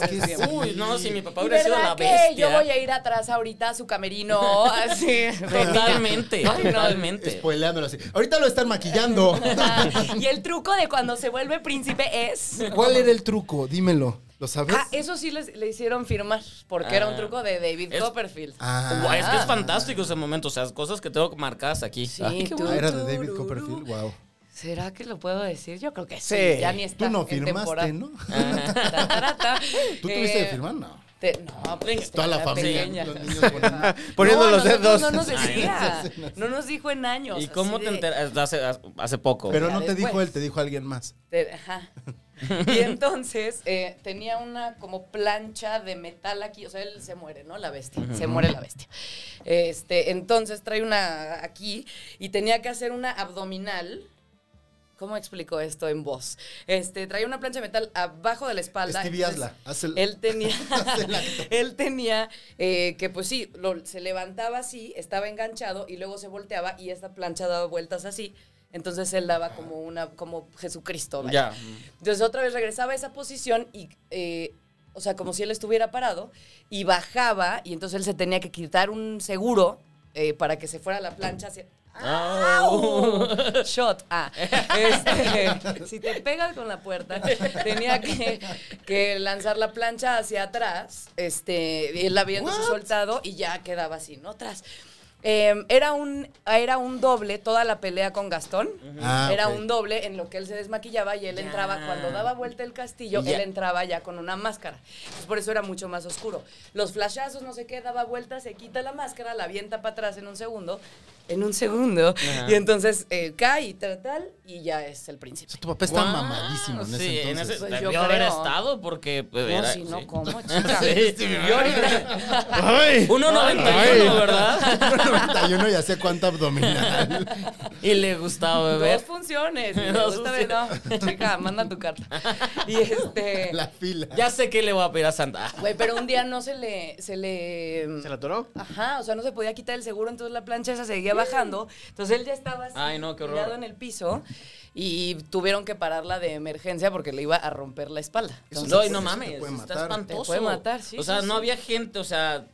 Speaker 4: pero es que
Speaker 5: claro. Uy, no, si mi papá
Speaker 6: ¿Y
Speaker 5: hubiera sido la
Speaker 6: verdad que
Speaker 5: bestia.
Speaker 6: yo voy a ir atrás ahorita a su camerino? Así. de niña.
Speaker 5: Totalmente,
Speaker 6: Ay, no.
Speaker 5: totalmente.
Speaker 4: Spoileándolo así. Ahorita lo están
Speaker 6: (laughs)
Speaker 4: maquillando.
Speaker 6: Ah, y el truco de cuando se vuelve príncipe es.
Speaker 4: ¿Cuál era el truco? Dímelo. ¿Lo sabes?
Speaker 6: Ah, eso sí les- le hicieron firmar, porque era un truco de David
Speaker 5: Es-
Speaker 6: Copperfield.
Speaker 4: Ah.
Speaker 5: Guau, es que es fantástico ese momento, o sea, cosas que tengo marcadas aquí.
Speaker 6: Sí,
Speaker 5: Ay, qué
Speaker 6: tú-
Speaker 5: bueno.
Speaker 4: Ah, era de David Copperfield. Wow.
Speaker 6: ¿Será que lo puedo decir? Yo creo que sí.
Speaker 2: Sí.
Speaker 6: Ya ni está.
Speaker 4: Tú no
Speaker 6: en
Speaker 4: firmaste,
Speaker 6: temporada. (laughs)
Speaker 4: ¿no?
Speaker 6: Tatarata.
Speaker 4: ¿Tú tuviste
Speaker 6: Eh,
Speaker 4: de firmar? No.
Speaker 6: te- no, pues,
Speaker 4: Toda la
Speaker 6: era
Speaker 4: familia,
Speaker 6: pequeña.
Speaker 4: los niños poniendo-
Speaker 2: Poniendo
Speaker 6: No,
Speaker 2: los
Speaker 6: nosotros
Speaker 2: dedos.
Speaker 6: No nos
Speaker 4: (laughs)
Speaker 5: Ay,
Speaker 6: decía. No nos dijo en años.
Speaker 5: ¿Y cómo
Speaker 6: así
Speaker 5: te
Speaker 6: de-
Speaker 5: enteras? Hace, hace poco.
Speaker 4: Pero no te
Speaker 6: después.
Speaker 4: dijo él, te dijo alguien más.
Speaker 6: Te- ajá. Y entonces eh, tenía una como plancha de metal aquí, o sea, él se muere, ¿no? La bestia, se muere la bestia. Este, entonces trae una aquí y tenía que hacer una abdominal. ¿Cómo explico esto en voz? Este, traía una plancha de metal abajo de la espalda.
Speaker 4: Stevie
Speaker 6: entonces,
Speaker 4: Hazla, haz el-
Speaker 6: Él tenía, él tenía eh, que, pues sí, lo- se levantaba así, estaba enganchado y luego se volteaba y esta plancha daba vueltas así. Entonces él daba como una, como Jesucristo. vaya.
Speaker 5: Ya.
Speaker 6: Entonces otra vez regresaba a esa posición y, eh, o sea, como si él estuviera parado y bajaba y entonces él se tenía que quitar un seguro eh, para que se fuera la plancha hacia...
Speaker 4: Ah.
Speaker 6: ¡Au! Shot. Ah. Este, si te pegas con la puerta, tenía que, que lanzar la plancha hacia atrás, este, él habiéndose soltado y ya quedaba así, ¿no? Atrás. eh, era, un, era un doble toda la pelea con Gastón.
Speaker 4: Ah,
Speaker 6: era
Speaker 4: ok.
Speaker 6: un doble en lo que él se desmaquillaba y él
Speaker 5: Ya.
Speaker 6: entraba, cuando daba vuelta el castillo,
Speaker 5: Ya.
Speaker 6: él entraba ya con una máscara. Entonces, por eso era mucho más oscuro. Los flashazos, no sé qué, daba vuelta, se quita la máscara, la avienta para atrás en un segundo. En un segundo.
Speaker 5: Ajá.
Speaker 6: Y entonces eh, cae y tal, tal, y ya es el príncipe.
Speaker 4: Tu papá está
Speaker 5: Guau,
Speaker 4: mamadísimo en
Speaker 5: Ah, sí,
Speaker 4: ese entonces.
Speaker 6: Pues yo
Speaker 5: debió haber
Speaker 6: creo.
Speaker 5: estado porque... pues,
Speaker 6: No,
Speaker 5: era-
Speaker 6: si
Speaker 5: (laughs)
Speaker 6: no,
Speaker 5: sí.
Speaker 6: ¿cómo, chica?
Speaker 5: Sí, sí, me
Speaker 6: Yo
Speaker 5: imagino.
Speaker 6: ahorita...
Speaker 5: 1.91,
Speaker 4: (laughs)
Speaker 5: ¿verdad? (laughs)
Speaker 4: 91 y hacía cuánta abdominal.
Speaker 6: (laughs)
Speaker 5: Y le gustaba
Speaker 6: Dos
Speaker 5: beber. (laughs)
Speaker 6: funciones. y me
Speaker 5: Dos
Speaker 6: gusta ver- no, (laughs) chica, manda
Speaker 5: (laughs)
Speaker 6: tu carta. Y este...
Speaker 4: La fila.
Speaker 5: Ya sé que le voy a pedir a Santa.
Speaker 6: Güey, pero un día no se le... Se le...
Speaker 2: ¿Se la atoró?
Speaker 6: Ajá, o sea, no se podía quitar el seguro, entonces la plancha esa seguía bajando. Entonces él ya estaba así,
Speaker 5: Ay, no, qué horror.
Speaker 6: tirado en el piso, y tuvieron que pararla de emergencia porque le iba a romper la espalda.
Speaker 4: Eso
Speaker 5: no, y
Speaker 4: te-
Speaker 5: no
Speaker 4: eso te
Speaker 5: mames,
Speaker 4: puede
Speaker 5: está
Speaker 4: matar.
Speaker 5: espantoso.
Speaker 6: Te puede matar, sí,
Speaker 5: O sea,
Speaker 6: sí,
Speaker 5: no
Speaker 6: sí.
Speaker 5: había gente, o sea,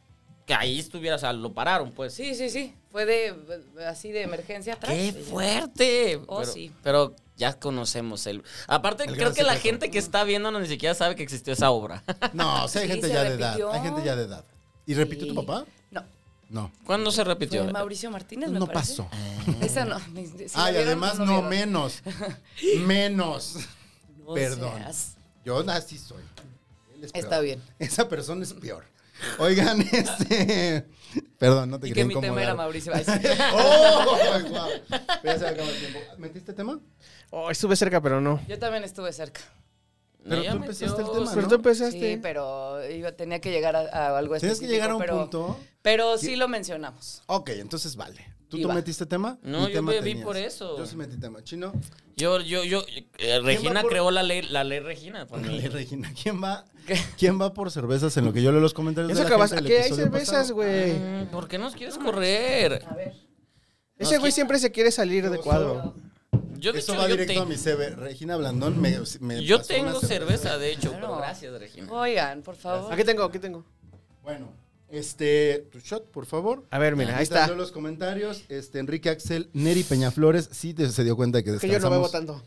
Speaker 5: que ahí estuviera, o sea, lo pararon, pues.
Speaker 6: Sí, sí, sí. Fue de eh, así de emergencia atrás.
Speaker 5: ¡Qué fuerte!
Speaker 6: Oh,
Speaker 5: pero,
Speaker 6: sí.
Speaker 5: Pero ya conocemos el... Aparte,
Speaker 4: El
Speaker 5: creo
Speaker 4: gran
Speaker 5: que la
Speaker 4: secreto.
Speaker 5: gente que está viéndonos ni siquiera sabe que existió esa obra. (laughs)
Speaker 4: No, o sea, hay
Speaker 6: Sí,
Speaker 4: gente
Speaker 6: se
Speaker 4: ya de
Speaker 6: repitió.
Speaker 4: edad. Hay gente ya de edad. ¿Y repitió
Speaker 6: Sí.
Speaker 4: tu papá?
Speaker 6: No.
Speaker 4: No.
Speaker 5: ¿Cuándo se repitió?
Speaker 6: Fue Mauricio Martínez, me
Speaker 4: No
Speaker 6: parece.
Speaker 4: pasó.
Speaker 6: (laughs) Esa no. ni- Ah. si la
Speaker 4: Ay,
Speaker 6: vieron,
Speaker 4: además
Speaker 6: la
Speaker 4: no,
Speaker 6: vieron.
Speaker 4: menos.
Speaker 6: (laughs)
Speaker 4: Menos.
Speaker 6: No
Speaker 4: Perdón.
Speaker 6: seas-
Speaker 4: Yo así soy. Él es peor.
Speaker 6: Está bien.
Speaker 4: Esa persona es peor. Oigan, (laughs) este. Perdón, no te
Speaker 6: Y
Speaker 4: quería
Speaker 6: que mi tema
Speaker 4: incomodar.
Speaker 6: era Mauricio. Ay, sí.
Speaker 4: (laughs) ¡Oh! Wow. Ya se me acabó el tiempo. ¿Metiste tema?
Speaker 2: Oh, estuve cerca, pero no.
Speaker 6: Yo también estuve cerca.
Speaker 4: Pero
Speaker 5: Ella
Speaker 4: tú
Speaker 5: metió-
Speaker 4: empezaste el tema.
Speaker 2: Pero
Speaker 4: ¿no?
Speaker 2: tú empezaste.
Speaker 6: Sí, pero yo tenía que llegar a, a algo
Speaker 4: Pues, este. Tienes
Speaker 6: Pues específico.
Speaker 4: que llegar a un
Speaker 6: pero,
Speaker 4: punto.
Speaker 6: Pero sí lo mencionamos.
Speaker 4: Ok, entonces vale. ¿Tú, tú
Speaker 6: Iba.
Speaker 4: metiste tema?
Speaker 5: No,
Speaker 4: Ni
Speaker 5: yo
Speaker 4: tema
Speaker 5: me vi
Speaker 4: tenías.
Speaker 5: por eso.
Speaker 4: Yo sí metí tema. Chino.
Speaker 5: Yo, yo, yo... eh, Regina
Speaker 4: por-
Speaker 5: creó la ley, la ley Regina. por mí.
Speaker 4: Dale, (laughs) Regina, ¿quién va, ¿quién va por cervezas en lo que yo leo los comentarios?
Speaker 2: Eso
Speaker 4: de la
Speaker 2: acabas.
Speaker 4: gente del
Speaker 2: Aquí hay
Speaker 4: episodio
Speaker 2: cervezas,
Speaker 4: pasado?
Speaker 2: güey.
Speaker 5: (laughs) Mm, ¿Por qué nos quieres correr?
Speaker 6: A ver.
Speaker 2: Ese güey siempre se quiere salir de
Speaker 4: Oso.
Speaker 2: cuadro.
Speaker 5: Yo, de
Speaker 4: Eso
Speaker 5: hecho,
Speaker 4: va
Speaker 5: yo,
Speaker 4: directo
Speaker 5: te-
Speaker 4: a mi CV. Regina Blandón me, me
Speaker 5: yo
Speaker 4: pasó
Speaker 5: tengo
Speaker 4: una
Speaker 5: cerveza, de hecho.
Speaker 6: Claro.
Speaker 5: pero gracias, Regina.
Speaker 6: Oigan, por favor.
Speaker 2: Aquí tengo, aquí tengo.
Speaker 4: Bueno, este, tu shot, por favor.
Speaker 2: A ver, mira, ahí
Speaker 4: Mientras
Speaker 2: está.
Speaker 4: leo los comentarios, este, Enrique Axel, Neri Peñaflores, sí te- se dio cuenta de que
Speaker 2: Que yo
Speaker 4: descansamos.
Speaker 2: no bebo tanto.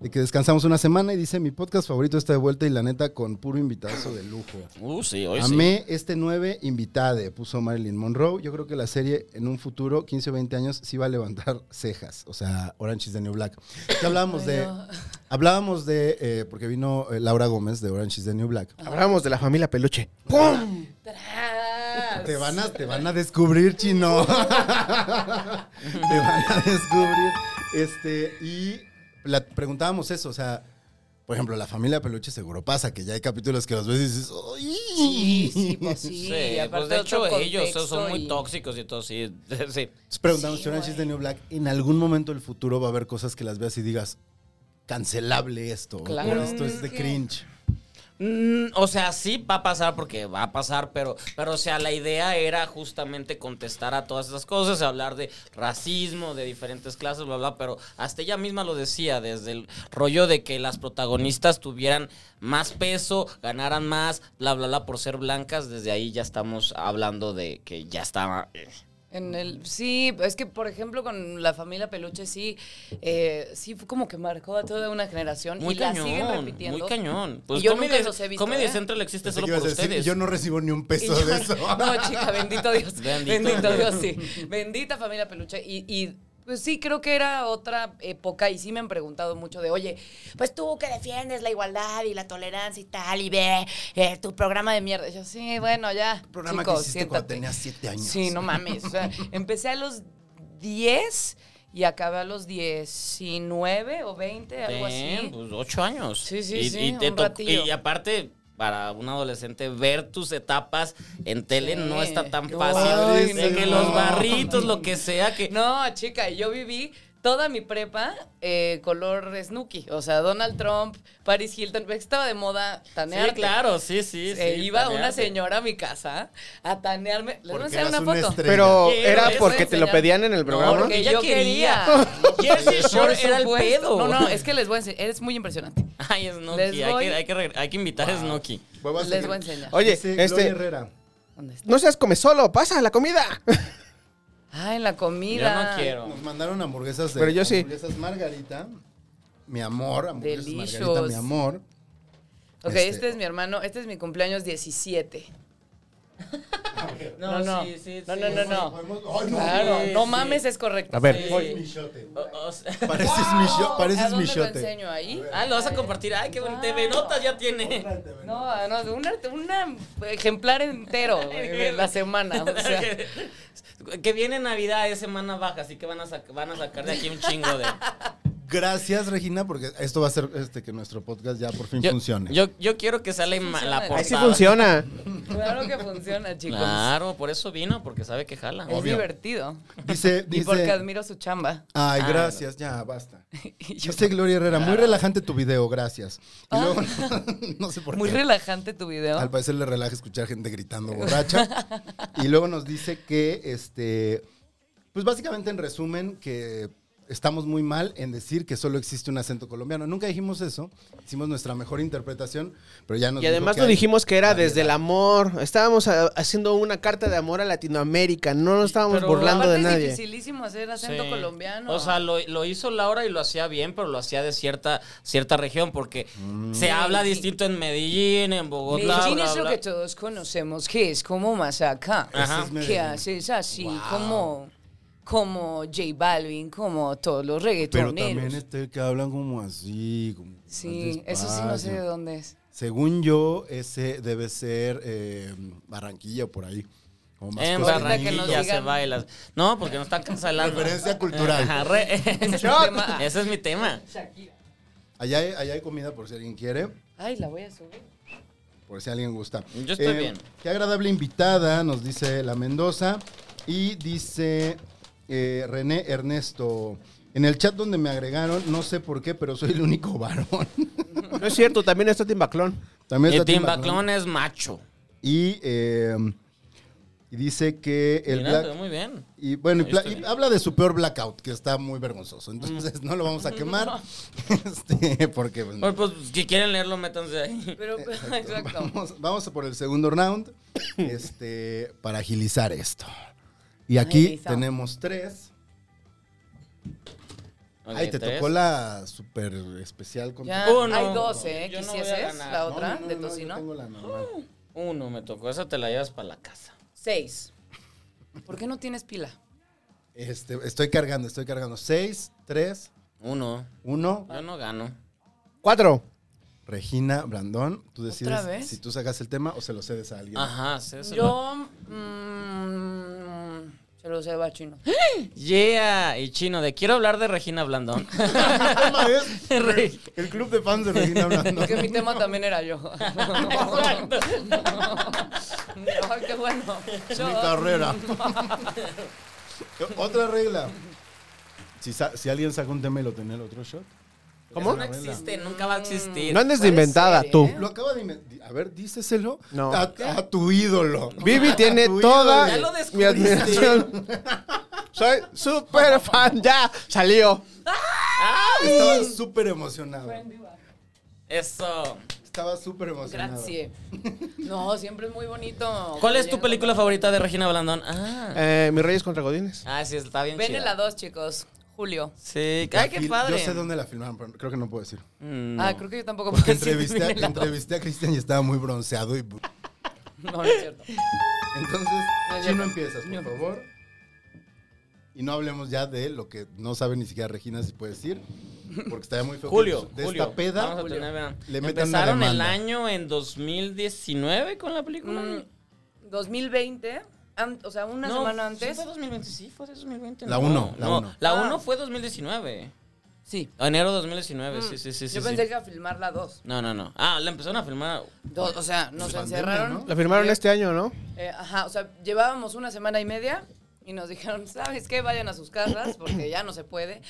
Speaker 4: De que descansamos una semana y dice, mi podcast favorito está de vuelta y la neta con puro invitazo de lujo.
Speaker 5: Uh, sí, hoy sí.
Speaker 4: Amé este 9 invitade, puso Marilyn Monroe. Yo creo que la serie en un futuro, 15 o 20 años, sí va a levantar cejas. O sea, Orange is the New Black. Ya hablábamos de. Hablábamos de. eh, porque vino eh, Laura Gómez de Orange is the New Black.
Speaker 2: Hablamos de la familia Peluche. ¡Pum!
Speaker 6: Tras.
Speaker 4: Te van a, te van a descubrir,
Speaker 6: (laughs)
Speaker 4: chino. te van a descubrir. Este, y la- preguntábamos eso, o sea. Por ejemplo, la familia Peluche seguro pasa, que ya hay capítulos que los ves y dices, ¡ay!
Speaker 6: Sí, sí, pues
Speaker 5: Sí,
Speaker 6: sí. y
Speaker 5: pues
Speaker 6: aparte
Speaker 5: de hecho
Speaker 6: otro
Speaker 5: ellos
Speaker 6: contexto
Speaker 5: son muy
Speaker 6: y-
Speaker 5: tóxicos y todo, sí. (laughs) sí.
Speaker 4: Entonces preguntamos
Speaker 6: Sí,
Speaker 4: si Orange is the
Speaker 6: güey.
Speaker 4: New Black, en algún momento del futuro va a haber cosas que las veas y digas, cancelable esto,
Speaker 6: Claro.
Speaker 4: o esto es de
Speaker 6: Mm, que-
Speaker 4: cringe.
Speaker 5: Mm, o sea, sí va a pasar porque va a pasar, pero, pero o sea, la idea era justamente contestar a todas esas cosas, hablar de racismo, de diferentes clases, bla, bla, pero hasta ella misma lo decía, desde el rollo de que las protagonistas tuvieran más peso, ganaran más, bla, bla, bla, por ser blancas, desde ahí ya estamos hablando de que ya estaba... eh,
Speaker 6: En el, sí, es que por ejemplo con la familia Peluche sí, eh, sí fue como que marcó a toda una generación
Speaker 5: Muy
Speaker 6: y la siguen
Speaker 5: cañón,
Speaker 6: repitiendo.
Speaker 5: muy cañón. Pues
Speaker 6: Y yo
Speaker 5: Comedy-
Speaker 6: nunca los he visto,
Speaker 5: Comedy
Speaker 6: ¿eh?
Speaker 5: Central existe
Speaker 4: Pensé
Speaker 5: solo
Speaker 4: que ibas
Speaker 5: por
Speaker 4: a decir,
Speaker 5: ustedes.
Speaker 4: yo no recibo ni un
Speaker 6: Y
Speaker 4: peso
Speaker 6: (laughs) yo-
Speaker 4: de eso.
Speaker 6: No, chica, bendito Dios.
Speaker 5: Bendito
Speaker 6: Bendito,
Speaker 5: Dios.
Speaker 6: Dios. sí. Bendita familia Peluche. Y, y, pues sí, creo que era otra época y sí me han preguntado mucho de, oye, pues tú que defiendes la igualdad y la tolerancia y tal, y ve eh, tu programa de mierda. Y yo, sí, bueno, ya.
Speaker 4: (laughs) programa
Speaker 6: chicos,
Speaker 4: que hiciste cuando
Speaker 6: siéntate.
Speaker 4: tenías 7 años.
Speaker 6: Sí, no mames.
Speaker 4: (laughs)
Speaker 6: O sea, empecé a los 10 y acabé a los 19 o 20, algo
Speaker 5: Ten,
Speaker 6: así.
Speaker 5: pues ocho años.
Speaker 6: Sí, sí,
Speaker 5: y,
Speaker 6: sí,
Speaker 5: y te
Speaker 6: un
Speaker 5: toc-
Speaker 6: ratillo.
Speaker 5: y aparte, para un adolescente, ver tus etapas en tele
Speaker 6: Sí.
Speaker 5: no está tan
Speaker 6: No,
Speaker 5: fácil.
Speaker 4: ay,
Speaker 5: de
Speaker 4: no.
Speaker 5: que los barritos, lo que sea, que.
Speaker 6: (laughs) No, chica, y yo viví toda mi prepa eh, color Snooki. O sea, Donald Trump, Paris Hilton, porque estaba de moda
Speaker 5: Sí,
Speaker 6: tanear.
Speaker 5: claro, sí, sí.
Speaker 6: Se
Speaker 5: sí,
Speaker 6: Eh, iba una
Speaker 5: planearte.
Speaker 6: señora a mi casa a tanearme. Les voy a
Speaker 4: Porque
Speaker 6: enseñar
Speaker 4: eras
Speaker 6: una
Speaker 4: una
Speaker 6: foto.
Speaker 4: estrella.
Speaker 2: Pero
Speaker 5: Quiero
Speaker 2: era
Speaker 5: eso
Speaker 2: porque te lo
Speaker 6: enseñar.
Speaker 2: pedían en el programa.
Speaker 6: porque
Speaker 5: Ella
Speaker 6: yo
Speaker 5: quería.
Speaker 6: quería.
Speaker 5: (laughs) Jersey Shore
Speaker 6: Por
Speaker 5: era el
Speaker 6: supuesto.
Speaker 5: pedo.
Speaker 6: No, no, es que les voy a enseñar. Eres muy impresionante.
Speaker 5: (laughs) Ay, Snooki.
Speaker 6: Les
Speaker 5: Hay que,
Speaker 6: voy-
Speaker 5: hay que, regre- hay que invitar a Snooki.
Speaker 4: Voy a
Speaker 6: Les
Speaker 4: seguir.
Speaker 6: voy a enseñar.
Speaker 2: Oye,
Speaker 4: Dice Gloria
Speaker 2: este,
Speaker 4: Herrera.
Speaker 6: ¿Dónde está?
Speaker 2: no seas come solo, pasa la comida.
Speaker 6: Ay, Ah, la
Speaker 5: Yo
Speaker 6: comida.
Speaker 5: no quiero.
Speaker 4: Nos mandaron hamburguesas de
Speaker 2: Pero yo sí.
Speaker 4: hamburguesas Margarita. Mi amor, hamburguesas
Speaker 6: Delicious.
Speaker 4: Margarita, mi amor.
Speaker 6: Ok,
Speaker 4: Este-
Speaker 6: este, es mi hermano, este es mi cumpleaños 17. No, no.
Speaker 5: sí, sí,
Speaker 6: No,
Speaker 5: sí,
Speaker 6: no, no,
Speaker 5: sí.
Speaker 6: no.
Speaker 4: Podemos- ¡Ay, no!
Speaker 6: Claro,
Speaker 5: Sí,
Speaker 6: no
Speaker 5: sí.
Speaker 6: mames, es correcto.
Speaker 7: A ver,
Speaker 5: Sí.
Speaker 7: voy.
Speaker 4: Michote.
Speaker 5: O- o sea- (laughs)
Speaker 4: Pareces micho-
Speaker 6: ¿A
Speaker 4: pareces
Speaker 6: dónde lo
Speaker 4: michote.
Speaker 6: enseño ahí?
Speaker 5: Ah, lo vas a compartir. Ay, qué bonito. TV Notas ya tiene.
Speaker 6: No, no, de una, de una ejemplar
Speaker 5: (laughs)
Speaker 6: entero güey, en la semana. O sea,
Speaker 5: que viene Navidad, es semana baja, así que van a, sac- van a sacar de aquí un chingo de.
Speaker 4: Gracias, Regina, porque esto va a ser este, que nuestro podcast ya por fin
Speaker 5: Yo,
Speaker 4: funcione.
Speaker 5: yo, yo quiero que salga ima-
Speaker 6: funciona.
Speaker 5: la portada. pues.
Speaker 2: Ahí sí funciona.
Speaker 6: claro que funciona, chicos.
Speaker 5: Claro, por eso vino, porque sabe que jala.
Speaker 6: Es divertido.
Speaker 4: Dice,
Speaker 6: Y porque
Speaker 4: dice.
Speaker 6: admiro su chamba.
Speaker 4: Ay,
Speaker 5: Ah,
Speaker 4: gracias, ya, basta.
Speaker 6: Y (laughs) yo-
Speaker 4: Dice Gloria Herrera, muy relajante tu video, gracias. Y
Speaker 6: Ah.
Speaker 4: luego, (laughs) no sé por
Speaker 6: Muy
Speaker 4: qué.
Speaker 6: relajante tu video.
Speaker 4: Al parecer le relaja escuchar gente gritando borracha. y luego nos dice que, este, pues básicamente en resumen, que estamos muy mal en decir que solo existe un acento colombiano. Nunca dijimos eso, hicimos nuestra mejor interpretación, pero ya nos
Speaker 2: Y
Speaker 4: dijo
Speaker 2: además
Speaker 4: que
Speaker 2: lo
Speaker 4: hay-
Speaker 2: dijimos que era desde el amor. Estábamos ah, haciendo una carta de amor a Latinoamérica. No nos estábamos
Speaker 5: Pero
Speaker 2: burlando
Speaker 6: Aparte
Speaker 2: de nadie.
Speaker 6: es dificilísimo hacer acento
Speaker 5: Sí.
Speaker 6: colombiano.
Speaker 5: O sea, lo, lo hizo Laura y lo hacía bien, pero lo hacía de cierta, cierta región, porque
Speaker 4: Mm.
Speaker 5: se habla distinto en Medellín, en Bogotá.
Speaker 6: Medellín
Speaker 5: bla,
Speaker 6: es lo
Speaker 5: bla.
Speaker 6: que todos conocemos, que es como más acá.
Speaker 5: Ajá.
Speaker 4: Ese es
Speaker 6: Que
Speaker 4: Medellín.
Speaker 6: haces así como, como J Balvin, como todos los
Speaker 4: Pero
Speaker 6: reggaetoneros.
Speaker 4: también este que hablan como así, como más
Speaker 6: sí, eso sí no sé de
Speaker 4: despacio.
Speaker 6: dónde es.
Speaker 4: Según yo, ese debe ser eh, Barranquilla o por ahí. Como más
Speaker 5: En
Speaker 4: cosas.
Speaker 6: Ahorita que nos
Speaker 5: Barranquilla se
Speaker 6: digan.
Speaker 5: baila. No, porque nos están cancelando.
Speaker 4: Referencia cultural.
Speaker 5: Ajá, re-
Speaker 6: (laughs) Ese es tu
Speaker 5: Shot.
Speaker 6: tema.
Speaker 5: Ese es mi tema.
Speaker 4: Allá hay, allá hay comida por si alguien quiere,
Speaker 6: Ay, la voy a subir.
Speaker 4: por si alguien gusta. Eh,
Speaker 5: Yo estoy bien.
Speaker 4: Qué agradable invitada, nos dice la Mendoza. Y dice eh, René Ernesto. En el chat donde me agregaron, no sé por qué, pero soy el único (laughs) varón.
Speaker 2: No es cierto, también está Timbaclón.
Speaker 4: También
Speaker 5: El
Speaker 4: está Tim
Speaker 5: Timbaclón
Speaker 4: Baclón.
Speaker 5: es macho.
Speaker 4: Y, eh, y dice que el
Speaker 5: Mira,
Speaker 4: Black-
Speaker 5: se ve muy bien. Mm.
Speaker 4: Y bueno, y
Speaker 5: Ahí
Speaker 4: pla-
Speaker 5: estoy.
Speaker 4: y habla de su peor blackout, que está muy vergonzoso. Entonces (laughs) no lo vamos a
Speaker 5: (laughs)
Speaker 4: quemar. Este, porque pues, no.
Speaker 5: Pues, pues, si quieren leerlo, métanse ahí. (laughs)
Speaker 6: Pero, exacto.
Speaker 4: vamos, vamos por el segundo
Speaker 6: (coughs)
Speaker 4: round este, para agilizar esto. Y aquí
Speaker 6: Agilizado.
Speaker 4: tenemos tres.
Speaker 5: Ok,
Speaker 4: Ay, te
Speaker 5: tres.
Speaker 4: tocó la super especial con
Speaker 6: Ya,
Speaker 5: Uno.
Speaker 6: hay dos, ¿eh?
Speaker 5: Yo no voy a
Speaker 6: ¿Quisieses
Speaker 5: ganar.
Speaker 6: la
Speaker 4: Oh, No, no,
Speaker 6: otra
Speaker 4: no,
Speaker 6: de
Speaker 4: no, yo
Speaker 6: tocino?
Speaker 4: tengo la normal.
Speaker 6: (gasps)
Speaker 5: Uno me tocó. Esa te la llevas para la casa.
Speaker 6: Seis. ¿Por qué no tienes pila?
Speaker 4: Este, estoy cargando, estoy cargando. Seis, tres,
Speaker 5: Uno.
Speaker 4: uno.
Speaker 6: Ah.
Speaker 5: Yo no gano.
Speaker 2: Cuatro.
Speaker 4: Regina Blandón, tú
Speaker 6: vez?
Speaker 4: decides si tú sacas el tema o se lo cedes a alguien.
Speaker 5: Ajá, sí, eso
Speaker 6: Yo mm, se lo sé
Speaker 4: (laughs)
Speaker 6: a chino.
Speaker 5: Yeah, y chino, de quiero hablar de
Speaker 4: (laughs)
Speaker 5: Regina Blandón.
Speaker 4: (laughs) El tema es
Speaker 6: (laughs)
Speaker 4: el club de fans de Regina Blandón.
Speaker 6: Que mi tema también
Speaker 4: (laughs)
Speaker 6: era yo. Exacto. qué bueno. Yo-
Speaker 4: mi carrera. (laughs) Otra regla. Si, sa- si alguien saca un tema y lo tiene el otro shot.
Speaker 5: ¿Cómo? No existe, nunca va a existir.
Speaker 2: No andes de
Speaker 6: Puede
Speaker 2: inventada,
Speaker 6: ser,
Speaker 2: tú.
Speaker 6: ¿eh?
Speaker 4: Lo acaba de inventar. A ver, díceselo
Speaker 2: No.
Speaker 4: a, a tu ídolo.
Speaker 5: (laughs)
Speaker 2: Vivi tiene
Speaker 4: Tu
Speaker 2: toda
Speaker 5: Ya lo
Speaker 2: mi
Speaker 5: descubriste.
Speaker 2: admiración. (laughs) Soy súper fan. Ya salió.
Speaker 4: Estaba súper emocionado.
Speaker 5: Eso.
Speaker 4: Estaba súper emocionado.
Speaker 6: Gracias. No, siempre es muy bonito.
Speaker 5: ¿Cuál es tu película favorita de Regina Blandón? Ah,
Speaker 2: Eh, Mis Reyes contra Godines.
Speaker 5: ah sí, está bien
Speaker 6: Ven en la
Speaker 5: chida.
Speaker 6: 2, chicos. Julio.
Speaker 5: Sí,
Speaker 4: La
Speaker 5: ay, qué
Speaker 4: fil-
Speaker 5: padre.
Speaker 4: Yo sé dónde la filmaron, pero creo que no puedo decir.
Speaker 5: Mm,
Speaker 6: Ah,
Speaker 5: no.
Speaker 6: creo que yo tampoco
Speaker 4: Porque
Speaker 6: puedo decir
Speaker 4: entrevisté, a-
Speaker 6: ven en la dos.
Speaker 4: entrevisté a Cristian y estaba muy bronceado. Y... bu-
Speaker 6: No, no es cierto.
Speaker 4: Entonces,
Speaker 6: No, ya
Speaker 4: Chino,
Speaker 6: no.
Speaker 4: empiezas, por
Speaker 6: No.
Speaker 4: favor. Y no hablemos ya de lo que no sabe ni siquiera Regina si puede decir. Porque estaría muy feo. que
Speaker 5: Julio,
Speaker 4: de
Speaker 5: Julio.
Speaker 4: esta peda.
Speaker 5: Vamos a tener, vean.
Speaker 4: le metan una
Speaker 5: Empezaron el
Speaker 4: demanda.
Speaker 5: año en 2019 con la película.
Speaker 6: Mm, 2020, an- o sea, una
Speaker 5: No,
Speaker 6: semana
Speaker 5: Sí,
Speaker 6: antes.
Speaker 5: fue 2020, sí, fue 2020.
Speaker 4: La
Speaker 5: no,
Speaker 4: uno, la
Speaker 5: no,
Speaker 4: uno.
Speaker 5: La
Speaker 6: Ah.
Speaker 5: 1 fue 2019.
Speaker 6: Sí.
Speaker 5: Enero 2019, sí, sí, sí. sí,
Speaker 6: Mm, Yo
Speaker 5: sí.
Speaker 6: pensé que iba a filmar la 2.
Speaker 5: No, no, no. Ah, la empezaron a filmar.
Speaker 6: O sea, nos
Speaker 4: pues Pandemia,
Speaker 6: encerraron.
Speaker 4: ¿no?
Speaker 2: La firmaron este año, ¿no?
Speaker 6: Eh, ajá, o sea, llevábamos una semana y media y nos dijeron, ¿sabes qué? Vayan a sus
Speaker 4: (coughs)
Speaker 6: casas porque ya no se puede.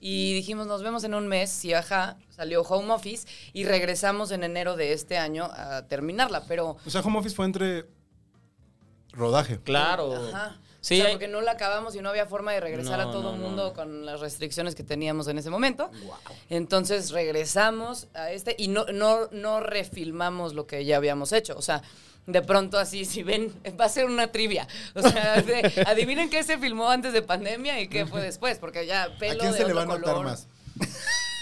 Speaker 6: Y dijimos, nos vemos en un mes. Y ajá, salió Home Office y regresamos en enero de este año a terminarla. Pero,
Speaker 4: O sea, home office fue entre rodaje.
Speaker 5: Claro.
Speaker 6: ajá.
Speaker 5: Sí,
Speaker 6: o sea,
Speaker 5: hay-
Speaker 6: porque no la acabamos y no había forma de regresar
Speaker 5: No,
Speaker 6: a todo
Speaker 5: no,
Speaker 6: el
Speaker 5: no.
Speaker 6: mundo con las restricciones que teníamos en ese momento. Entonces regresamos a este y no, no, no refilmamos lo que ya habíamos hecho. O sea, de pronto así, si ven, (laughs) va a ser una trivia.
Speaker 5: (laughs)
Speaker 6: O sea, de- adivinen qué se filmó antes de pandemia y qué fue después, porque ya pelo
Speaker 4: ¿A quién
Speaker 6: de
Speaker 4: se le va a
Speaker 6: otro
Speaker 4: notar
Speaker 6: color.
Speaker 4: más?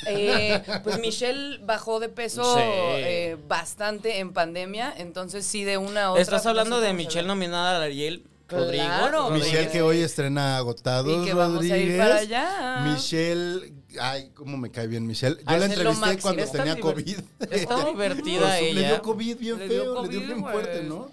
Speaker 6: Eh, pues Michelle bajó de peso
Speaker 5: Sí.
Speaker 6: eh, bastante en pandemia, entonces sí de una a otra.
Speaker 5: Estás
Speaker 6: pues,
Speaker 5: hablando de
Speaker 6: vamos a
Speaker 5: Michelle
Speaker 6: ver.
Speaker 5: nominada a Ariel
Speaker 6: Claro,
Speaker 5: Rodrigo.
Speaker 6: Rodríguez.
Speaker 4: Michelle que hoy estrena Agotados
Speaker 6: Y que vamos a ir
Speaker 4: Rodríguez.
Speaker 6: para allá.
Speaker 4: Michelle, ay, cómo me cae bien Michelle. Yo
Speaker 6: Ay,
Speaker 4: la
Speaker 6: Ah, es lo
Speaker 4: entrevisté
Speaker 6: máximo.
Speaker 4: cuando
Speaker 6: Es tan
Speaker 4: tenía COVID.
Speaker 6: divertido.
Speaker 4: (laughs)
Speaker 5: Es tan
Speaker 4: Por
Speaker 5: divertida
Speaker 4: su- Le
Speaker 5: ella.
Speaker 4: dio COVID bien feo, le
Speaker 6: Le dio
Speaker 4: dio
Speaker 6: COVID, pues.
Speaker 4: bien
Speaker 6: güey.
Speaker 4: fuerte, ¿no?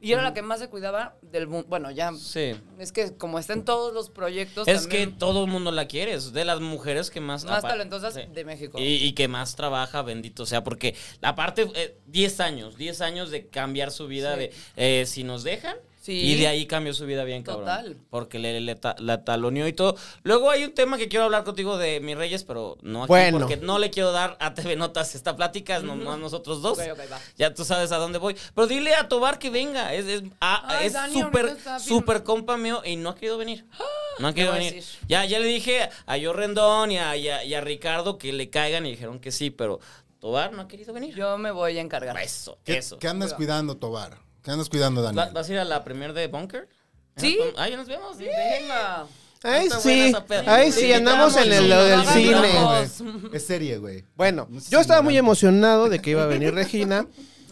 Speaker 6: Y era la que más se cuidaba del mundo. Bueno, ya.
Speaker 5: Sí.
Speaker 6: Es que como está en todos los proyectos.
Speaker 5: Es
Speaker 6: también
Speaker 5: que todo el mundo la quiere, es de las mujeres que más...
Speaker 6: Más
Speaker 5: apa-
Speaker 6: talentosas
Speaker 5: sí.
Speaker 6: de México.
Speaker 5: Y, y que más trabaja, bendito sea, porque aparte, eh, 10 años, 10 años de cambiar su vida,
Speaker 6: Sí.
Speaker 5: de eh, si nos dejan,
Speaker 6: Sí.
Speaker 5: y de ahí cambió su vida bien, cabrón.
Speaker 6: Total.
Speaker 5: Porque le, le ta- la taloneó y todo. Luego hay un tema que quiero hablar contigo de mis reyes, pero no aquí,
Speaker 2: Bueno.
Speaker 5: porque no le quiero dar a TV Notas esta plática, es nomás nosotros dos.
Speaker 6: Ok, ok, va.
Speaker 5: Ya tú sabes a dónde voy. Pero dile a Tobar que venga, es es- a-
Speaker 6: Ay,
Speaker 5: es
Speaker 6: Dani,
Speaker 5: súper,
Speaker 6: ahorita está bien-
Speaker 5: súper compa mío y no ha querido
Speaker 6: (gasps)
Speaker 5: venir. No ha querido
Speaker 6: voy a
Speaker 5: venir.
Speaker 6: decir.
Speaker 5: Ya, ya le dije a yo Rendón y a, y a- y a Ricardo que le caigan y dijeron que sí, pero Tobar no ha querido venir.
Speaker 6: Yo me voy a encargar.
Speaker 5: Eso,
Speaker 4: ¿Qué,
Speaker 5: eso.
Speaker 4: qué andas cuidando, Tobar? ¿Qué andas cuidando,
Speaker 5: ¿Va-
Speaker 4: Daniel?
Speaker 5: ¿Vas a ir a la premier de Bunker?
Speaker 6: Sí.
Speaker 5: Ahí nos vemos. Sí.
Speaker 6: Venga.
Speaker 2: Ay,
Speaker 5: Está buena
Speaker 2: sí.
Speaker 5: esa peda.
Speaker 2: Ay,
Speaker 5: Te
Speaker 2: sí, andamos en
Speaker 5: invitamos,
Speaker 2: el- lo
Speaker 5: sí,
Speaker 2: del
Speaker 5: nos
Speaker 2: cine.
Speaker 5: vamos.
Speaker 4: güey. Es serie, güey.
Speaker 2: Bueno,
Speaker 4: No sé
Speaker 2: yo
Speaker 4: si
Speaker 2: estaba
Speaker 4: me
Speaker 2: muy
Speaker 4: dan-
Speaker 2: emocionado de que iba a
Speaker 5: (laughs)
Speaker 2: venir Regina.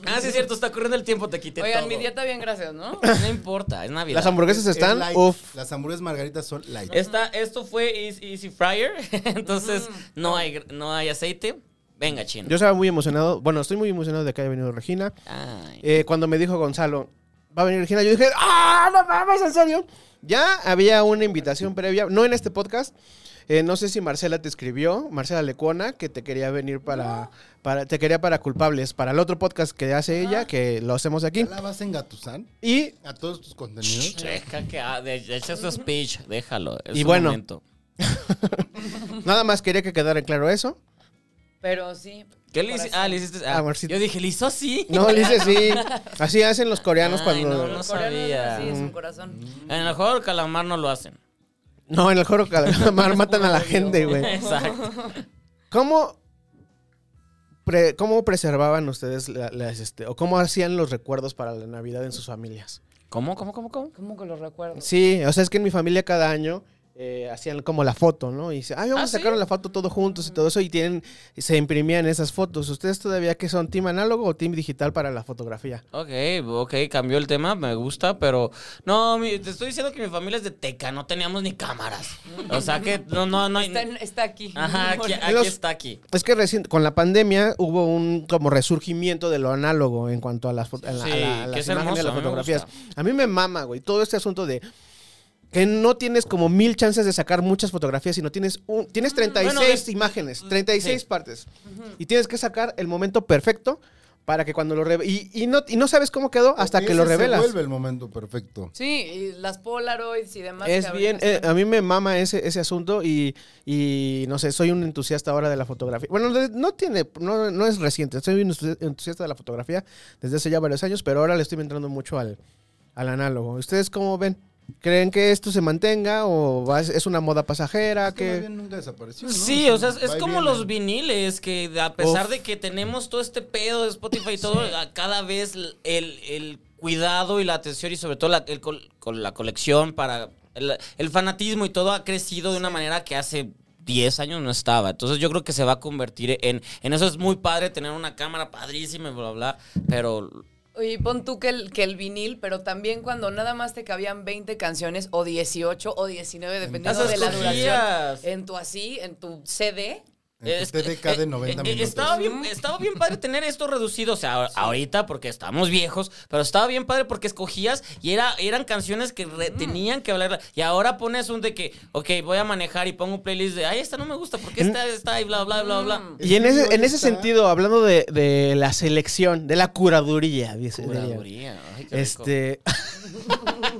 Speaker 5: Ah, sí, es cierto, está corriendo el tiempo, te quité
Speaker 6: Oigan,
Speaker 5: todo.
Speaker 6: mi dieta bien,
Speaker 5: (coughs)
Speaker 6: gracias, ¿no?
Speaker 5: No importa, es Navidad.
Speaker 2: Las hamburguesas
Speaker 4: Es
Speaker 2: están,
Speaker 4: light.
Speaker 2: uf.
Speaker 4: Las hamburguesas margaritas son light.
Speaker 5: Esta, esto fue Easy, Easy Fryer, (laughs)
Speaker 6: Mm.
Speaker 5: entonces no, hay, gr- no hay aceite. Venga, chino.
Speaker 2: Yo estaba muy emocionado. Bueno, estoy muy emocionado de que haya venido Regina.
Speaker 5: Ay.
Speaker 2: Eh, cuando me dijo Gonzalo, va a venir Regina, yo dije, ¡ah, no mames, en serio! Ya había una invitación previa, no en este podcast. eh, no sé si Marcela te escribió, Marcela Lecuona, que te quería venir para, para. Te quería para culpables, para el otro podcast que hace ella, que lo hacemos aquí.
Speaker 4: ¿Ya la vas a engatusar?
Speaker 2: Y
Speaker 4: ¿A todos tus contenidos?
Speaker 5: Deja que ha- de- de- echa su speech, déjalo. es
Speaker 2: Y
Speaker 5: su
Speaker 2: bueno.
Speaker 5: momento.
Speaker 2: nada más quería que quedara en claro eso.
Speaker 6: Pero sí.
Speaker 5: ¿Qué le hiciste? Ah, le hiciste. ah,
Speaker 2: Amorcito.
Speaker 5: yo dije, ¿le hizo así? (laughs)
Speaker 2: No, le hice sí. Así hacen los coreanos
Speaker 5: Ay,
Speaker 2: cuando.
Speaker 5: no,
Speaker 2: No,
Speaker 5: no.
Speaker 6: Los coreanos
Speaker 5: sabía. Mm.
Speaker 6: Sí, es un corazón.
Speaker 5: En el juego del calamar no lo hacen.
Speaker 2: en el
Speaker 5: (laughs)
Speaker 2: joro calamar matan a la gente, güey.
Speaker 5: Exacto.
Speaker 2: ¿Cómo, pre- cómo preservaban ustedes la- las, este, o cómo hacían los recuerdos para la Navidad en sus familias?
Speaker 5: ¿Cómo, cómo, cómo, cómo?
Speaker 6: ¿Cómo que lo recuerdo?
Speaker 2: Sí, o sea, es que en mi familia cada año eh, hacían como la foto, ¿no? Y dice, ay, vamos
Speaker 5: ¿Ah,
Speaker 2: a sacar
Speaker 5: sí?
Speaker 2: la foto todos juntos y todo eso, y tienen, se imprimían esas fotos. ¿Ustedes todavía qué son, team análogo o team digital para la fotografía?
Speaker 5: Ok, ok, cambió el tema, me gusta, pero no, mi- te estoy diciendo que mi familia es de teca, no teníamos ni cámaras. O sea que no, no, no hay.
Speaker 6: Está, en- está aquí.
Speaker 5: Ajá,
Speaker 6: (laughs)
Speaker 5: aquí, aquí
Speaker 2: Los-
Speaker 5: está aquí.
Speaker 2: Es Pues que recién, con la pandemia hubo un como resurgimiento de lo análogo en cuanto a las, fo- a la- a la-
Speaker 5: Sí,
Speaker 2: a
Speaker 5: que
Speaker 2: las
Speaker 5: es
Speaker 2: imágenes,
Speaker 5: hermoso,
Speaker 2: a
Speaker 5: a
Speaker 2: las
Speaker 5: mí me
Speaker 2: fotografías. A mí me mama, güey, todo este asunto de que no tienes como mil chances de sacar muchas fotografías, sino tienes un, tienes 36
Speaker 5: Mm, es- mm,
Speaker 2: imágenes, 36
Speaker 5: sí.
Speaker 2: partes. Y tienes que sacar el momento perfecto para que cuando lo re- y, y no y no sabes cómo quedó hasta
Speaker 4: Porque
Speaker 2: que lo
Speaker 4: ese
Speaker 2: revelas.
Speaker 4: Se vuelve el momento perfecto.
Speaker 6: Sí, y las Polaroids y demás. que
Speaker 2: Es
Speaker 6: ahorita
Speaker 2: bien, eh,
Speaker 6: están-
Speaker 2: a mí me mama ese, ese asunto y, y no sé, soy un entusiasta ahora de la fotografía. Bueno, de- no tiene, no, no es reciente, soy un entusi- entusiasta de la fotografía desde hace ya varios años, pero ahora le estoy entrando mucho al, al análogo. ¿Ustedes cómo ven? ¿Creen que esto se mantenga o va- es una moda pasajera?
Speaker 4: que más
Speaker 2: Que...
Speaker 4: bien nunca desapareció, ¿no?
Speaker 5: Sí, o sea, es, es
Speaker 4: va y
Speaker 5: como
Speaker 4: viene.
Speaker 5: los viniles, que a pesar
Speaker 2: Uf.
Speaker 5: de que tenemos todo este pedo de Spotify y todo, a cada vez el, el cuidado y la atención y sobre todo la, el col- con la colección para el, el fanatismo y todo ha crecido de una manera que hace... 10 años no estaba. Entonces yo creo que se va a convertir en... En eso es muy padre tener una cámara padrísima y bla, bla, bla, Pero...
Speaker 6: Y pon tú que el, que el vinil, pero también cuando nada más te cabían 20 canciones o 18 o 19, dependiendo
Speaker 5: Las
Speaker 6: de la
Speaker 5: escogías.
Speaker 6: duración. En tu así, en tu CD.
Speaker 4: En
Speaker 5: Es-
Speaker 4: tu TDK de
Speaker 5: eh,
Speaker 4: 90
Speaker 5: eh, eh,
Speaker 4: minutos.
Speaker 5: Estaba bien, estaba bien padre tener esto reducido, o sea, ahor- ahorita porque estamos viejos, pero estaba bien padre porque escogías y era, eran canciones que re- tenían que hablar. Y ahora pones un de que, ok, voy a manejar y pongo un playlist de, ay, esta no me gusta porque esta está y bla, bla, bla, bla.
Speaker 6: mm,
Speaker 2: Y en ese, en ese
Speaker 4: Está-
Speaker 2: sentido, hablando de, de la selección, de la curaduría, dice. diría.
Speaker 5: Curaduría. ay, qué rico.
Speaker 2: Este,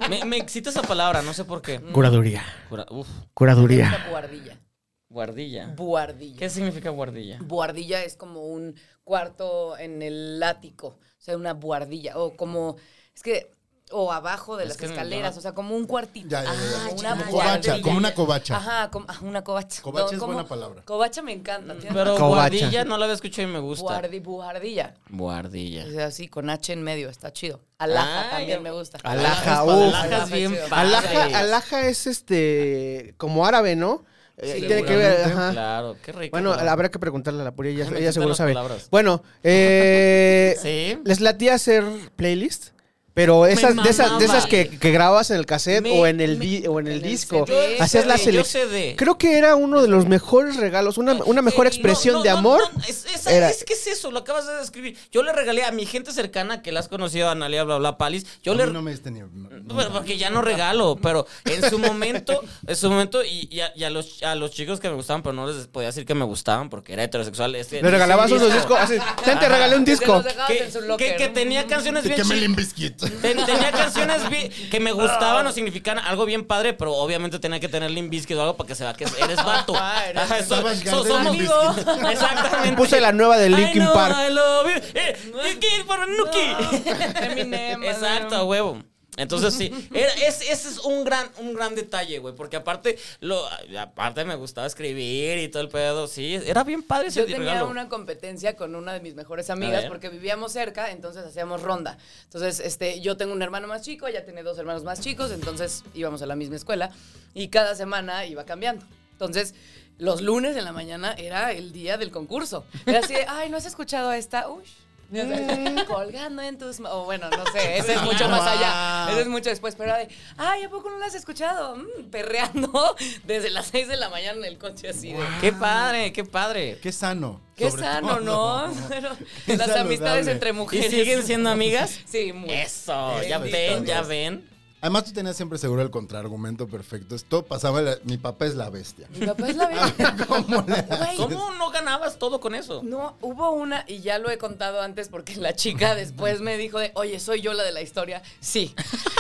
Speaker 5: Me, me excita esa palabra, no sé por qué.
Speaker 2: Mm. curaduría,
Speaker 5: Cura- uf,
Speaker 2: curaduría.
Speaker 6: Esta Buardilla.
Speaker 5: guardilla.
Speaker 6: Buardilla.
Speaker 5: ¿Qué significa guardilla?
Speaker 6: Buardilla es como un cuarto en el ático. O sea, una buardilla. O como. Es que. O abajo de
Speaker 5: Es
Speaker 6: las
Speaker 5: que no-
Speaker 6: escaleras. O sea, como un cuartito.
Speaker 4: Ya, ya, ya, ya.
Speaker 6: Como una
Speaker 4: como covacha,
Speaker 6: buardilla.
Speaker 4: como una covacha.
Speaker 6: Ajá, como, ah, una covacha.
Speaker 4: Covacha es
Speaker 6: como-
Speaker 4: buena palabra.
Speaker 6: Covacha me encanta. tienes
Speaker 5: Pero
Speaker 2: Covacha.
Speaker 5: guardilla no la había escuchado y me gusta.
Speaker 6: Buardi, buardilla.
Speaker 5: guardilla.
Speaker 6: O sea, así, con H en medio, está chido. Alaja
Speaker 5: Ay,
Speaker 6: también
Speaker 5: ya-
Speaker 6: me gusta.
Speaker 2: Alaja,
Speaker 5: Alaja,
Speaker 2: uf.
Speaker 5: alaja es bien
Speaker 6: Alaja,
Speaker 5: padre.
Speaker 2: Alaja, Alaja es este como árabe, ¿no? eh,
Speaker 5: Sí,
Speaker 2: tiene que ver,
Speaker 4: seguramente.
Speaker 2: ajá.
Speaker 5: Claro, qué rico.
Speaker 2: Bueno,
Speaker 5: ¿verdad?
Speaker 2: habrá que preguntarle a la Puri, ella,
Speaker 5: Ya me
Speaker 2: ella seguro
Speaker 5: las
Speaker 2: sabe.
Speaker 5: palabras.
Speaker 2: Bueno, eh,
Speaker 5: (laughs) Sí.
Speaker 2: les latía hacer playlist, pero esas, de esas, de esas
Speaker 5: mamaba.
Speaker 2: que, que grabas en el cassette
Speaker 5: Me-
Speaker 2: o en el,
Speaker 5: me-
Speaker 2: di- o en el
Speaker 6: en el
Speaker 2: disco.
Speaker 5: CD.
Speaker 2: Hacías la
Speaker 5: Yo
Speaker 2: selección.
Speaker 5: CD.
Speaker 2: Creo que era uno de los mejores regalos, una, una mejor
Speaker 5: Eh,
Speaker 2: expresión
Speaker 5: no, no,
Speaker 2: de
Speaker 5: no,
Speaker 2: amor.
Speaker 5: no, es, es-
Speaker 2: era-
Speaker 5: es que es eso, lo acabas de describir. Yo le regalé a mi gente cercana que la has conocido, a Analia, bla, bla, Palis. Yo
Speaker 4: A
Speaker 5: le.
Speaker 4: mí no me diste ni- ni-
Speaker 5: Bueno,
Speaker 4: (laughs)
Speaker 5: porque ya no regalo, pero en su momento, en su momento, y, y a, y a los, a los chicos que me gustaban, pero no les podía decir que me gustaban porque era heterosexual. Este,
Speaker 2: Le regalabas
Speaker 5: Sí,
Speaker 2: unos
Speaker 5: disco.
Speaker 2: discos, así, ten, te regalé un disco.
Speaker 6: los dejabas
Speaker 5: Que,
Speaker 6: en su
Speaker 5: que-
Speaker 6: locker.
Speaker 5: que tenía canciones bien
Speaker 4: Que me
Speaker 5: chi-
Speaker 4: limbisquit.
Speaker 5: (laughs) Ten- tenía canciones bi- que me gustaban o significaban algo bien padre, pero obviamente tenía que tener Limp Bizkit o algo para que se vea que eres vato.
Speaker 6: (laughs) Ah, eres-
Speaker 5: Ajá, so-
Speaker 4: estabas
Speaker 5: so-
Speaker 4: grande,
Speaker 5: somos-
Speaker 4: Limp Bizkit.
Speaker 5: (laughs) Exactamente.
Speaker 2: (laughs) Puse la nueva de
Speaker 5: I
Speaker 2: Linkin
Speaker 5: know
Speaker 2: Park.
Speaker 5: I love you. Eh, you kill for Nuki. (laughs)
Speaker 6: Eminem,
Speaker 5: Exacto, a huevo. Entonces sí,
Speaker 6: (laughs)
Speaker 5: era- es- ese es un gran, un gran detalle, güey, porque aparte, lo, aparte me gustaba escribir y todo el pedo, sí, era bien padre ese
Speaker 6: Yo tenía
Speaker 5: regalo.
Speaker 6: una competencia con una de mis mejores
Speaker 5: A
Speaker 6: amigas
Speaker 5: ver.
Speaker 6: porque vivíamos cerca, entonces hacíamos ronda. Entonces, este, yo tengo un hermano más chico, ella tiene dos hermanos más chicos, entonces íbamos a la misma escuela y cada semana iba cambiando. Entonces, los lunes en la mañana era el día del concurso. Era así, de,
Speaker 5: (laughs)
Speaker 6: ay, ¿no has escuchado a esta? Uy.
Speaker 5: Mm.
Speaker 6: colgando en tus ma- o bueno no sé ese es mucho más allá ese es mucho después pero era de ay a poco no la has escuchado Mm, perreando (laughs) desde las 6 de la mañana en el coche así de,
Speaker 5: Qué padre, qué padre.
Speaker 4: Qué sano.
Speaker 6: Qué
Speaker 4: sobre
Speaker 6: sano,
Speaker 4: todo.
Speaker 6: ¿no? (laughs) Pero
Speaker 4: Qué
Speaker 6: las amistades
Speaker 4: saludable.
Speaker 6: entre
Speaker 5: ¿Y
Speaker 6: mujeres.
Speaker 5: siguen siendo
Speaker 6: (laughs)
Speaker 5: amigas?
Speaker 6: Sí, muy.
Speaker 5: Eso, ya
Speaker 6: Bendito
Speaker 5: ven, ya
Speaker 6: Dios.
Speaker 5: ven.
Speaker 4: Además, tú tenías siempre seguro el contraargumento perfecto. Esto pasaba. la- mi papá es la bestia.
Speaker 6: Mi papá es pues, la vida.
Speaker 4: ¿Cómo le haces?
Speaker 5: ¿Cómo no ganabas todo con eso?
Speaker 6: No, hubo una, y ya lo he contado antes porque la chica después me dijo de, oye, soy yo la de la historia. Sí.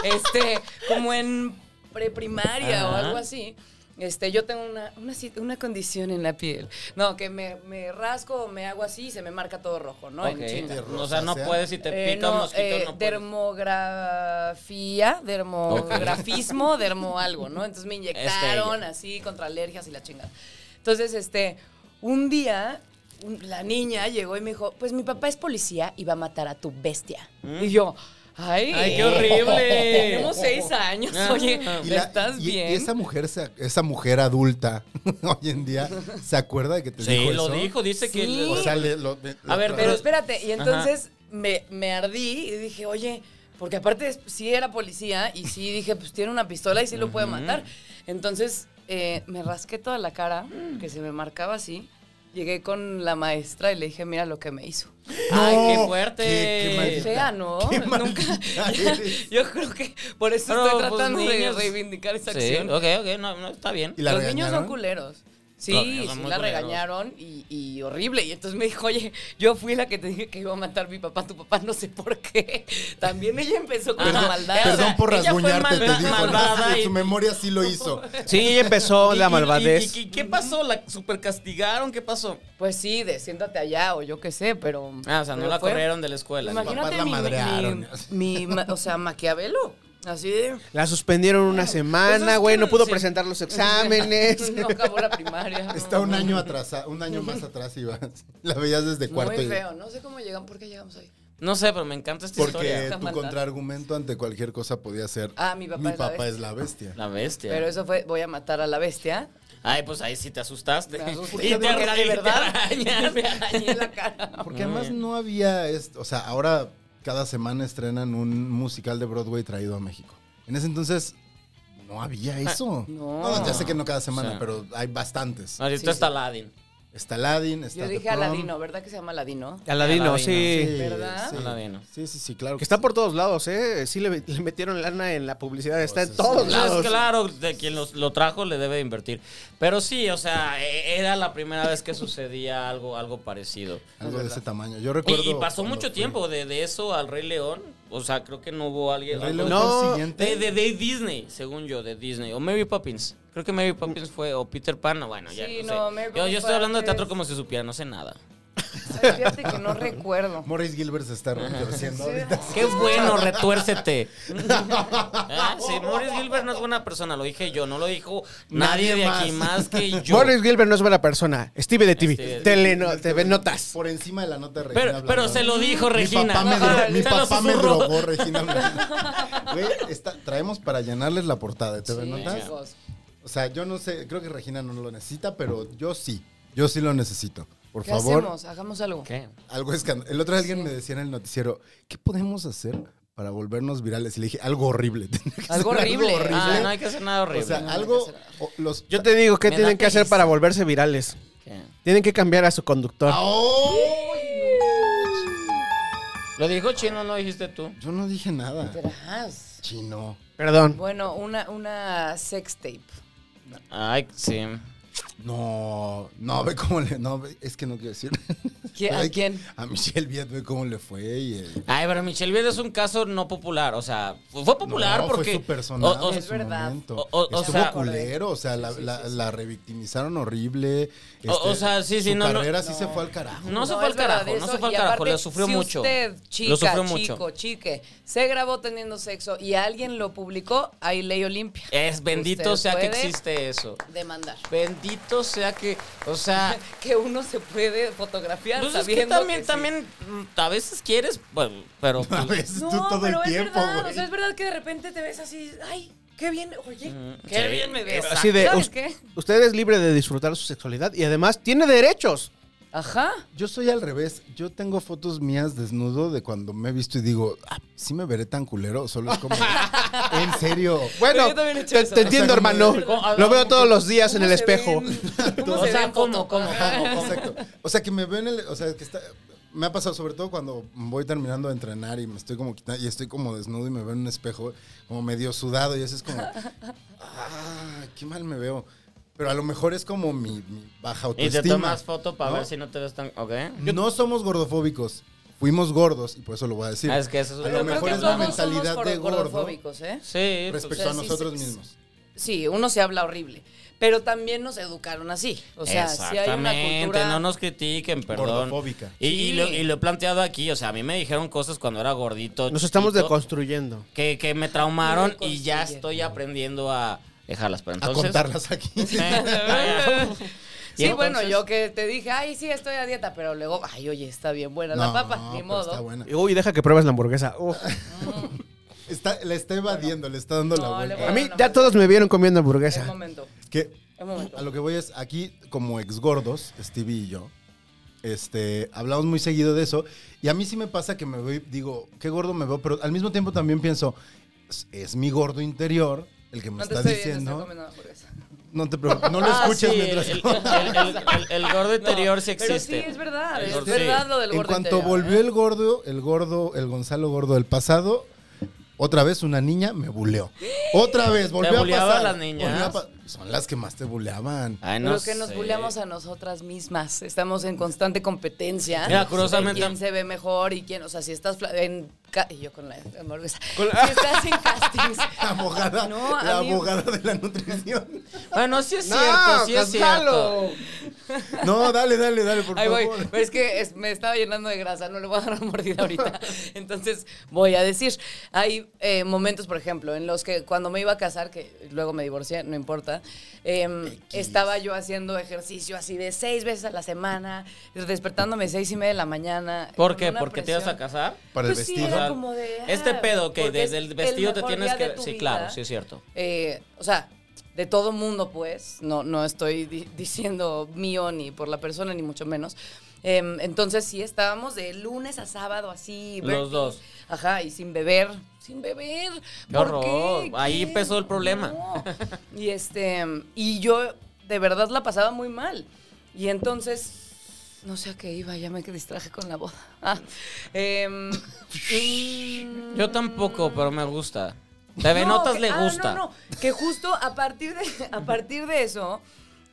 Speaker 6: Este, como en preprimaria o
Speaker 5: Ajá.
Speaker 6: algo así. Este, yo tengo una, una, si- una condición en la piel. No, que me, me rasco, me hago así y se me marca todo rojo, ¿no? En
Speaker 5: Ok.
Speaker 6: chinga.
Speaker 5: O sea, no puedes si te
Speaker 6: Eh,
Speaker 5: pica un
Speaker 6: no,
Speaker 5: mosquito,
Speaker 6: eh,
Speaker 5: no puedes.
Speaker 6: dermografía, dermografismo, dermo algo, ¿no? Entonces me
Speaker 5: Este,
Speaker 6: inyectaron así contra alergias y la chingada. Entonces, este, un día un- la niña llegó y me dijo, pues mi papá es policía y va a matar a tu bestia. Y yo, ay,
Speaker 5: ¿Mm? Ay, qué horrible.
Speaker 6: (laughs) Tenemos seis años,
Speaker 5: Ah.
Speaker 6: oye, (laughs)
Speaker 5: Y
Speaker 4: la-
Speaker 6: ¿estás
Speaker 4: y- y
Speaker 6: bien?
Speaker 4: esa mujer, se- esa mujer adulta (laughs) hoy en día, ¿se acuerda de que te
Speaker 5: Sí,
Speaker 4: dijo
Speaker 5: lo
Speaker 4: eso?
Speaker 5: dijo, dice que...
Speaker 6: Sí.
Speaker 4: O sea, le- lo- le-
Speaker 5: A ver,
Speaker 6: Pero
Speaker 5: Pero-
Speaker 6: espérate, y entonces me, me ardí y dije, oye, porque aparte es- sí era policía y sí dije, pues tiene una pistola y sí lo puede matar. Entonces eh, me rasqué toda la cara, que se me marcaba así. Llegué con la maestra y le dije, mira lo que me hizo.
Speaker 5: Ay, qué
Speaker 4: No,
Speaker 5: fuerte.
Speaker 4: qué- qué
Speaker 6: Qué
Speaker 4: maldita.
Speaker 6: fea, ¿no?
Speaker 4: Qué
Speaker 6: (laughs) Nunca.
Speaker 4: maldita eres.
Speaker 6: (laughs) Yo creo que por eso
Speaker 5: Pero,
Speaker 6: estoy
Speaker 5: pues,
Speaker 6: tratando de
Speaker 5: niños-
Speaker 6: reivindicar esa
Speaker 5: Sí,
Speaker 6: acción.
Speaker 5: ok, ok, no, no, está bien.
Speaker 4: ¿Y la
Speaker 6: los niños son
Speaker 4: regañaron?
Speaker 6: culeros. Sí,
Speaker 5: No,
Speaker 6: sí
Speaker 5: ellos
Speaker 6: la
Speaker 5: son muy culeros.
Speaker 6: regañaron y, y horrible. Y entonces me dijo, oye, yo fui la que te dije que iba a matar a mi papá, tu papá, no sé por qué. (laughs) También ella empezó con la
Speaker 5: Perdón-
Speaker 6: maldad.
Speaker 5: O
Speaker 4: Perdón
Speaker 5: sea,
Speaker 4: por
Speaker 5: ella fue
Speaker 4: rasguñarte, te
Speaker 5: mal-
Speaker 4: dijo. ¿no? (laughs)
Speaker 5: malvada
Speaker 4: Sí,
Speaker 5: y-
Speaker 4: Su memoria sí lo
Speaker 5: (laughs)
Speaker 4: hizo.
Speaker 2: Sí, ella empezó
Speaker 5: ¿Y-
Speaker 2: la
Speaker 5: y-
Speaker 2: malvadez.
Speaker 5: y- y- y qué pasó? ¿La super castigaron? ¿Qué pasó?
Speaker 6: Pues sí, de siéntate allá o yo qué sé, pero...
Speaker 5: Ah, o sea, no
Speaker 6: pero
Speaker 5: la
Speaker 6: fue-
Speaker 5: corrieron de la escuela.
Speaker 6: Imagínate
Speaker 4: Papás la
Speaker 6: mi,
Speaker 4: madrearon.
Speaker 6: mi- mi ma- o sea, Maquiavelo. Así de...
Speaker 2: La suspendieron una
Speaker 5: Pues es
Speaker 2: semana,
Speaker 5: que
Speaker 2: güey, no
Speaker 5: no-
Speaker 2: pudo
Speaker 5: sí.
Speaker 2: presentar los
Speaker 6: (laughs)
Speaker 2: exámenes.
Speaker 6: No acabó la primaria.
Speaker 4: Está un
Speaker 6: No,
Speaker 4: año atrasado, un año más atrás iba. (laughs) La veías desde cuarto.
Speaker 6: Muy
Speaker 4: y-
Speaker 6: feo, no sé cómo llegan, por qué llegamos ahí.
Speaker 5: No sé, pero me encanta esta
Speaker 4: Porque
Speaker 5: historia.
Speaker 6: Esta
Speaker 4: tu
Speaker 6: maldad.
Speaker 4: contraargumento ante cualquier cosa podía ser.
Speaker 6: Ah, mi papá es
Speaker 4: es la
Speaker 6: la bestia".
Speaker 4: bestia.
Speaker 5: La bestia.
Speaker 6: Pero eso fue, voy a matar a la bestia.
Speaker 5: Ay, pues ahí sí te asustaste.
Speaker 6: (laughs) Me asusté.
Speaker 5: (laughs) Y te
Speaker 6: Porque
Speaker 5: arra-
Speaker 6: de
Speaker 5: y te (laughs)
Speaker 6: verdad,
Speaker 5: arañas.
Speaker 6: me (laughs) arañé la cara.
Speaker 4: Porque además no había. esto- o sea, ahora cada semana estrenan un musical de Broadway traído a México. En ese entonces no
Speaker 5: Ah,
Speaker 4: había eso.
Speaker 6: No.
Speaker 4: ya sé que no cada semana,
Speaker 5: Sí.
Speaker 4: pero hay bastantes.
Speaker 5: Ahorita
Speaker 6: Sí,
Speaker 5: está
Speaker 6: sí.
Speaker 5: Aladdin.
Speaker 4: Está Aladdin, está.
Speaker 6: Yo
Speaker 4: The
Speaker 6: dije
Speaker 4: Prom.
Speaker 6: Aladino, ¿verdad que se llama Aladino?
Speaker 2: Aladino,
Speaker 5: Aladino,
Speaker 2: sí.
Speaker 6: ¿Verdad?
Speaker 4: sí.
Speaker 5: Aladino.
Speaker 4: Sí, sí, sí, claro.
Speaker 2: Que está por todos lados, ¿eh? Sí le, le metieron lana en la publicidad, está en
Speaker 4: Pues,
Speaker 2: todos
Speaker 4: sí.
Speaker 2: lados.
Speaker 5: Pues, claro, de quien los- lo trajo le debe invertir. Pero sí, o sea, e- era la primera vez que sucedía algo, algo parecido.
Speaker 4: Algo de ese tamaño. Yo recuerdo.
Speaker 5: Y, y pasó
Speaker 4: cuando
Speaker 5: mucho
Speaker 4: fui-
Speaker 5: tiempo de, de eso al Rey León. O sea, creo que no hubo alguien.
Speaker 4: El Rey
Speaker 5: algo-
Speaker 4: León
Speaker 2: No,
Speaker 4: fue el
Speaker 5: De,
Speaker 4: siguiente.
Speaker 5: de, de Disney, según yo, de Disney. O Mary Poppins. Creo que Mary Poppins fue. O Peter Pan, o bueno, ya
Speaker 6: Sí,
Speaker 5: no,
Speaker 6: no,
Speaker 5: sé.
Speaker 6: Mary
Speaker 5: yo, yo
Speaker 6: Poppins
Speaker 5: estoy
Speaker 6: fue
Speaker 5: hablando de teatro
Speaker 6: antes.
Speaker 5: como si supiera, no sé nada.
Speaker 6: Ay, (laughs) Fíjate que no recuerdo.
Speaker 4: Morris Gilbert se está retorciendo ahorita. (laughs)
Speaker 5: Qué
Speaker 6: (laughs)
Speaker 5: bueno, retuércete. ah, sí, Morris Gilbert no es buena persona, lo dije yo. No lo dijo nadie,
Speaker 4: Nadie
Speaker 5: de aquí
Speaker 4: (laughs)
Speaker 5: más que yo.
Speaker 2: Morris Gilbert no es buena persona. Steve de TV.
Speaker 5: Steve de
Speaker 2: Teleno- telenotas.
Speaker 4: Por encima de la nota de Regina
Speaker 5: Pero, pero
Speaker 4: Blandón.
Speaker 5: se lo dijo
Speaker 4: Mi
Speaker 5: Regina.
Speaker 4: papá me, dro- mi
Speaker 5: Se lo
Speaker 4: papá me
Speaker 5: susurró.
Speaker 4: drogó,
Speaker 5: (laughs)
Speaker 4: Regina. Blandón. Güey, está- traemos para llenarles la portada de TV
Speaker 6: Sí,
Speaker 4: Notas.
Speaker 6: chicos.
Speaker 4: O sea, yo no sé, creo que Regina no lo necesita, pero yo sí. Yo sí lo necesito. Por
Speaker 6: ¿Qué
Speaker 4: favor,
Speaker 6: hacemos? Hagamos algo.
Speaker 5: ¿Qué?
Speaker 4: algo escandaloso. El otro día alguien me decía en el noticiero, ¿qué podemos hacer para volvernos virales? Y le dije, algo horrible. (laughs) Tiene que ser
Speaker 6: Algo horrible.
Speaker 5: Ah, no hay que hacer nada horrible.
Speaker 4: O sea,
Speaker 6: no hay
Speaker 4: algo...
Speaker 6: que hacer nada.
Speaker 4: o- los...
Speaker 2: Yo te digo, ¿qué
Speaker 5: Me da
Speaker 2: tienen que hacer
Speaker 5: pereza.
Speaker 2: para volverse virales?
Speaker 5: ¿Qué?
Speaker 2: Tienen que cambiar a su conductor.
Speaker 5: Lo dijo Chino, no dijiste tú.
Speaker 4: Yo no dije nada.
Speaker 6: Verás.
Speaker 4: Chino.
Speaker 2: Perdón.
Speaker 6: Bueno, una, una sex tape.
Speaker 5: Ay, sí.
Speaker 4: No, no, ve cómo le... No, ve- es que no quiero decir.
Speaker 6: ¿Qui- a
Speaker 4: (laughs) Ay,
Speaker 6: quién?
Speaker 4: A Michelle Viet, ve cómo le fue. y, eh,
Speaker 5: Ay, pero Michelle Viet es un caso no popular. O sea, fue fue popular
Speaker 4: no,
Speaker 5: porque.
Speaker 4: Fue su personaje
Speaker 5: o- o-
Speaker 4: en
Speaker 6: Es
Speaker 4: su
Speaker 6: verdad.
Speaker 4: momento.
Speaker 5: O- o- o
Speaker 4: Estuvo
Speaker 5: sea-
Speaker 4: culero, o sea, la, la- la revictimizaron horrible. Este,
Speaker 5: O- o sea, sí, sí,
Speaker 4: su
Speaker 5: no, no.
Speaker 4: carrera sí se fue al carajo.
Speaker 5: No, se
Speaker 6: es
Speaker 5: fue al
Speaker 6: verdad,
Speaker 5: carajo, no
Speaker 6: eso-
Speaker 5: se fue al
Speaker 6: y
Speaker 5: carajo,
Speaker 6: aparte,
Speaker 5: lo sufrió
Speaker 6: si
Speaker 5: mucho.
Speaker 6: usted, chica,
Speaker 5: Lo sufrió mucho.
Speaker 6: chico, chique, se grabó teniendo sexo y alguien lo publicó, hay ley Olimpia.
Speaker 5: Es bendito
Speaker 6: Usted
Speaker 5: sea que
Speaker 6: puede
Speaker 5: existe eso.
Speaker 6: demandar. (laughs)
Speaker 5: Bendito sea que. O (laughs) sea.
Speaker 6: Que uno se puede fotografiar
Speaker 5: Pues es
Speaker 6: sabiendo
Speaker 5: que también,
Speaker 6: que sí.
Speaker 5: también, mm, a veces quieres, bueno, pero.
Speaker 4: (laughs) (laughs)
Speaker 5: pues,
Speaker 4: A veces
Speaker 6: No,
Speaker 4: tú todo
Speaker 6: pero
Speaker 4: el
Speaker 6: es
Speaker 4: tiempo,
Speaker 6: verdad,
Speaker 4: güey.
Speaker 6: o sea, es verdad que de repente te ves así, ay, qué bien, oye, qué
Speaker 5: sí,
Speaker 6: bien me ves.
Speaker 5: exacto.
Speaker 2: Así de,
Speaker 6: ¿Sabes
Speaker 2: us-
Speaker 6: qué?
Speaker 2: usted es libre de disfrutar su sexualidad y además tiene derechos.
Speaker 6: Ajá.
Speaker 4: Yo soy al revés. Yo tengo fotos mías desnudo de cuando me he visto y digo, ah, sí me veré tan culero. Solo
Speaker 5: (laughs)
Speaker 4: es como, en serio.
Speaker 2: Bueno,
Speaker 6: yo también he
Speaker 2: te,
Speaker 6: hecho eso.
Speaker 2: te entiendo,
Speaker 4: O sea, como
Speaker 2: hermano.
Speaker 4: de-
Speaker 2: Lo veo todos los días en
Speaker 6: ¿Cómo
Speaker 2: el
Speaker 6: se
Speaker 4: (laughs)
Speaker 2: espejo.
Speaker 6: ven? ¿Cómo
Speaker 5: O
Speaker 6: se
Speaker 5: sea,
Speaker 6: ven
Speaker 5: ¿cómo,
Speaker 6: foto?
Speaker 5: cómo?
Speaker 6: Ajá.
Speaker 4: Exacto. O sea, que me veo en el. O sea, que está. Me ha pasado, sobre todo cuando voy terminando de entrenar y me estoy como quitando, y estoy como desnudo y me veo en un espejo, como medio sudado, y eso es como. ¡Ah! ¡Qué mal me veo! Pero a lo mejor es como mi, mi baja
Speaker 5: Y
Speaker 4: autoestima.
Speaker 5: te tomas foto para
Speaker 4: ¿no?
Speaker 5: ver si no te ves tan. ¿Ok?
Speaker 4: No somos gordofóbicos. Fuimos gordos, y por eso lo voy a decir.
Speaker 5: Ah, es que eso es
Speaker 4: A
Speaker 5: un
Speaker 4: lo
Speaker 5: tema.
Speaker 6: Creo
Speaker 4: mejor
Speaker 6: que
Speaker 4: es la
Speaker 6: todos somos
Speaker 4: mentalidad de gordo.
Speaker 6: gordofóbicos, ¿eh?
Speaker 5: Sí, pues,
Speaker 4: Respecto
Speaker 6: O sea,
Speaker 4: a
Speaker 6: sí,
Speaker 4: nosotros
Speaker 6: sí, sí.
Speaker 4: mismos.
Speaker 6: Sí, uno se habla horrible, pero también nos educaron así. O sea, si hay una
Speaker 5: Exactamente,
Speaker 6: cultura...
Speaker 5: no nos (laughs) critiquen, perdón.
Speaker 4: Gordofóbica.
Speaker 5: Y, y lo,
Speaker 6: Sí.
Speaker 5: y lo he planteado aquí, o sea, a mí me dijeron cosas cuando era gordito.
Speaker 2: Nos estamos
Speaker 5: chiquito,
Speaker 2: deconstruyendo.
Speaker 5: que, que me traumaron y ya
Speaker 6: Reconstruyendo.
Speaker 5: estoy aprendiendo a dejarlas. Pero
Speaker 4: A
Speaker 5: entonces. (laughs) eh,
Speaker 4: contarlas aquí.
Speaker 5: Sí,
Speaker 6: Sí, bueno, yo que te dije, ay, sí, estoy a dieta, pero luego, ay, oye, está bien buena la
Speaker 4: No,
Speaker 6: papa, ni
Speaker 4: pero
Speaker 6: modo.
Speaker 4: Está buena.
Speaker 2: Uy, deja que pruebes la hamburguesa. Uf.
Speaker 4: Está, la está evadiendo, le está dando la
Speaker 6: No, le
Speaker 4: vuelta.
Speaker 6: voy
Speaker 2: A mí
Speaker 6: no,
Speaker 2: ya
Speaker 6: no.
Speaker 2: todos me vieron comiendo
Speaker 6: Es
Speaker 2: hamburguesa.
Speaker 6: momento,
Speaker 4: Que
Speaker 6: es momento.
Speaker 4: a lo que voy es, aquí como exgordos, Stevie y yo, este, hablamos muy seguido de eso. Y a mí sí me pasa que me veo y digo, qué gordo me veo, pero al mismo tiempo también pienso, es, es mi gordo interior el que me
Speaker 6: No te
Speaker 4: está
Speaker 6: estoy viendo, estoy
Speaker 4: diciendo.
Speaker 6: comiendo hamburguesa.
Speaker 4: no te preocupes,
Speaker 6: (laughs)
Speaker 4: no (laughs) lo
Speaker 5: Ah,
Speaker 4: escuches
Speaker 5: sí,
Speaker 4: mientras
Speaker 5: el,
Speaker 4: como.
Speaker 5: el- el- el- el gordo interior sí
Speaker 6: Pero
Speaker 5: existe.
Speaker 6: sí, es verdad,
Speaker 5: El
Speaker 6: es
Speaker 5: gordo-
Speaker 6: verdad
Speaker 5: sí.
Speaker 6: lo del
Speaker 4: En
Speaker 6: gordo
Speaker 4: cuanto
Speaker 6: interior,
Speaker 4: volvió
Speaker 6: ¿eh?
Speaker 4: el gordo, el gordo, el Gonzalo gordo del pasado, otra vez una niña me
Speaker 6: (gasps)
Speaker 4: buleó. Otra vez, volvió a
Speaker 5: buleaba
Speaker 4: pasar.
Speaker 5: las niñas?
Speaker 4: Volvió a pa- Son las que más te buleaban.
Speaker 5: Ay, no
Speaker 6: Pero que nos
Speaker 5: sé.
Speaker 6: buleamos a nosotras mismas. Estamos en constante competencia.
Speaker 5: Mira, curiosamente-
Speaker 6: De quién se ve mejor y quién. O sea, si estás fla- en. ca- y yo con la hamburguesa. Si estás en
Speaker 4: (laughs)
Speaker 6: castings.
Speaker 4: La abogada,
Speaker 6: No, a
Speaker 4: la
Speaker 6: mí-
Speaker 4: abogada de la nutrición.
Speaker 5: Bueno, sí es cierto, sí es cierto.
Speaker 2: Gonzalo.
Speaker 4: No, dale, dale, dale, por
Speaker 6: Ahí voy.
Speaker 4: favor.
Speaker 6: Pero es que es- me estaba llenando de grasa, no le voy a dar una
Speaker 4: (laughs)
Speaker 6: mordida ahorita. Entonces, voy a decir, hay eh, momentos, por ejemplo, en los que cuando me iba a casar, que luego me divorcié, no importa, em, estaba yo haciendo ejercicio así de seis veces a la semana, despertándome seis y media de la mañana.
Speaker 5: ¿Por
Speaker 6: con
Speaker 5: qué?
Speaker 6: una
Speaker 5: ¿Porque te ibas a
Speaker 6: presión.
Speaker 5: casar?
Speaker 4: Para
Speaker 6: Pues
Speaker 4: el
Speaker 6: sí,
Speaker 4: vestido.
Speaker 6: era
Speaker 5: O sea,
Speaker 6: como de, ah,
Speaker 5: este pedo que
Speaker 6: porque
Speaker 5: desde
Speaker 6: es
Speaker 5: el vestido te
Speaker 6: mejor
Speaker 5: tienes
Speaker 6: día de
Speaker 5: que.
Speaker 6: tu
Speaker 5: Sí,
Speaker 6: vida.
Speaker 5: claro, sí es cierto.
Speaker 6: Eh, o sea, de todo mundo, pues, no, no estoy di- diciendo mío ni por la persona, ni mucho menos. Em, entonces, sí, estábamos de lunes a sábado así.
Speaker 5: Los
Speaker 6: Bertie.
Speaker 5: dos.
Speaker 6: Ajá, y sin beber. Sin beber.
Speaker 5: Qué
Speaker 6: ¿Por
Speaker 5: horror. Ahí empezó el problema.
Speaker 6: No. Y este, y yo de verdad la pasaba muy mal. Y entonces, no sé a qué iba, ya me distraje con la boda. Ah, em, y-
Speaker 5: Yo tampoco, pero me gusta. TV
Speaker 6: no,
Speaker 5: Notas
Speaker 6: que-
Speaker 5: le
Speaker 6: ah,
Speaker 5: gusta.
Speaker 6: no, no, que justo a partir de, (laughs) a partir de eso,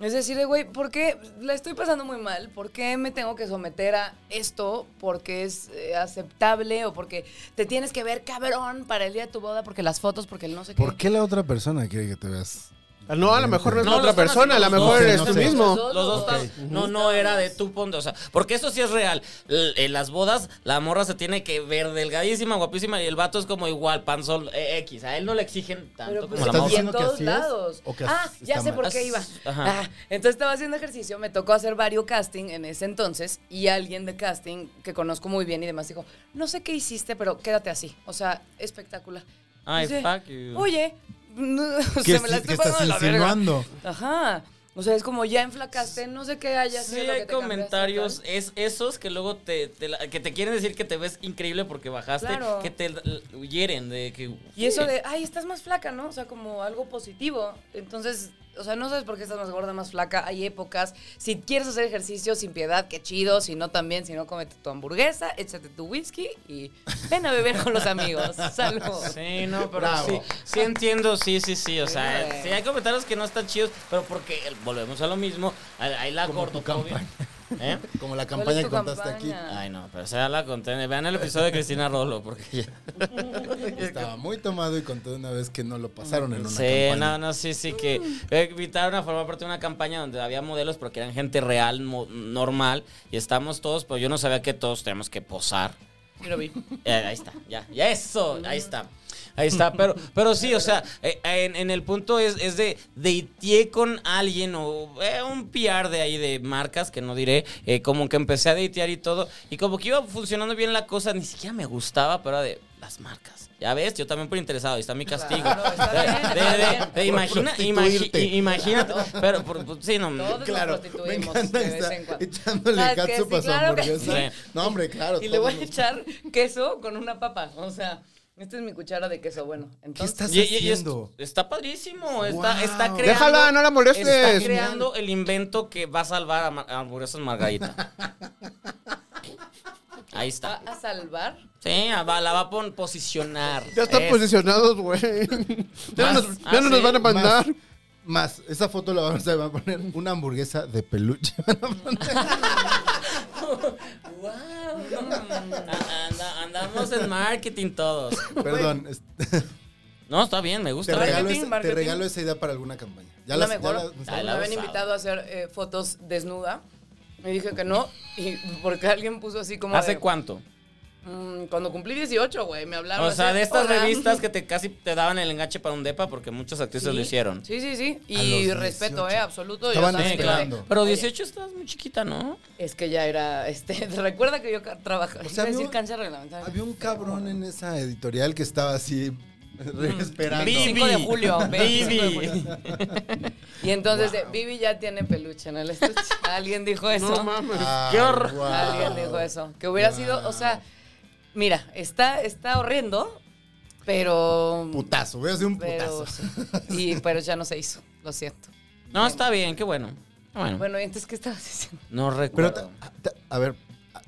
Speaker 6: es decir, de, güey, ¿por qué la estoy pasando muy mal? ¿Por qué me tengo que someter a esto? ¿Porque es eh, aceptable? ¿O porque te tienes que ver cabrón para el día de tu boda? ¿Porque las fotos? ¿Porque el no sé qué?
Speaker 4: ¿Por qué la otra persona quiere que te veas?
Speaker 2: Ah, No, a lo mejor no es
Speaker 5: No,
Speaker 2: la
Speaker 5: lo
Speaker 2: otra
Speaker 5: están
Speaker 2: persona, a lo
Speaker 5: haciendo los
Speaker 2: mejor
Speaker 4: dos.
Speaker 2: eres
Speaker 4: No
Speaker 2: tú
Speaker 4: sé.
Speaker 2: mismo.
Speaker 5: Los dos
Speaker 6: Ok.
Speaker 5: están- No, no era de tu ponte. O sea, porque eso sí es real. L- En las bodas, la morra se tiene que ver delgadísima, guapísima. Y el vato es como igual, panzol eh, X. A él no le exigen tanto
Speaker 6: Pero pues
Speaker 5: como
Speaker 4: ¿Estás
Speaker 5: la
Speaker 6: y
Speaker 5: morra.
Speaker 6: en
Speaker 4: diciendo que
Speaker 6: todos
Speaker 4: así es?
Speaker 6: lados.
Speaker 4: ¿O que
Speaker 6: ah,
Speaker 4: así
Speaker 6: ya
Speaker 4: está
Speaker 6: sé
Speaker 4: mal?
Speaker 6: por qué iba.
Speaker 5: Ajá.
Speaker 6: Ah, entonces estaba haciendo ejercicio, me tocó hacer varios casting en ese entonces y alguien de casting que conozco muy bien y demás dijo, no sé qué hiciste, pero quédate así. O sea, espectacular.
Speaker 5: Ay,
Speaker 6: Dice,
Speaker 5: fuck you.
Speaker 6: Oye, no, (laughs)
Speaker 4: ¿Qué
Speaker 6: Pues se me la
Speaker 4: es-
Speaker 6: estoy
Speaker 4: qué estás
Speaker 6: pasando de la verga.
Speaker 4: insinuando?
Speaker 6: Ajá. O sea, es como ya enflacaste, no sé qué haya
Speaker 5: Sí,
Speaker 6: sido lo que
Speaker 5: hay
Speaker 6: te cambiaste,
Speaker 5: comentarios
Speaker 6: tal.
Speaker 5: es esos que luego te, te la- que te quieren decir que te ves increíble porque bajaste,
Speaker 6: Claro.
Speaker 5: que te l- hieren de que
Speaker 6: Y eso de, ay, estás más flaca, ¿no? O sea, como algo positivo. Entonces, o sea, no sabes por qué estás más gorda, más flaca. Hay épocas. Si quieres hacer ejercicio sin piedad, qué chido. Si no, también, si no, cómete tu hamburguesa, échate tu whisky y ven a beber con los
Speaker 5: (laughs)
Speaker 6: amigos. Salud.
Speaker 5: Sí, no, pero
Speaker 4: Bravo.
Speaker 5: sí, sí entiendo, sí, sí, sí, o sea,
Speaker 6: Güey.
Speaker 5: sí hay comentarios que no están chidos, pero porque eh, volvemos a lo mismo, hay hay la
Speaker 4: Como tu
Speaker 5: gordofobia. ¿Eh?
Speaker 4: Como la
Speaker 6: ¿Cuál
Speaker 4: campaña
Speaker 6: es
Speaker 4: que
Speaker 6: tu
Speaker 4: contaste
Speaker 6: campaña?
Speaker 5: Ay, no, pero sea la conté, vean el episodio de Cristina Rolo, porque ya...
Speaker 4: aquí. Estaba muy tomado y conté una vez que no lo pasaron en una
Speaker 5: Sí,
Speaker 4: campaña.
Speaker 5: no, no, sí, sí, que eh, invitaron a formar parte de una campaña donde había modelos, pero que eran gente real, mo- normal, y estamos todos, pero yo no sabía que todos tenemos que posar.
Speaker 6: Yo lo vi.
Speaker 5: Eh, ahí está, ya, ya eso, ahí está. Ahí está, pero, pero sí, o sea, eh, en, en el punto es, es de deiteé con alguien o eh, un PR de ahí de marcas, que no diré, eh, como que empecé a deitear y todo, y como que iba funcionando bien la cosa, ni siquiera me gustaba, pero era de las marcas. Ya ves, yo también por interesado, ahí está mi castigo.
Speaker 6: Claro, está
Speaker 5: De-
Speaker 6: bien, está
Speaker 5: de- de-
Speaker 6: bien.
Speaker 5: de- imagina,
Speaker 4: prostituirte.
Speaker 5: imagi- imagínate, pero por- por- sí, no,
Speaker 6: Todos
Speaker 4: Claro,
Speaker 6: nos
Speaker 4: me
Speaker 6: prostituimos
Speaker 4: encanta
Speaker 6: de vez
Speaker 4: estar
Speaker 6: en cuando.
Speaker 4: echándole
Speaker 6: ¿Sabes que
Speaker 4: catsup
Speaker 6: sí?
Speaker 4: a su
Speaker 6: Claro que
Speaker 4: hamburguesa.
Speaker 5: sí.
Speaker 4: No, hombre, claro.
Speaker 6: Y le
Speaker 4: todo
Speaker 6: voy a
Speaker 4: mundo-
Speaker 6: echar queso con una papa. O sea, esta es mi cuchara de queso. Bueno,
Speaker 4: ¿Qué
Speaker 6: entonces.
Speaker 4: estás
Speaker 5: Y- y- y es-
Speaker 4: haciendo?
Speaker 5: está padrísimo. Está,
Speaker 4: Wow.
Speaker 5: está creando.
Speaker 2: Déjala, no la molestes.
Speaker 5: Está creando el invento que va a salvar a, Mar- a Hamburguesas Margarita. Ahí
Speaker 6: ¿Va
Speaker 5: está.
Speaker 6: a salvar?
Speaker 5: Sí, a- va- la va a pon- posicionar.
Speaker 2: Ya pues, están
Speaker 5: Es-
Speaker 2: posicionados, güey. Ya
Speaker 5: Más.
Speaker 2: no nos, ya
Speaker 5: Ah,
Speaker 2: no nos
Speaker 5: ¿sí?
Speaker 2: van a mandar.
Speaker 4: Más, esa foto la vamos a, va a poner una hamburguesa de peluche. (laughs)
Speaker 5: A- anda- andamos en marketing todos.
Speaker 4: Perdón, este, es-
Speaker 5: No, está bien, me
Speaker 4: te
Speaker 5: gusta.
Speaker 4: regalo,
Speaker 6: Marketing,
Speaker 4: esa, te
Speaker 6: marketing.
Speaker 4: regalo esa idea para alguna campaña. Ya
Speaker 6: la
Speaker 4: las- ya
Speaker 6: mejor.
Speaker 4: las-
Speaker 5: Ay,
Speaker 6: me
Speaker 5: la
Speaker 6: habían
Speaker 5: usaba.
Speaker 6: invitado a hacer eh, fotos desnuda. Me dije que no. Y porque alguien puso así como.
Speaker 5: ¿Hace
Speaker 6: de,
Speaker 5: cuánto?
Speaker 6: mm, cuando cumplí 18, güey. Me hablaron.
Speaker 5: O sea,
Speaker 6: así,
Speaker 5: de estas
Speaker 6: "Hola".
Speaker 5: revistas que te casi te daban el enganche para un depa porque muchas actrices
Speaker 6: (laughs) Sí,
Speaker 5: lo hicieron.
Speaker 6: Sí, sí, sí.
Speaker 4: A
Speaker 6: Y
Speaker 4: los
Speaker 6: respeto,
Speaker 4: 18.
Speaker 6: ¿eh? Absoluto.
Speaker 4: Estaban
Speaker 6: yo
Speaker 5: Sí,
Speaker 6: también
Speaker 4: Estás
Speaker 6: de-
Speaker 5: claro.
Speaker 4: esperando.
Speaker 5: Pero
Speaker 6: Oye,
Speaker 5: 18 estabas muy chiquita, ¿no?
Speaker 6: Es que ya era. (laughs) este Recuerda que yo ca- trabajaba.
Speaker 4: O sea,
Speaker 6: iba a
Speaker 4: había
Speaker 6: decir
Speaker 4: un-
Speaker 6: cancha reglamentaria.
Speaker 4: Había un cabrón en esa editorial que estaba así (laughs) re- esperando.
Speaker 5: Vivi.
Speaker 6: 25 de julio, 25 de
Speaker 5: Vivi.
Speaker 6: julio. (laughs) Y entonces eh, Vivi ya tiene peluche en el
Speaker 5: (laughs)
Speaker 6: estuche. Alguien dijo eso.
Speaker 4: Ay,
Speaker 5: Qué horror.
Speaker 4: guau.
Speaker 6: Alguien dijo eso. Que hubiera sido, o sea, mira, está, está horrendo, pero.
Speaker 4: Putazo, voy a hacer un
Speaker 6: pero,
Speaker 4: putazo.
Speaker 6: sí. Y, pero ya no se hizo, lo siento.
Speaker 5: No, está bien, qué bueno. Bueno,
Speaker 6: Bueno, ¿y entonces qué estabas diciendo?
Speaker 5: no
Speaker 4: Pero,
Speaker 5: recuerdo.
Speaker 4: ta- ta- a ver,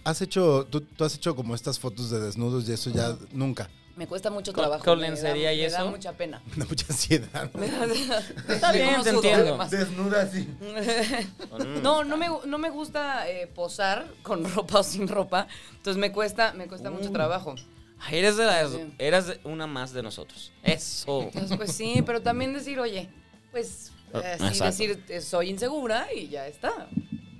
Speaker 4: has hecho, tú, tú has hecho como estas fotos de desnudos y eso ya nunca. (laughs)
Speaker 6: Me cuesta mucho
Speaker 5: Con-
Speaker 6: trabajo.
Speaker 5: con
Speaker 6: me da-
Speaker 5: lencería y
Speaker 6: Me
Speaker 5: eso.
Speaker 6: da mucha (laughs) pena.
Speaker 4: Me da mucha ansiedad.
Speaker 6: (laughs)
Speaker 4: ¿no?
Speaker 6: Está
Speaker 5: bien, te entiendo.
Speaker 4: Desnuda así.
Speaker 6: (laughs) Mm. No, no me, gu- no me gusta eh, posar con (laughs) ropa o sin ropa. Entonces me cuesta, me cuesta
Speaker 5: Uh.
Speaker 6: mucho trabajo.
Speaker 5: Ay, Eres, de las-
Speaker 6: Sí.
Speaker 5: eras de- una más de nosotros.
Speaker 4: (laughs)
Speaker 5: Eso.
Speaker 6: Entonces, pues sí, pero también decir, oye, pues
Speaker 5: Ah,
Speaker 6: así
Speaker 5: exacto.
Speaker 6: decir, eh, soy insegura y ya está.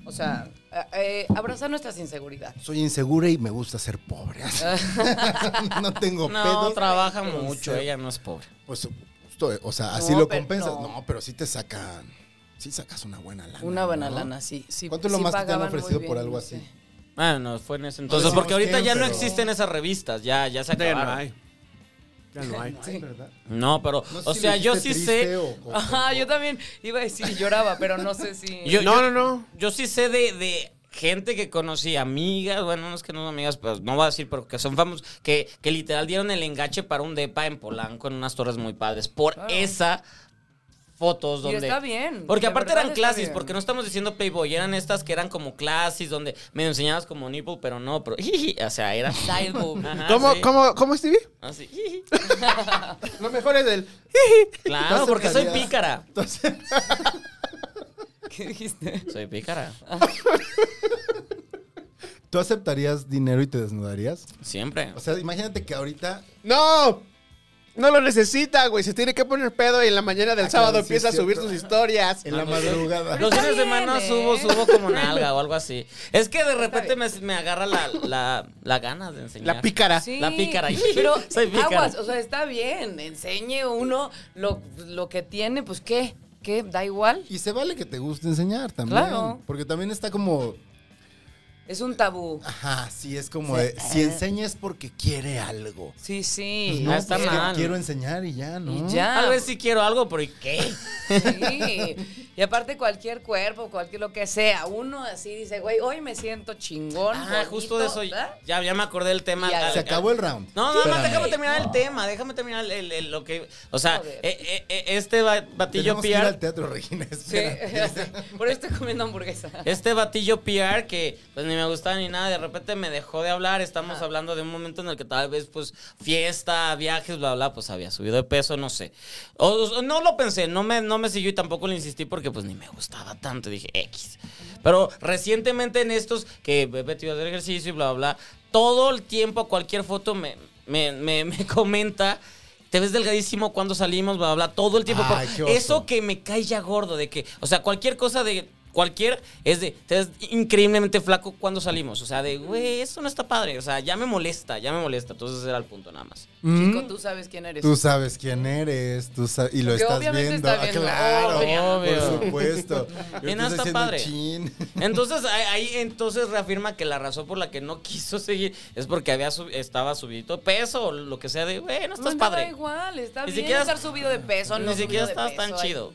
Speaker 6: O sea, a- eh, abrazar nuestras inseguridades.
Speaker 4: Soy insegura y me gusta ser
Speaker 6: (laughs)
Speaker 4: pobre. (laughs) no tengo
Speaker 5: No,
Speaker 4: pedos.
Speaker 5: trabaja
Speaker 4: Pero
Speaker 5: mucho,
Speaker 4: sí.
Speaker 5: ella no es pobre.
Speaker 4: Pues, justo, o sea, así
Speaker 6: No,
Speaker 4: lo
Speaker 6: pero
Speaker 4: compensas.
Speaker 6: no.
Speaker 4: No. pero sí te sacan. Sí sacas una buena lana.
Speaker 6: Una buena
Speaker 4: ¿no?
Speaker 6: lana, sí. sí
Speaker 4: ¿Cuánto es lo
Speaker 6: sí
Speaker 4: más que te han
Speaker 6: pagaban muy
Speaker 4: ofrecido
Speaker 6: bien,
Speaker 4: por algo
Speaker 6: no
Speaker 4: así?
Speaker 6: (laughs) sé.
Speaker 5: Ah, no, fue en ese
Speaker 4: No
Speaker 5: entonces.
Speaker 4: decimos
Speaker 5: Porque ahorita
Speaker 4: quién,
Speaker 5: ya no
Speaker 4: pero-
Speaker 5: existen esas revistas, ya, ya se
Speaker 2: Ya no
Speaker 5: acabaron.
Speaker 2: hay. Ya no hay.
Speaker 4: Sí, ¿verdad?
Speaker 5: No, pero,
Speaker 4: No sé
Speaker 5: o
Speaker 4: si
Speaker 5: sea,
Speaker 4: lo
Speaker 5: yo sí
Speaker 4: hiciste
Speaker 5: sé.
Speaker 4: triste o- o-
Speaker 6: Ajá, yo también iba a decir, lloraba, pero no sé si...
Speaker 5: Yo-
Speaker 2: no, no, no.
Speaker 5: Yo sí sé de, de gente que conocí, amigas, bueno, no es que no son amigas, pero no voy a decir, pero que son famosos, que, que literal dieron el engache para un depa en Polanco, en unas torres muy padres, por
Speaker 6: Claro.
Speaker 5: esa fotos
Speaker 6: Y
Speaker 5: donde...
Speaker 6: está bien,
Speaker 5: Porque
Speaker 6: de
Speaker 5: aparte
Speaker 6: verdad
Speaker 5: eran
Speaker 6: está
Speaker 5: clases,
Speaker 6: bien.
Speaker 5: porque no estamos diciendo Playboy, eran estas que eran como clases donde me enseñabas como nipple, pero no, pero... o sea, era...
Speaker 6: (laughs) Side boob.
Speaker 5: Ajá,
Speaker 2: ¿Cómo,
Speaker 5: Ah, sí. Ah,
Speaker 2: cómo, cómo, Stevie?
Speaker 5: Así.
Speaker 2: Lo mejor es el.
Speaker 5: Claro,
Speaker 4: Entonces,
Speaker 5: porque soy
Speaker 4: estarías-
Speaker 5: pícara.
Speaker 4: Entonces,
Speaker 6: (laughs) ¿Qué dijiste?
Speaker 5: Soy pícara.
Speaker 4: ¿tú aceptarías dinero y te desnudarías?
Speaker 5: Siempre.
Speaker 4: O sea, imagínate que ahorita
Speaker 2: ¡No! No lo necesita, güey. Se tiene que poner pedo y en la mañana del
Speaker 4: Ah,
Speaker 2: sábado
Speaker 4: claro, sí,
Speaker 2: empieza a
Speaker 4: es cierto.
Speaker 2: subir sus historias.
Speaker 4: en la
Speaker 5: Ah, pues,
Speaker 4: madrugada.
Speaker 5: Los fines de
Speaker 6: bien,
Speaker 5: semana
Speaker 6: ¿eh?
Speaker 5: subo, subo como nalga o algo así. Es que de repente me, me agarra la, la, la gana de enseñar.
Speaker 2: La pícara.
Speaker 6: Sí,
Speaker 5: (laughs) La pícara.
Speaker 6: Pero
Speaker 5: (laughs) Soy pícara.
Speaker 6: aguas, o sea, está bien, enseñe uno lo, lo que tiene, pues qué, qué, da igual.
Speaker 4: Y se vale que te guste enseñar también.
Speaker 6: Claro.
Speaker 4: Porque también está como.
Speaker 6: Es un tabú.
Speaker 4: Ajá, sí, es como de, si enseña es porque quiere algo.
Speaker 6: Sí, sí.
Speaker 4: Pues
Speaker 5: no, está
Speaker 4: pues,
Speaker 5: mal.
Speaker 4: Quiero enseñar y ya, ¿no?
Speaker 6: Y ya.
Speaker 5: Tal vez sí quiero algo, pero
Speaker 4: (laughs)
Speaker 5: ¿y qué?
Speaker 6: Sí. Y aparte cualquier cuerpo, cualquier lo que sea, uno así dice, güey, hoy me siento chingón.
Speaker 5: Ah, justo de eso.
Speaker 6: ¿verdad?
Speaker 5: Ya, ya me acordé del tema.
Speaker 6: Y ya.
Speaker 5: Ah,
Speaker 4: ¿eh? Se acabó el round.
Speaker 5: No, no, no,
Speaker 4: Espérame.
Speaker 5: déjame terminar el tema, déjame terminar el, el- el- lo que... O sea,
Speaker 6: Joder.
Speaker 5: eh, eh, eh, este ba- batillo
Speaker 4: Tenemos que ir
Speaker 5: PR...
Speaker 4: al teatro, Regina.
Speaker 6: (laughs) Sí.
Speaker 4: espérate.
Speaker 6: (laughs) Por eso estoy comiendo hamburguesa.
Speaker 5: Este batillo PR que pues ni me gustaba ni nada, de repente me dejó de hablar, estamos hablando de un momento en el que tal vez pues fiesta, viajes, bla, bla, pues había subido de peso, no sé. O, o- no lo pensé, no me, no me siguió y tampoco le insistí porque pues ni me gustaba tanto, dije X. Pero recientemente en estos que vete a hacer ejercicio y bla, bla, bla, todo el tiempo cualquier foto me, me, me- me (laughs) comenta. Te ves delgadísimo cuando salimos, bla, bla, bla, todo el tiempo.
Speaker 4: Ay,
Speaker 5: Pero
Speaker 4: qué oso.
Speaker 5: eso que me cae ya gordo, de que, o sea, cualquier cosa de, cualquier, es de, te ves increíblemente flaco cuando salimos, o sea, de, güey, eso no está padre, o sea, ya me molesta, ya me molesta, entonces ese era el punto nada más.
Speaker 6: Chico, Mm. tú sabes quién eres.
Speaker 4: Tú sabes quién eres, tú sa- y lo
Speaker 6: Porque
Speaker 4: estás
Speaker 6: obviamente
Speaker 4: viendo.
Speaker 6: está
Speaker 4: Ah,
Speaker 6: viendo,
Speaker 4: claro,
Speaker 5: obvio.
Speaker 4: por
Speaker 6: (laughs)
Speaker 4: supuesto.
Speaker 5: Y no
Speaker 4: estás
Speaker 5: está
Speaker 4: haciendo
Speaker 5: padre.
Speaker 4: chin.
Speaker 5: Entonces, ahí, ahí entonces reafirma que la razón por la que no (laughs) quiso seguir es porque había sub- estaba subido de peso o lo que sea, de, güey, no
Speaker 6: Eh, No
Speaker 5: estás
Speaker 6: estaba
Speaker 5: padre.
Speaker 6: igual, está
Speaker 5: Ni
Speaker 6: bien
Speaker 5: siquiera-
Speaker 6: estar subido de peso, no
Speaker 5: Ni siquiera
Speaker 6: subido de
Speaker 5: estabas tan
Speaker 6: peso. Ay,
Speaker 5: chido.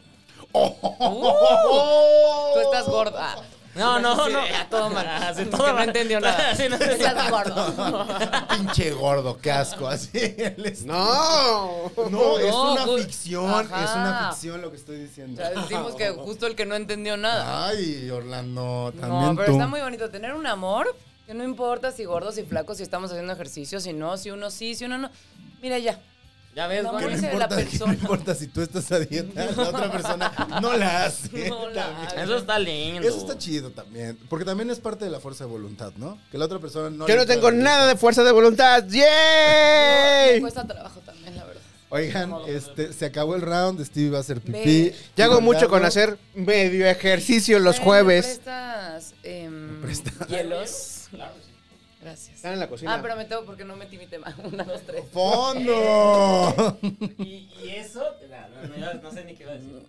Speaker 6: Uh, Tú estás gorda.
Speaker 5: No,
Speaker 6: (laughs)
Speaker 5: no, no.
Speaker 6: A
Speaker 5: (laughs)
Speaker 6: todo mal.
Speaker 5: Así,
Speaker 6: Es
Speaker 5: todo
Speaker 6: (laughs) que no
Speaker 5: mal.
Speaker 6: entendió
Speaker 5: (laughs)
Speaker 6: nada.
Speaker 5: Sí, no
Speaker 6: Tú
Speaker 5: entendió
Speaker 6: (laughs)
Speaker 5: nada.
Speaker 6: estás gordo.
Speaker 4: (laughs) Pinche gordo, casco, así. él es-
Speaker 2: No.
Speaker 4: No, es
Speaker 6: No,
Speaker 4: una
Speaker 6: ju-
Speaker 4: ficción, es
Speaker 6: Ajá.
Speaker 4: una ficción lo que estoy
Speaker 6: O
Speaker 4: diciendo.
Speaker 6: sea, decimos
Speaker 4: (laughs)
Speaker 6: que justo el que no entendió nada.
Speaker 4: Ay, Orlando, también
Speaker 6: No, pero
Speaker 4: tú.
Speaker 6: está muy bonito tener un amor que no importa si gordos, si flacos, si estamos haciendo ejercicio, si no, si uno sí, si uno no. Mira ya. (laughs)
Speaker 5: Ya ves,
Speaker 6: No,
Speaker 5: güey.
Speaker 4: Que no
Speaker 6: dice la
Speaker 4: importa, que no
Speaker 6: persona.
Speaker 4: importa si tú estás a dieta, la otra persona no la hace.
Speaker 6: (laughs) No la
Speaker 4: también.
Speaker 6: hace.
Speaker 5: Eso está lindo.
Speaker 4: Eso está chido también, porque también es parte de la fuerza de voluntad, ¿no? Que la otra persona no...
Speaker 2: Yo
Speaker 4: le
Speaker 2: no tengo
Speaker 4: puede-
Speaker 2: nada de fuerza de voluntad.
Speaker 6: Me
Speaker 5: pues,
Speaker 2: ¡Yay!
Speaker 6: cuesta trabajo también, la verdad.
Speaker 4: Oigan, este, se acabó el round, Steve va a hacer pipí.
Speaker 6: Ve.
Speaker 2: Yo hago mucho
Speaker 4: Orlando-
Speaker 2: con hacer medio ejercicio los
Speaker 6: Ay, ¿me
Speaker 2: jueves.
Speaker 6: prestas, em,
Speaker 4: prestas?
Speaker 6: hielos? Gracias.
Speaker 2: Están en la cocina.
Speaker 6: Ah, pero me tengo porque no metí mi tema. (laughs) Una, dos, tres.
Speaker 4: ¡Fondo! (laughs)
Speaker 5: ¿Y, y eso? No, no, no, ya no sé ni qué iba a
Speaker 6: (laughs)
Speaker 5: decir.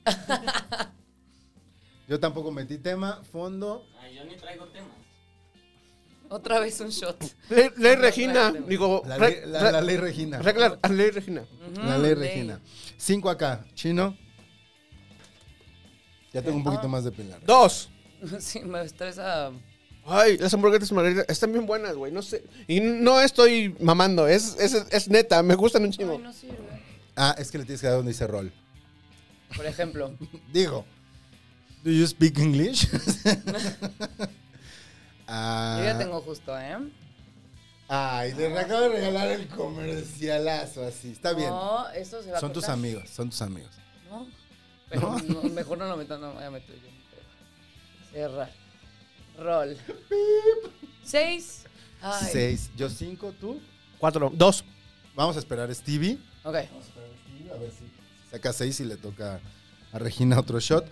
Speaker 4: Yo tampoco metí tema, fondo.
Speaker 5: Ay, Ah, yo ni traigo temas.
Speaker 6: Otra vez un shot.
Speaker 5: pues,
Speaker 2: Ley, ley Regina. Digo,
Speaker 4: La,
Speaker 2: re-
Speaker 4: ley- la-
Speaker 2: re-
Speaker 4: la ley Regina.
Speaker 2: regla- ah, ley Regina.
Speaker 4: La ley
Speaker 6: Mm,
Speaker 4: Regina. Cinco acá. Chino. Ya tengo un
Speaker 6: Ah.
Speaker 4: poquito más de pelar.
Speaker 2: Dos.
Speaker 6: (laughs) Sí, me estresa.
Speaker 2: Ay, las hamburguesas margarita están bien buenas, güey. No sé. Y no estoy mamando. Es, es, es neta. Me gustan un
Speaker 6: Ay,
Speaker 2: chingo.
Speaker 6: no sirve.
Speaker 4: Ah, es que le tienes que dar donde dice rol.
Speaker 6: Por ejemplo.
Speaker 4: Digo. ¿Do you speak English? (laughs) ah,
Speaker 6: Yo ya tengo justo, ¿eh?
Speaker 4: Ay, le
Speaker 6: Ah.
Speaker 4: acabo de regalar el comercialazo así. Está bien.
Speaker 6: No, eso se va a
Speaker 4: Son tus
Speaker 6: cortar.
Speaker 4: amigos, son tus amigos.
Speaker 6: No. Pero no, mejor no lo metan, no voy a meter yo. Cerrar. Roll. Seis. Ay.
Speaker 4: Seis. Yo cinco, tú.
Speaker 2: Cuatro. Dos.
Speaker 4: Vamos a esperar a Stevie.
Speaker 6: Ok.
Speaker 4: A ver si saca seis y le toca a Regina otro shot.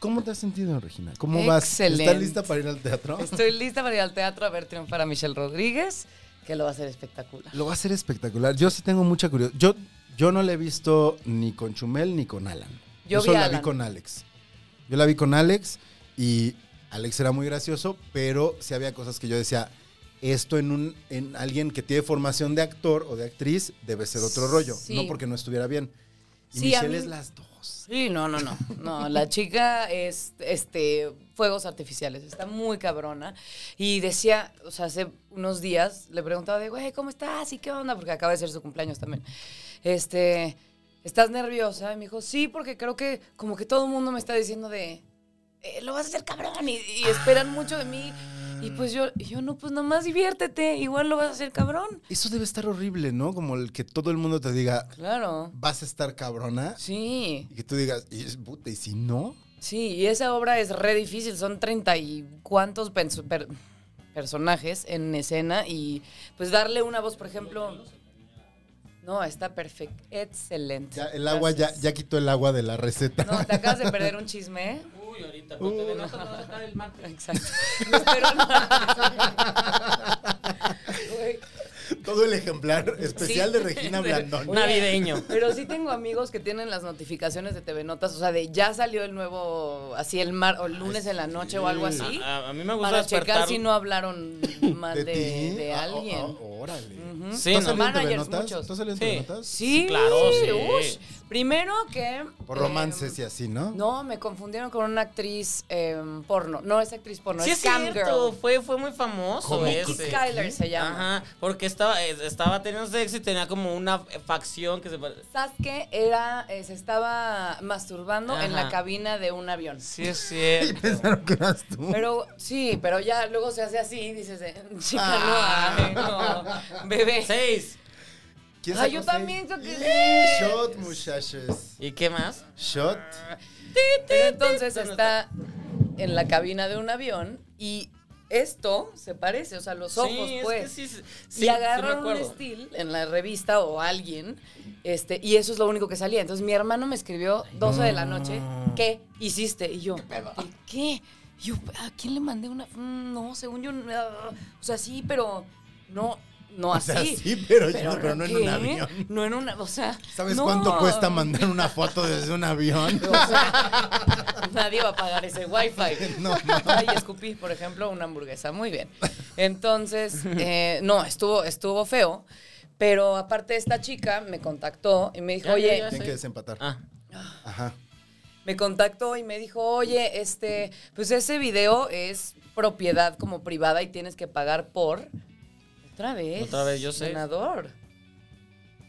Speaker 4: ¿Cómo te has sentido, Regina? ¿Cómo vas?
Speaker 6: Excelente.
Speaker 4: ¿Estás lista para ir al teatro?
Speaker 6: Estoy lista para ir al teatro a ver triunfar a Michelle Rodríguez, que lo va a hacer espectacular.
Speaker 4: Lo va a ser espectacular. Yo sí tengo mucha curiosidad. Yo, yo no la he visto ni con Chumel ni con Alan.
Speaker 6: Yo vi
Speaker 4: solo
Speaker 6: a
Speaker 4: la
Speaker 6: Alan.
Speaker 4: vi con Alex. Yo la vi con Alex y Alex era muy gracioso, pero sí había cosas que yo decía, esto en un en alguien que tiene formación de actor o de actriz debe ser otro rollo,
Speaker 6: Sí.
Speaker 4: no porque no estuviera bien. Y
Speaker 6: Sí, a
Speaker 4: Michelle
Speaker 6: mí-
Speaker 4: es las dos.
Speaker 6: Sí, no, no, no. No, la chica es este fuegos artificiales, está muy cabrona. Y decía, o sea, hace unos días le preguntaba de, güey, ¿cómo estás? ¿Y qué onda? Porque acaba de ser su cumpleaños también. Este, ¿estás nerviosa? Y me dijo, sí, porque creo que como que todo el mundo me está diciendo de, eh, lo vas a hacer cabrón y, y esperan mucho de mí. Y pues yo, y yo no, pues nomás diviértete, igual lo vas a hacer cabrón.
Speaker 4: Eso debe estar horrible, ¿no? Como el que todo el mundo te diga,
Speaker 6: Claro.
Speaker 4: vas a estar cabrona.
Speaker 6: Sí.
Speaker 4: Y que tú digas, y, es puta, ¿y si no?
Speaker 6: Sí, y esa obra es re difícil, son treinta y cuantos penso- per- personajes en escena y pues darle una voz, por ejemplo... No, está perfecto, excelente.
Speaker 4: Ya, el agua ya,
Speaker 6: Gracias.
Speaker 4: ya quitó el agua de la receta.
Speaker 6: No, te acabas de perder un chisme. ¿eh?
Speaker 5: Uy, ahorita, pero te no te vas a sacar el
Speaker 6: (laughs)
Speaker 4: (laughs)
Speaker 5: martes.
Speaker 6: Exacto. Me espero- Güey,
Speaker 4: Todo el ejemplar especial
Speaker 6: Sí.
Speaker 4: de Regina
Speaker 6: (laughs) De-
Speaker 4: Blandón.
Speaker 5: Navideño.
Speaker 6: (laughs) Pero sí tengo amigos que tienen las notificaciones de TV Notas, o sea, de ya salió el nuevo, así el mar, o el
Speaker 4: Ah,
Speaker 6: lunes en la noche o algo así.
Speaker 5: Ah, A, a- a mí me gusta
Speaker 6: Para
Speaker 5: despertar.
Speaker 6: checar si
Speaker 4: (laughs)
Speaker 6: no hablaron mal de,
Speaker 4: ti?
Speaker 6: de
Speaker 4: Ah,
Speaker 6: alguien.
Speaker 4: ah, órale.
Speaker 5: Sí,
Speaker 4: ¿Tú has salido
Speaker 5: no.
Speaker 4: en TV
Speaker 6: Managers,
Speaker 4: Notas?
Speaker 6: muchos.
Speaker 4: ¿Tú has salido en
Speaker 5: Sí.
Speaker 4: TV Notas?
Speaker 6: Sí,
Speaker 5: Claro, sí.
Speaker 6: ush. Primero que.
Speaker 4: Por
Speaker 6: eh,
Speaker 4: romances y así, ¿no?
Speaker 6: no, me confundieron con una actriz em, porno. No es actriz porno,
Speaker 5: Sí,
Speaker 6: es
Speaker 5: es
Speaker 6: cam
Speaker 5: cierto.
Speaker 6: girl.
Speaker 5: Fue, fue muy famoso
Speaker 4: ¿Cómo que
Speaker 5: ese.
Speaker 6: Skyler se llama.
Speaker 5: Ajá, porque estaba, es- estaba teniendo sexo y tenía como una facción que se pare-
Speaker 6: Sasuke era, eh, se estaba masturbando en la
Speaker 5: Ajá.
Speaker 6: cabina de un avión.
Speaker 5: Sí, es cierto.
Speaker 4: Pensaron que eras tú.
Speaker 6: Pero sí, pero ya luego se hace así y dices, eh, (laughs) chica,
Speaker 5: Ah.
Speaker 6: no, ay, no, (laughs) bebé.
Speaker 5: Seis.
Speaker 4: ¿Quién
Speaker 6: Ay,
Speaker 4: sacó
Speaker 6: ah, yo también creo que
Speaker 4: Y-
Speaker 6: sí. Ah,
Speaker 4: Shot, muchachos.
Speaker 5: ¿Y qué más?
Speaker 4: Shot.
Speaker 6: Pero entonces está en la cabina de un avión y esto se parece, o sea, los ojos,
Speaker 5: sí,
Speaker 6: pues.
Speaker 5: Es que sí, sí, sí
Speaker 6: y agarraron
Speaker 5: me
Speaker 6: un
Speaker 5: acuerdo.
Speaker 6: estilo en la revista o alguien, este, y eso es lo único que salía. Entonces mi hermano me escribió 12 de la noche, ¿qué hiciste? Y yo, "¿El ¿qué? Y yo, ¿a quién le mandé una? Mm, No, según yo, ah, o sea, sí, pero no,
Speaker 5: (laughs)
Speaker 6: no
Speaker 4: O
Speaker 6: así.
Speaker 4: sea, sí, pero, pero no en
Speaker 6: ¿qué?
Speaker 4: un avión.
Speaker 6: No en una, o sea.
Speaker 4: ¿Sabes
Speaker 6: no.
Speaker 4: cuánto cuesta mandar una foto desde un
Speaker 6: (laughs)
Speaker 4: avión?
Speaker 6: O sea, nadie va a pagar ese
Speaker 4: (laughs)
Speaker 6: wifi.
Speaker 4: No,
Speaker 6: Ay, escupí, por ejemplo, una hamburguesa. Muy bien. Entonces, eh, no, estuvo, estuvo feo. Pero aparte esta chica me contactó y me dijo,
Speaker 5: Ya, ya,
Speaker 6: oye,
Speaker 5: ya.
Speaker 4: Tienen que desempatar.
Speaker 5: Ah,
Speaker 4: Ajá.
Speaker 6: me contactó y me dijo, oye, este, pues ese video es propiedad como privada y tienes que pagar por... Otra vez.
Speaker 5: Otra vez, yo sé.
Speaker 6: Senador.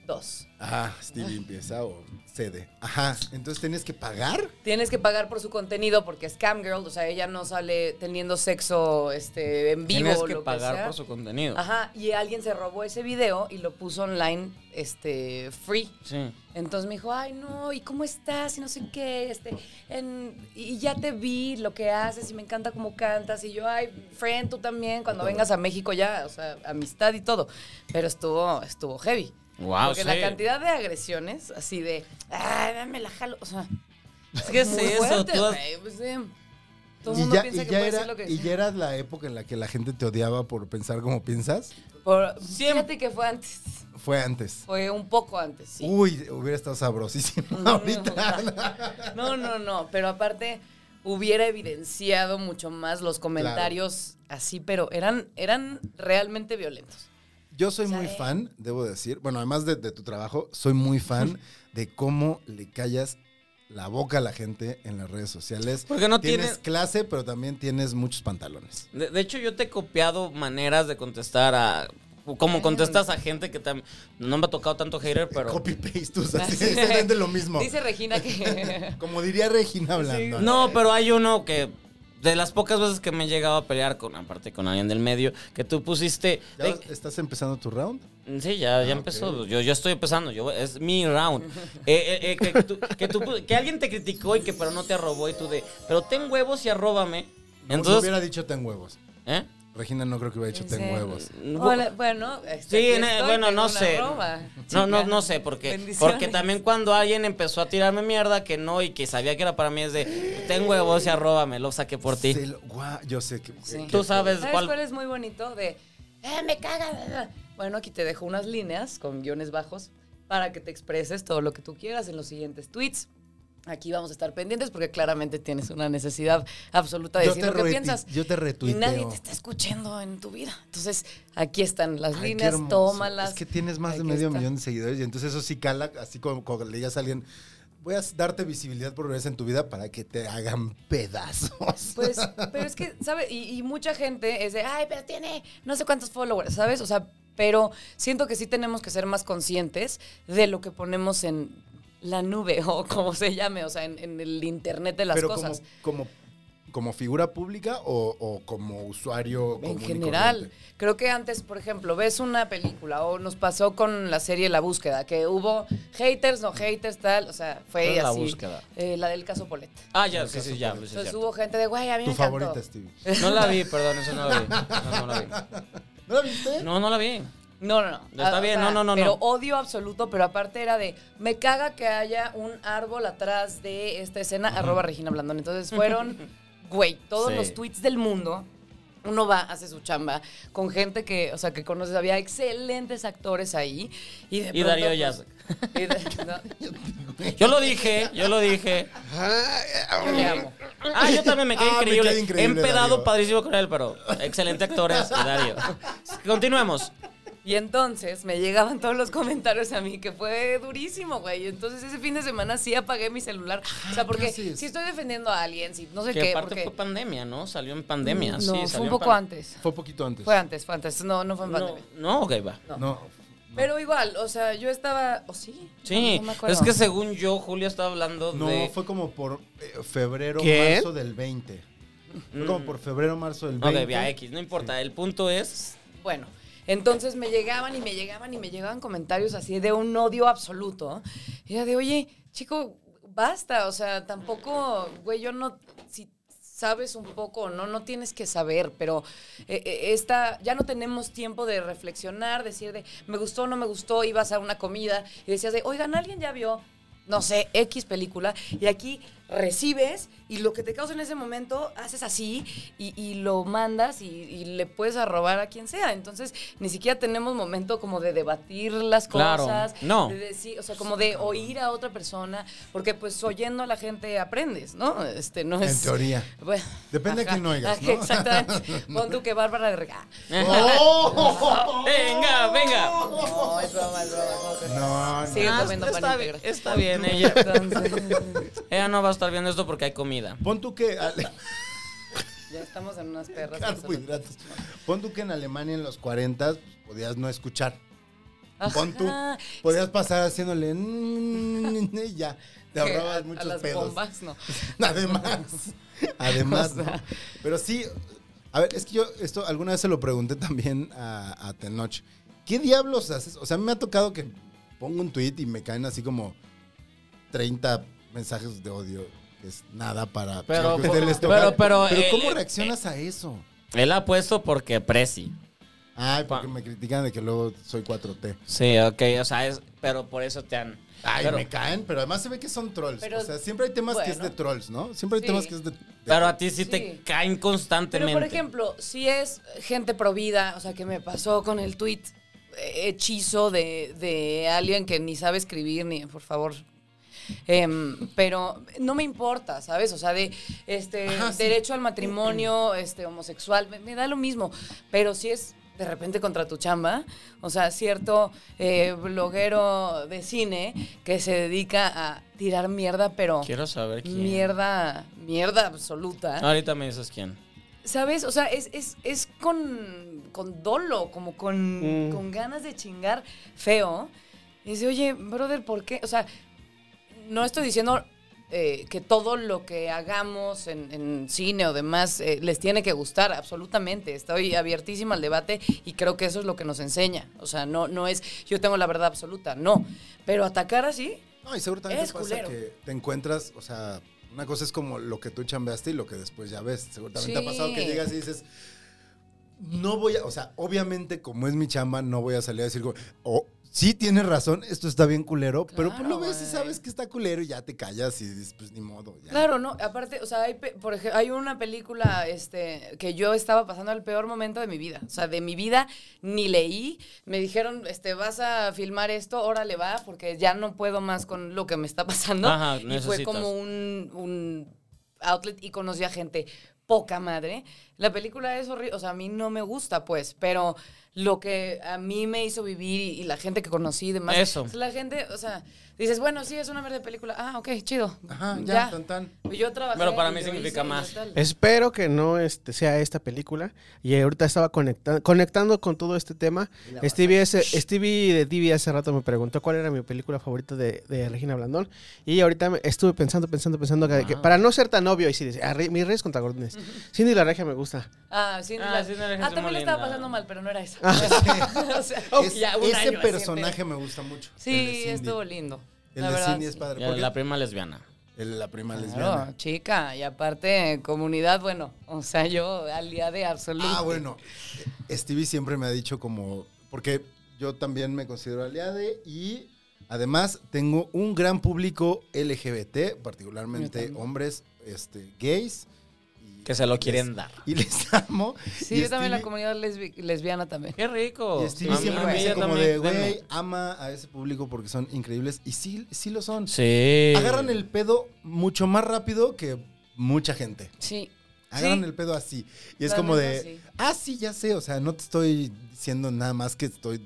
Speaker 6: Dos.
Speaker 4: Ajá, Ah, Stevie empieza o cede. Ajá. Entonces tenías que pagar.
Speaker 6: Tienes que pagar por su contenido porque es cam girl, o sea, ella no sale teniendo sexo este, en vivo.
Speaker 5: tienes
Speaker 6: o
Speaker 5: que
Speaker 6: lo
Speaker 5: pagar
Speaker 6: sea.
Speaker 5: por su contenido.
Speaker 6: Ajá, y alguien se robó ese video y lo puso online, este, free.
Speaker 5: Sí.
Speaker 6: Entonces me dijo, ay, no, ¿y cómo estás? Y no sé qué, este, en- y ya te vi lo que haces y me encanta cómo cantas. Y yo, ay, friend, tú también, cuando vengas a México ya, o sea, amistad y todo. Pero estuvo, estuvo heavy.
Speaker 5: Wow,
Speaker 6: Porque
Speaker 5: Ah, sí.
Speaker 6: la cantidad de agresiones, así de, ay, dame la jalo, o sea,
Speaker 5: Es que es
Speaker 6: muy
Speaker 5: eso.
Speaker 6: fuerte,
Speaker 5: tú has-
Speaker 6: güey, pues, eh, todo el
Speaker 4: Y
Speaker 6: mundo
Speaker 4: ya,
Speaker 6: piensa
Speaker 4: y
Speaker 6: que
Speaker 4: ya
Speaker 6: puede
Speaker 4: era,
Speaker 6: ser lo que
Speaker 4: y ya era la época en la que la gente te odiaba por pensar como piensas.
Speaker 6: Por-
Speaker 5: Siempre.
Speaker 6: Fíjate que fue antes,
Speaker 4: Fue antes.
Speaker 6: fue un poco antes, Oh, sí. (laughs)
Speaker 4: Uy, hubiera estado sabrosísimo Uh, ahorita.
Speaker 6: (laughs) No, no, no, pero aparte hubiera evidenciado mucho más los comentarios así, pero eran, eran realmente violentos.
Speaker 4: Yo soy muy
Speaker 6: ¿Sabe?
Speaker 4: fan, debo decir, bueno, además de, de tu trabajo, soy muy
Speaker 6: (laughs)
Speaker 4: fan de cómo le callas la boca a la gente en las redes sociales.
Speaker 5: Porque no
Speaker 4: tienes
Speaker 5: tiene-
Speaker 4: clase, pero también tienes muchos pantalones.
Speaker 5: De, de hecho, yo te he copiado maneras de contestar a. Como contestas a gente que tam- no me ha tocado
Speaker 4: (laughs)
Speaker 5: tanto hater, pero.
Speaker 4: Copy paste,
Speaker 6: (laughs)
Speaker 4: tú, o sea, (laughs) es exactamente lo mismo.
Speaker 6: Dice Regina que...
Speaker 4: Como diría Regina hablando.
Speaker 5: No, pero hay uno que. De las pocas veces que me he llegado a pelear con, aparte con alguien del medio, que tú pusiste.
Speaker 4: ¿Ya
Speaker 5: de-
Speaker 4: estás empezando tu round?
Speaker 5: Sí, ya, ya empezó. Yo, yo estoy empezando. Yo, es mi round. Eh, eh, eh, que, tú- que tú pu- que alguien te criticó y que pero no te arrobó y tú de, pero ten huevos y arróbame.
Speaker 4: No, no
Speaker 5: Entonces,
Speaker 4: hubiera dicho ten huevos.
Speaker 5: ¿eh?
Speaker 4: Regina no creo que hubiera dicho ten
Speaker 6: Pensé.
Speaker 4: huevos.
Speaker 6: Hola, bueno, este,
Speaker 5: Sí,
Speaker 6: aquí
Speaker 5: ne-
Speaker 6: estoy,
Speaker 5: bueno,
Speaker 6: tengo
Speaker 5: no
Speaker 6: una
Speaker 5: sé.
Speaker 6: arroba,
Speaker 5: No, no,
Speaker 6: chica.
Speaker 5: no sé, porque,
Speaker 6: Bendiciones.
Speaker 5: porque
Speaker 6: (laughs)
Speaker 5: también cuando alguien empezó a tirarme mierda que no y que sabía que era para mí es de, ten huevos y arróbame, lo saqué por ti.
Speaker 4: Se lo- guau, yo sé que...
Speaker 6: Sí.
Speaker 5: Tú sabes
Speaker 6: ¿Sabes cuál?
Speaker 5: cuál...
Speaker 6: es muy bonito? De, eh, me caga. Bueno, aquí te dejo unas líneas con guiones bajos para que te expreses todo lo que tú quieras en los siguientes tweets. Aquí vamos a estar pendientes porque claramente tienes una necesidad absoluta de
Speaker 4: Yo
Speaker 6: decir
Speaker 4: te
Speaker 6: lo que
Speaker 4: retuit-
Speaker 6: piensas.
Speaker 4: yo te
Speaker 6: Y nadie
Speaker 4: retuiteo.
Speaker 6: te está escuchando en tu vida. Entonces, aquí están las
Speaker 4: Ay, qué
Speaker 6: líneas,
Speaker 4: hermoso.
Speaker 6: tómalas.
Speaker 4: Es que tienes más de
Speaker 6: Aquí
Speaker 4: medio
Speaker 6: está.
Speaker 4: millón de seguidores y entonces eso sí cala, así como cuando le digas a alguien, voy a darte visibilidad por vez en tu vida para que te hagan pedazos. (laughs)
Speaker 6: Pues, pero es que, ¿sabes? Y, y mucha gente es de, ay, pero tiene no sé cuántos followers, ¿sabes? O sea, pero siento que sí tenemos que ser más conscientes de lo que ponemos en la nube o como se llame, o sea, en, en el internet de las
Speaker 4: Pero
Speaker 6: cosas.
Speaker 4: Como, como, como figura pública o, o como usuario
Speaker 6: En
Speaker 4: común y
Speaker 6: general,
Speaker 4: corriente?
Speaker 6: creo que antes, por ejemplo, ves una película o nos pasó con la serie La Búsqueda, que hubo haters, no haters, tal, o sea, fue
Speaker 5: ¿Cuál es La
Speaker 6: así.
Speaker 5: Búsqueda?
Speaker 6: Eh, la del caso Polet.
Speaker 5: Ah, ya, sí, sí, ya. sí, es
Speaker 6: Entonces
Speaker 5: cierto.
Speaker 6: hubo gente de, güey, a mí
Speaker 4: Tu
Speaker 6: me encantó".
Speaker 4: favorita, Stevie.
Speaker 5: No la vi, perdón, eso no la vi. No, no la vi.
Speaker 4: (laughs) ¿No la viste?
Speaker 5: No, no la vi.
Speaker 6: No, no, no.
Speaker 5: Está bien, no, no, no,
Speaker 6: Pero
Speaker 5: no.
Speaker 6: odio absoluto, pero aparte era de, me caga que haya un árbol
Speaker 5: (laughs)
Speaker 6: atrás de esta escena, arroba Regina Blandón. Entonces fueron, güey, todos
Speaker 5: Sí.
Speaker 6: los tweets del mundo uno va, hace su chamba con gente que, o sea, que conoces, había excelentes actores ahí. Y, de
Speaker 5: Y Darío
Speaker 6: pronto, pues,
Speaker 5: Yazbek.
Speaker 6: (laughs) y de- no,
Speaker 5: Yo lo dije, yo lo dije.
Speaker 6: le amo.
Speaker 5: Ah, yo también me quedé
Speaker 4: Ah, me
Speaker 5: increíble.
Speaker 4: quedé increíble,
Speaker 5: Empedado,
Speaker 4: Darío.
Speaker 5: padrísimo con él, pero excelente actores,
Speaker 6: (laughs)
Speaker 5: Darío. Continuemos.
Speaker 6: Y entonces me llegaban todos los comentarios a mí, que fue durísimo, güey. Y entonces ese fin de semana sí apagué mi celular. O sea, porque
Speaker 4: haces?
Speaker 6: si estoy defendiendo a alguien, si no sé
Speaker 5: Que
Speaker 6: qué.
Speaker 5: aparte
Speaker 6: porque-
Speaker 5: fue pandemia, ¿no? Salió en pandemia.
Speaker 6: No,
Speaker 5: sí,
Speaker 6: fue
Speaker 5: salió
Speaker 6: un
Speaker 5: en
Speaker 6: poco
Speaker 5: pan-
Speaker 6: antes.
Speaker 4: Fue poquito antes.
Speaker 6: Fue antes, fue antes. No, no fue en
Speaker 5: No,
Speaker 6: pandemia.
Speaker 5: no, ok, va.
Speaker 4: No.
Speaker 6: Pero igual, o sea, yo estaba. ¿O sí?
Speaker 5: Sí,
Speaker 6: No me acuerdo.
Speaker 5: es que según yo, Julio estaba hablando
Speaker 4: No,
Speaker 5: de...
Speaker 4: fue como por eh, febrero,
Speaker 2: ¿Qué?
Speaker 4: marzo del 20. Fue
Speaker 6: Mm.
Speaker 4: como por febrero, marzo del 20.
Speaker 5: Ok, vía X, no importa. El punto (laughs) es...
Speaker 6: Bueno, entonces me llegaban y me llegaban y me llegaban comentarios así de un odio absoluto. Y era de, oye, chico, basta. O sea, tampoco, güey, yo no. Si sabes un poco o no, no tienes que saber, pero eh, eh, esta, ya no tenemos tiempo de reflexionar, decir de, me gustó, no me gustó, ibas a una comida y decías de, oigan, alguien ya vio. No sé, X película, y aquí recibes, y lo que te causa en ese momento, haces así, y, y lo mandas, y, y le puedes arrobar a quien sea. Entonces, ni siquiera tenemos momento como de debatir las
Speaker 5: Claro,
Speaker 6: cosas,
Speaker 5: no.
Speaker 6: de decir, o sea, como de oír a otra persona, porque pues oyendo a la gente aprendes, ¿no? Este, no es...
Speaker 4: En teoría.
Speaker 6: Bueno,
Speaker 4: Depende a quién oigas, ¿no? (laughs)
Speaker 6: Exactamente. Pon tú que Bárbara de Regá.
Speaker 5: (laughs)
Speaker 4: ¡Oh!
Speaker 5: Venga, venga.
Speaker 6: No, es broma, es broma.
Speaker 4: No,
Speaker 6: Sigue
Speaker 5: Ah,
Speaker 6: comiendo pan
Speaker 5: está, bien,
Speaker 6: integral.
Speaker 5: está bien, ella.
Speaker 6: Entonces,
Speaker 5: (laughs) Ella no va a estar viendo esto porque hay comida.
Speaker 4: Pon tú que Ale- (laughs)
Speaker 6: ya estamos en unas perras.
Speaker 4: carbohidratos. Pon tú que en Alemania en los 40 pues, podías no escuchar. Pon tú.
Speaker 6: Ajá.
Speaker 4: Podías pasar haciéndole mm, (laughs) y ya. Te ahorrabas
Speaker 6: (laughs) A-
Speaker 4: muchos
Speaker 6: a las
Speaker 4: pedos.
Speaker 6: bombas, no.
Speaker 4: (laughs) Además. Además, ¿no? Pero sí. A ver, es que yo esto alguna vez se lo pregunté también a, a Tenoch. ¿Qué diablos haces? O sea, a mí me ha tocado que pongo un tweet y me caen así como 30 mensajes de odio. que Es nada para
Speaker 5: Pero-
Speaker 4: lo que a ustedes les
Speaker 5: pero-
Speaker 4: toca.
Speaker 5: pero, eh,
Speaker 4: ¿cómo
Speaker 5: eh,
Speaker 4: reaccionas a eso?
Speaker 5: Él ha puesto porque Prezi.
Speaker 4: Ay, porque me critican de que luego soy 4T.
Speaker 5: Sí, ok, o sea, es, pero por eso te han...
Speaker 4: Ay,
Speaker 5: pero,
Speaker 4: me caen, pero además se ve que son trolls.
Speaker 6: Pero-
Speaker 4: o sea, siempre hay temas que es de
Speaker 6: bueno.
Speaker 4: trolls, ¿no? Siempre hay
Speaker 6: Sí.
Speaker 4: temas que es de. de-
Speaker 5: pero a ti sí, te
Speaker 6: Sí.
Speaker 5: caen
Speaker 6: Pero,
Speaker 5: constantemente.
Speaker 6: por ejemplo, si es gente provida, o sea, que me pasó con el tweet hechizo de, de alguien que ni sabe escribir, ni, por favor. Em, pero no me importa, ¿sabes? O sea, de este derecho al matrimonio este homosexual, me, me da lo mismo. Pero si es de repente contra tu chamba, o sea, cierto eh, bloguero de cine que se dedica a tirar mierda, pero
Speaker 5: Quiero saber quién. Ah,
Speaker 6: mierda, mierda absoluta.
Speaker 5: Ahorita me dices quién.
Speaker 6: ¿Sabes? O sea, es, es, es con, con dolo, como con, con ganas de chingar feo. Y dice, oye, brother, ¿por qué? O sea, no estoy diciendo eh, que todo lo que hagamos en, en cine o demás eh, les tiene que gustar, absolutamente. Estoy abiertísima al debate y creo que eso es lo que nos enseña. O sea, no, no es yo tengo la verdad absoluta, no. Pero atacar así,
Speaker 4: No, y seguro también
Speaker 6: Eres
Speaker 4: te pasa
Speaker 6: culero.
Speaker 4: que te encuentras, o sea, una cosa es como lo que tú chambeaste y lo que después ya ves. Seguro también te ha pasado que
Speaker 6: Sí.
Speaker 4: llegas y dices. No voy a, o sea, obviamente como es mi chamba, no voy a salir a decir, como, oh, sí tienes razón, esto está bien culero, pero pues
Speaker 6: Claro,
Speaker 4: lo ves y
Speaker 6: güey.
Speaker 4: sabes que está culero y ya te callas y dices, pues ni modo. Ya.
Speaker 6: Claro, no, aparte, o sea, hay, pe- por ejemplo, hay una película este, que yo estaba pasando el peor momento de mi vida. O sea, de mi vida ni leí. Me dijeron, este, vas a filmar esto, órale va, porque ya no puedo más con lo que me está pasando.
Speaker 5: Ajá,
Speaker 6: y
Speaker 5: necesitas.
Speaker 6: fue como un, un outlet y conocí a gente poca madre. La película es horrible, o sea, a mí no me gusta, pues, pero lo que a mí me hizo vivir y, y la gente que conocí y demás.
Speaker 5: Eso.
Speaker 6: La gente, o sea, dices, bueno, sí, es una mierda de película. Ah, ok, chido.
Speaker 4: Ajá, ya, tan, tan.
Speaker 6: Pues Yo trabajé.
Speaker 5: Pero para
Speaker 6: y
Speaker 5: mí
Speaker 6: yo
Speaker 5: significa
Speaker 6: hice y
Speaker 5: más.
Speaker 6: yo tal.
Speaker 2: Espero que no este, sea esta película. Y ahorita estaba conecta- conectando con todo este tema. Stevie, ese- Stevie de TV hace rato me preguntó cuál era mi película favorita de, de Regina Blandón. Y ahorita me- estuve pensando, pensando, pensando. que- que para no ser tan obvio, y si dice, "Ah, Re- mis reyes contra gordines. Cindy la Regia me gusta.
Speaker 6: Ah, sí,
Speaker 5: Ah,
Speaker 6: la-
Speaker 5: sí, no, la
Speaker 6: ah,
Speaker 5: gente
Speaker 6: también
Speaker 5: muy
Speaker 6: le estaba
Speaker 5: linda.
Speaker 6: pasando mal, pero no
Speaker 5: (laughs)
Speaker 6: era esa. (laughs) o sea,
Speaker 4: Es-
Speaker 6: Oh, ya un
Speaker 4: ese
Speaker 6: año, así,
Speaker 4: personaje
Speaker 6: pero-
Speaker 4: me gusta mucho. el de
Speaker 6: Sí,
Speaker 4: Cindy.
Speaker 6: estuvo lindo.
Speaker 4: El
Speaker 6: la
Speaker 4: de
Speaker 6: verdad,
Speaker 4: Cindy es
Speaker 6: sí.
Speaker 4: padre.
Speaker 5: Ya,
Speaker 4: porque-
Speaker 5: La prima lesbiana.
Speaker 4: el de la prima
Speaker 6: Claro,
Speaker 4: lesbiana.
Speaker 6: chica, y aparte, comunidad, bueno, o sea, yo aliade absoluto.
Speaker 4: Ah, bueno. Stevie siempre me ha dicho como, porque yo también me considero aliade y además tengo un gran público LGBT, particularmente hombres este, gays y
Speaker 5: Que se lo quieren
Speaker 4: les-
Speaker 5: dar.
Speaker 4: Y (laughs) les amo.
Speaker 6: Sí,
Speaker 4: Y
Speaker 6: yo también la
Speaker 4: Stevie-
Speaker 6: comunidad lesbi- lesbiana también.
Speaker 5: Qué rico.
Speaker 4: Y Stevie
Speaker 5: A mí- a
Speaker 4: siempre
Speaker 5: mí
Speaker 4: dice
Speaker 5: ya
Speaker 4: como
Speaker 5: también,
Speaker 4: de, güey,
Speaker 5: denme.
Speaker 4: ama a ese público porque son increíbles. Y sí, sí lo son.
Speaker 5: Sí.
Speaker 4: Agarran el pedo mucho más rápido que mucha gente.
Speaker 6: Sí.
Speaker 4: Agarran
Speaker 6: Sí.
Speaker 4: el pedo así. Y es
Speaker 6: La
Speaker 4: como
Speaker 6: neta,
Speaker 4: de,
Speaker 6: sí.
Speaker 4: ah, sí, ya sé. O sea, no te estoy diciendo nada más que estoy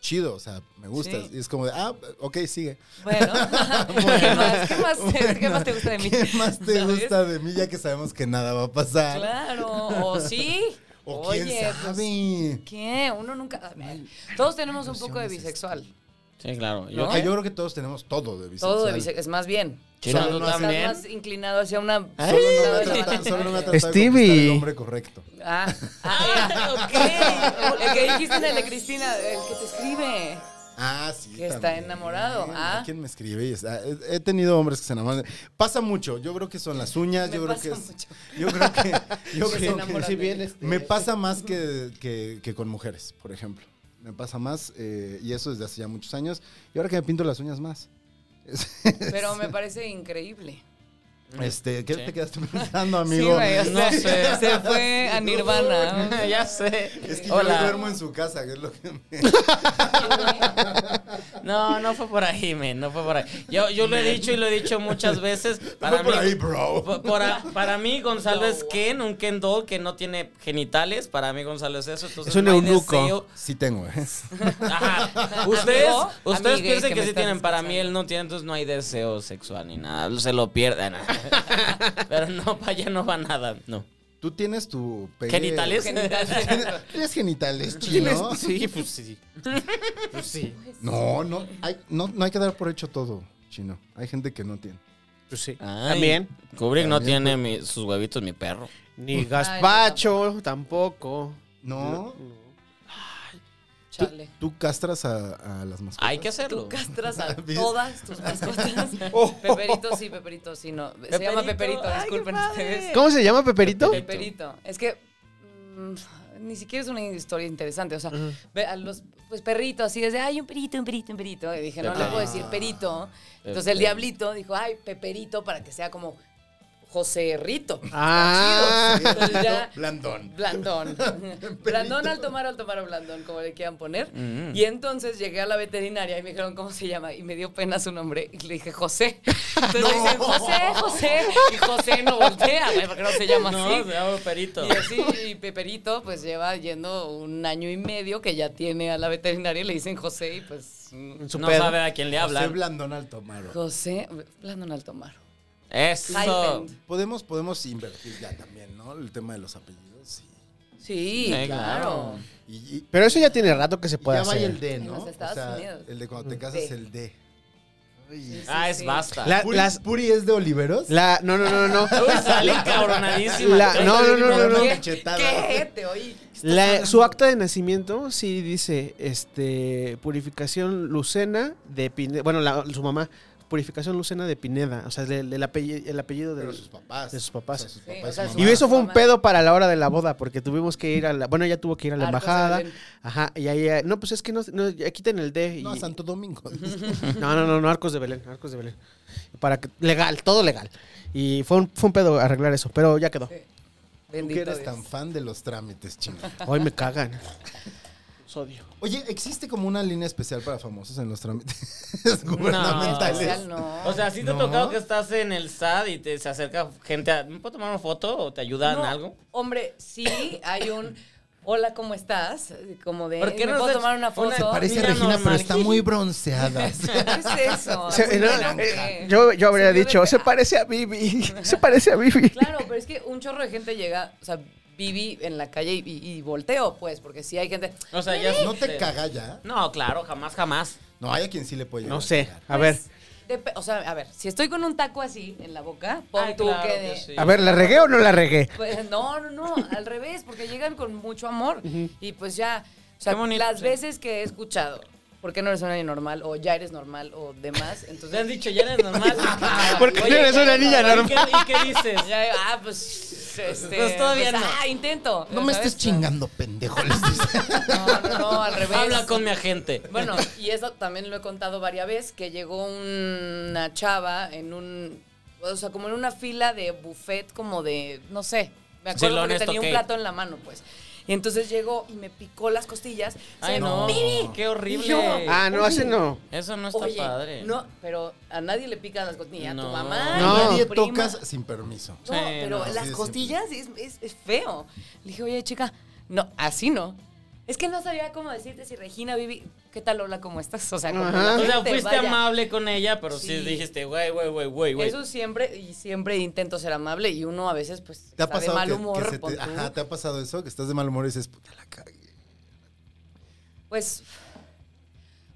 Speaker 4: chido. O sea, me gustas.
Speaker 6: Sí.
Speaker 4: Y es como de, ah, ok,
Speaker 6: (laughs)
Speaker 4: sigue. (laughs)
Speaker 6: Bueno. ¿Qué más? ¿Qué más, ¿Qué más te gusta de mí?
Speaker 4: ¿Qué más te
Speaker 6: ¿Sabes?
Speaker 4: gusta de mí? Ya que sabemos que nada va a pasar.
Speaker 6: Claro. O sí.
Speaker 4: O quién
Speaker 6: Oye, pues,
Speaker 4: sabe.
Speaker 6: ¿Qué? Uno nunca. Todos tenemos un poco de bisexual.
Speaker 5: Sí, claro.
Speaker 6: ¿No?
Speaker 5: Yo,
Speaker 4: Ah, yo creo que todos tenemos todo de bisexual.
Speaker 6: Todo de bisexual. Es más bien.
Speaker 5: Chino,
Speaker 4: Solo
Speaker 5: ¿tú
Speaker 4: no hace-
Speaker 5: también?
Speaker 6: Estás más inclinado hacia una.
Speaker 4: Solo no me ha
Speaker 6: hacia una
Speaker 4: tratado, solo no me ha
Speaker 6: (laughs) banda.
Speaker 4: tratado de
Speaker 2: Stevie.
Speaker 4: conquistar el hombre correcto.
Speaker 6: Ah, ah, ok. El que dijiste en el de Cristina, el que te escribe.
Speaker 4: Ah, sí.
Speaker 6: Que está enamorado, ah.
Speaker 4: ¿Quién me escribe? Y está- he- He tenido hombres que se enamoran. de- Pasa mucho. Yo creo que son las uñas.
Speaker 6: Me
Speaker 4: yo creo
Speaker 6: pasa
Speaker 4: que es-
Speaker 6: mucho.
Speaker 4: Yo creo
Speaker 6: (laughs)
Speaker 4: que. Yo
Speaker 6: Se
Speaker 4: creo que-
Speaker 6: enamoran
Speaker 2: Si
Speaker 6: de
Speaker 2: bien
Speaker 6: mí.
Speaker 2: este,
Speaker 4: me pasa más que, que- que con mujeres, por ejemplo. Me pasa más. eh, y eso desde hace ya muchos años. Y ahora que me pinto las uñas más. Es-
Speaker 6: Pero me parece increíble.
Speaker 4: (laughs) Este, ¿qué
Speaker 5: Sí.
Speaker 4: te quedaste pensando,
Speaker 6: Sí,
Speaker 4: amigo? (laughs)
Speaker 6: güey, o sea,
Speaker 5: No sé.
Speaker 6: Se fue a Nirvana.
Speaker 5: (laughs) ya sé.
Speaker 4: Es que yo
Speaker 5: Hola.
Speaker 4: duermo en su casa, que es lo que me...
Speaker 5: No, no fue por ahí, men, no fue por ahí. Yo, yo lo he dicho y lo he dicho muchas veces. Para
Speaker 4: Fue por ahí,
Speaker 5: mí, pues, (laughs)
Speaker 4: bro.
Speaker 5: po- para, para mí, Gonzalo es Ken, un Ken doll que no tiene genitales. Para mí, Gonzalo es eso. Entonces,
Speaker 2: Es un
Speaker 5: no hay
Speaker 2: eunuco.
Speaker 5: deseo.
Speaker 4: Sí tengo, ¿eh?
Speaker 6: (laughs)
Speaker 5: Ajá. Ustedes,
Speaker 6: Amigo,
Speaker 5: ustedes
Speaker 6: amigue,
Speaker 5: piensan
Speaker 6: que
Speaker 5: que,
Speaker 6: me
Speaker 5: sí
Speaker 6: estás
Speaker 5: tienen. Para mí,
Speaker 6: escuchando.
Speaker 5: él no tiene, entonces no hay deseo sexual ni nada. Se lo pierden. Pero no, para allá no va nada. No.
Speaker 4: Tú tienes tu pene-
Speaker 5: ¿Genitales?
Speaker 2: (laughs)
Speaker 6: Genital.
Speaker 4: Tienes genitales,
Speaker 2: ¿Tienes?
Speaker 4: chino.
Speaker 2: Sí, pues sí. Pues sí.
Speaker 4: No, no hay, no, no hay que dar por hecho todo, chino. Hay gente que no tiene.
Speaker 2: Pues sí.
Speaker 5: Ay,
Speaker 2: También.
Speaker 5: Kubrick no
Speaker 4: También.
Speaker 5: tiene mi- sus huevitos, mi perro.
Speaker 2: Ni gazpacho tampoco.
Speaker 4: No.
Speaker 6: Chale.
Speaker 4: Tú castras a, a las mascotas.
Speaker 5: Hay que hacerlo.
Speaker 4: (laughs)
Speaker 6: Castras a todas tus mascotas.
Speaker 4: Oh.
Speaker 6: Peperito sí, Peperito sí, no. Se llama
Speaker 5: Peperito.
Speaker 6: Peperito,
Speaker 5: Ay, qué
Speaker 6: disculpen
Speaker 5: padre.
Speaker 6: ustedes.
Speaker 2: ¿Cómo se llama Peperito?
Speaker 5: Pepe-
Speaker 6: Perito. Es que mm, ni siquiera es una historia interesante. O sea, ve a los pues, perritos así desde, ay, un perito, un perito, un perito. Y dije, no le puedo decir perito. Entonces
Speaker 5: Pepe.
Speaker 6: el diablito dijo, ay, Peperito para que sea como José Rito.
Speaker 2: Ah,
Speaker 6: (laughs) Chido. Entonces ya-
Speaker 4: Blandón.
Speaker 6: (laughs) Blandón. Blandón al tomar, al tomar, Blandón, como le quieran poner. Mm. Y entonces llegué a la veterinaria y me dijeron cómo se llama. Y me dio pena su nombre. Y le dije José. (laughs) Entonces me dicen, José, José. Y José no voltea, güey, porque (laughs) no se llama así.
Speaker 5: No, se llama perito.
Speaker 6: Y así, y Peperito, pues lleva yendo un año y medio que ya tiene a la veterinaria y le dicen José, y pues. mm,
Speaker 2: en su
Speaker 5: no
Speaker 2: pedo.
Speaker 5: sabe a quién le
Speaker 4: Soy
Speaker 5: hablan.
Speaker 4: blandón al tomaro.
Speaker 6: José, Blandón al tomar.
Speaker 5: Eso.
Speaker 6: Hyphen.
Speaker 4: Podemos, podemos invertir ya también, ¿no? El tema de los apellidos. y-
Speaker 6: Sí,
Speaker 5: Eh,
Speaker 6: claro.
Speaker 4: Y, y-
Speaker 2: Pero eso ya tiene rato que se
Speaker 4: y
Speaker 2: puede
Speaker 4: ya va el
Speaker 2: hacer.
Speaker 4: D,
Speaker 6: En
Speaker 4: ¿no?
Speaker 6: los Estados Unidos. Mm.
Speaker 4: el de cuando te casas,
Speaker 6: D.
Speaker 4: el D.
Speaker 5: Ah, es
Speaker 6: sí.
Speaker 5: basta. (laughs)
Speaker 2: La-
Speaker 4: ¿Puri,
Speaker 2: las-
Speaker 4: ¿Puri es de Oliveros?
Speaker 2: La, no, no,
Speaker 6: (laughs)
Speaker 2: no, no.
Speaker 5: Uy, salí cabronadísima.
Speaker 2: La- no, no, no, no, no.
Speaker 6: ¿Qué?
Speaker 4: Cachetada.
Speaker 6: ¿Qué? Te oí.
Speaker 2: La- su acta de nacimiento sí dice este purificación lucena de Pineda. Bueno, la- su mamá, purificación lucena de Pineda. O sea, es el, el apellido, el apellido de
Speaker 4: Pero
Speaker 2: los.
Speaker 4: sus papás.
Speaker 2: De sus
Speaker 4: O
Speaker 2: papás.
Speaker 4: sea, sus
Speaker 6: Sí,
Speaker 4: papás
Speaker 6: o sea,
Speaker 4: y
Speaker 6: su
Speaker 4: mamá.
Speaker 2: Y eso fue un
Speaker 6: Mamá.
Speaker 2: pedo para la hora de la boda, porque tuvimos que ir a la. Bueno, ella tuvo que ir a la
Speaker 6: Arcos de
Speaker 2: embajada.
Speaker 6: Belén.
Speaker 2: Ajá, y ahí. eh, No, pues es que no, no ya quiten el D. Y,
Speaker 4: No, a Santo Domingo.
Speaker 2: (laughs) No, no, no, no, Arcos de Belén, Arcos de Belén. Para que, legal, todo legal. Y fue un, fue un pedo arreglar eso, pero ya quedó.
Speaker 4: Tú que
Speaker 6: Bendito
Speaker 4: eres
Speaker 6: Dios.
Speaker 4: tan fan de los trámites, chino.
Speaker 2: Hoy me cagan. Los odio.
Speaker 4: Oye, ¿existe como una línea especial para famosos en los trámites (laughs)
Speaker 6: especial,
Speaker 4: gubernamentales?
Speaker 6: no.
Speaker 5: O sea, si te ha
Speaker 4: No.
Speaker 5: tocado que estás en el SAD y te se acerca gente a, ¿me puedo tomar una foto o te ayudan
Speaker 2: (laughs)
Speaker 6: No,
Speaker 5: algo?
Speaker 6: Hombre, sí, hay un. Hola, ¿cómo estás? Como de.
Speaker 5: ¿Por qué
Speaker 6: ¿Me
Speaker 5: no
Speaker 6: puedo
Speaker 5: haces
Speaker 6: tomar una foto?
Speaker 5: una-
Speaker 4: Parece
Speaker 5: Mira
Speaker 4: Regina, pero
Speaker 5: normal.
Speaker 4: está muy
Speaker 5: (laughs)
Speaker 4: bronceada.
Speaker 6: ¿Qué es
Speaker 2: (laughs)
Speaker 6: eso?
Speaker 2: Se-
Speaker 6: Así,
Speaker 2: no,
Speaker 6: ¿no?
Speaker 2: eh,
Speaker 6: ¿Qué?
Speaker 2: yo, yo habría
Speaker 6: Se vio de
Speaker 2: dicho, se
Speaker 6: pega.
Speaker 2: parece a Bibi. (laughs) Se parece a Bibi.
Speaker 6: Claro, pero es que un chorro de gente llega, o sea, viví en la calle y, y volteo, pues, porque sí hay gente.
Speaker 5: O sea, ya
Speaker 4: ¿No te caga ya?
Speaker 5: No, claro, jamás, jamás.
Speaker 4: No, hay a quien sí le puede llegar
Speaker 2: No
Speaker 4: a
Speaker 2: sé.
Speaker 4: cagar.
Speaker 2: A ver,
Speaker 6: Pues, depe- o sea, a ver, si estoy con un taco así en la boca, pon
Speaker 5: Ay,
Speaker 6: tú
Speaker 5: claro
Speaker 6: que
Speaker 5: que
Speaker 6: de-
Speaker 5: sí.
Speaker 2: a ver, ¿la regué o no la regué?
Speaker 6: Pues, no, no, no, al revés, porque llegan con mucho amor. Y pues ya, o sea,
Speaker 5: Qué bonito,
Speaker 6: las
Speaker 5: sí.
Speaker 6: veces que he escuchado, ¿por qué no eres una niña normal? O ya eres normal, o demás.
Speaker 5: Te han
Speaker 6: Entonces,
Speaker 5: dicho, ya eres
Speaker 2: (laughs)
Speaker 5: normal.
Speaker 2: ¿Por qué
Speaker 5: Oye,
Speaker 2: eres
Speaker 5: ¿y
Speaker 2: una
Speaker 5: qué-
Speaker 2: niña
Speaker 5: ¿y qué-
Speaker 2: normal?
Speaker 5: ¿Y qué dices?
Speaker 6: ya, ah, pues, este,
Speaker 5: Pues todavía no.
Speaker 6: Ah, intento.
Speaker 4: No me
Speaker 6: ¿sabes?
Speaker 4: estés chingando, pendejo. les dice.
Speaker 6: No, (laughs) no, no, al revés.
Speaker 5: Habla con mi agente.
Speaker 6: Bueno, y eso también lo he contado varias veces, que llegó una chava en un... o sea, como en una fila de buffet, como de, no sé, me
Speaker 5: Sí, lo
Speaker 6: acuerdo porque
Speaker 5: honesto,
Speaker 6: tenía un
Speaker 5: ¿qué?
Speaker 6: plato en la mano, pues. Y entonces llegó y me picó las costillas.
Speaker 5: Ay,
Speaker 6: Se-
Speaker 5: no.
Speaker 6: ¡Bibi!
Speaker 5: Qué horrible.
Speaker 6: Y yo,
Speaker 2: Ah, no, así no.
Speaker 5: Eso no está
Speaker 6: Oye,
Speaker 5: padre.
Speaker 6: No, pero a nadie le pican las costillas. A
Speaker 5: No.
Speaker 6: tu mamá,
Speaker 2: No.
Speaker 6: ni a
Speaker 4: (laughs)
Speaker 6: tu
Speaker 4: Nadie
Speaker 6: prima.
Speaker 4: tocas sin permiso.
Speaker 6: No,
Speaker 5: Sí,
Speaker 6: pero
Speaker 5: no.
Speaker 4: Así
Speaker 6: las
Speaker 4: de
Speaker 6: costillas es, es- es feo. Le dije, oye, chica, no, así no. Es que no sabía cómo decirte si Regina, Vivi, ¿qué tal, Lola, cómo estás? O sea, como
Speaker 2: Ajá.
Speaker 6: la
Speaker 5: O sea,
Speaker 6: gente,
Speaker 5: fuiste
Speaker 6: vaya.
Speaker 5: amable con ella, pero sí,
Speaker 6: Sí.
Speaker 5: dijiste, güey, güey, güey, güey, güey.
Speaker 6: Eso siempre, y siempre intento ser amable y uno a veces, pues,
Speaker 4: ¿Te ha
Speaker 6: está de
Speaker 4: pasado
Speaker 6: mal
Speaker 4: que- que
Speaker 6: humor.
Speaker 4: se te-
Speaker 6: pon tú.
Speaker 4: ajá, ¿te ha pasado eso? Que estás de mal humor y dices, puta, la cagué.
Speaker 6: Pues,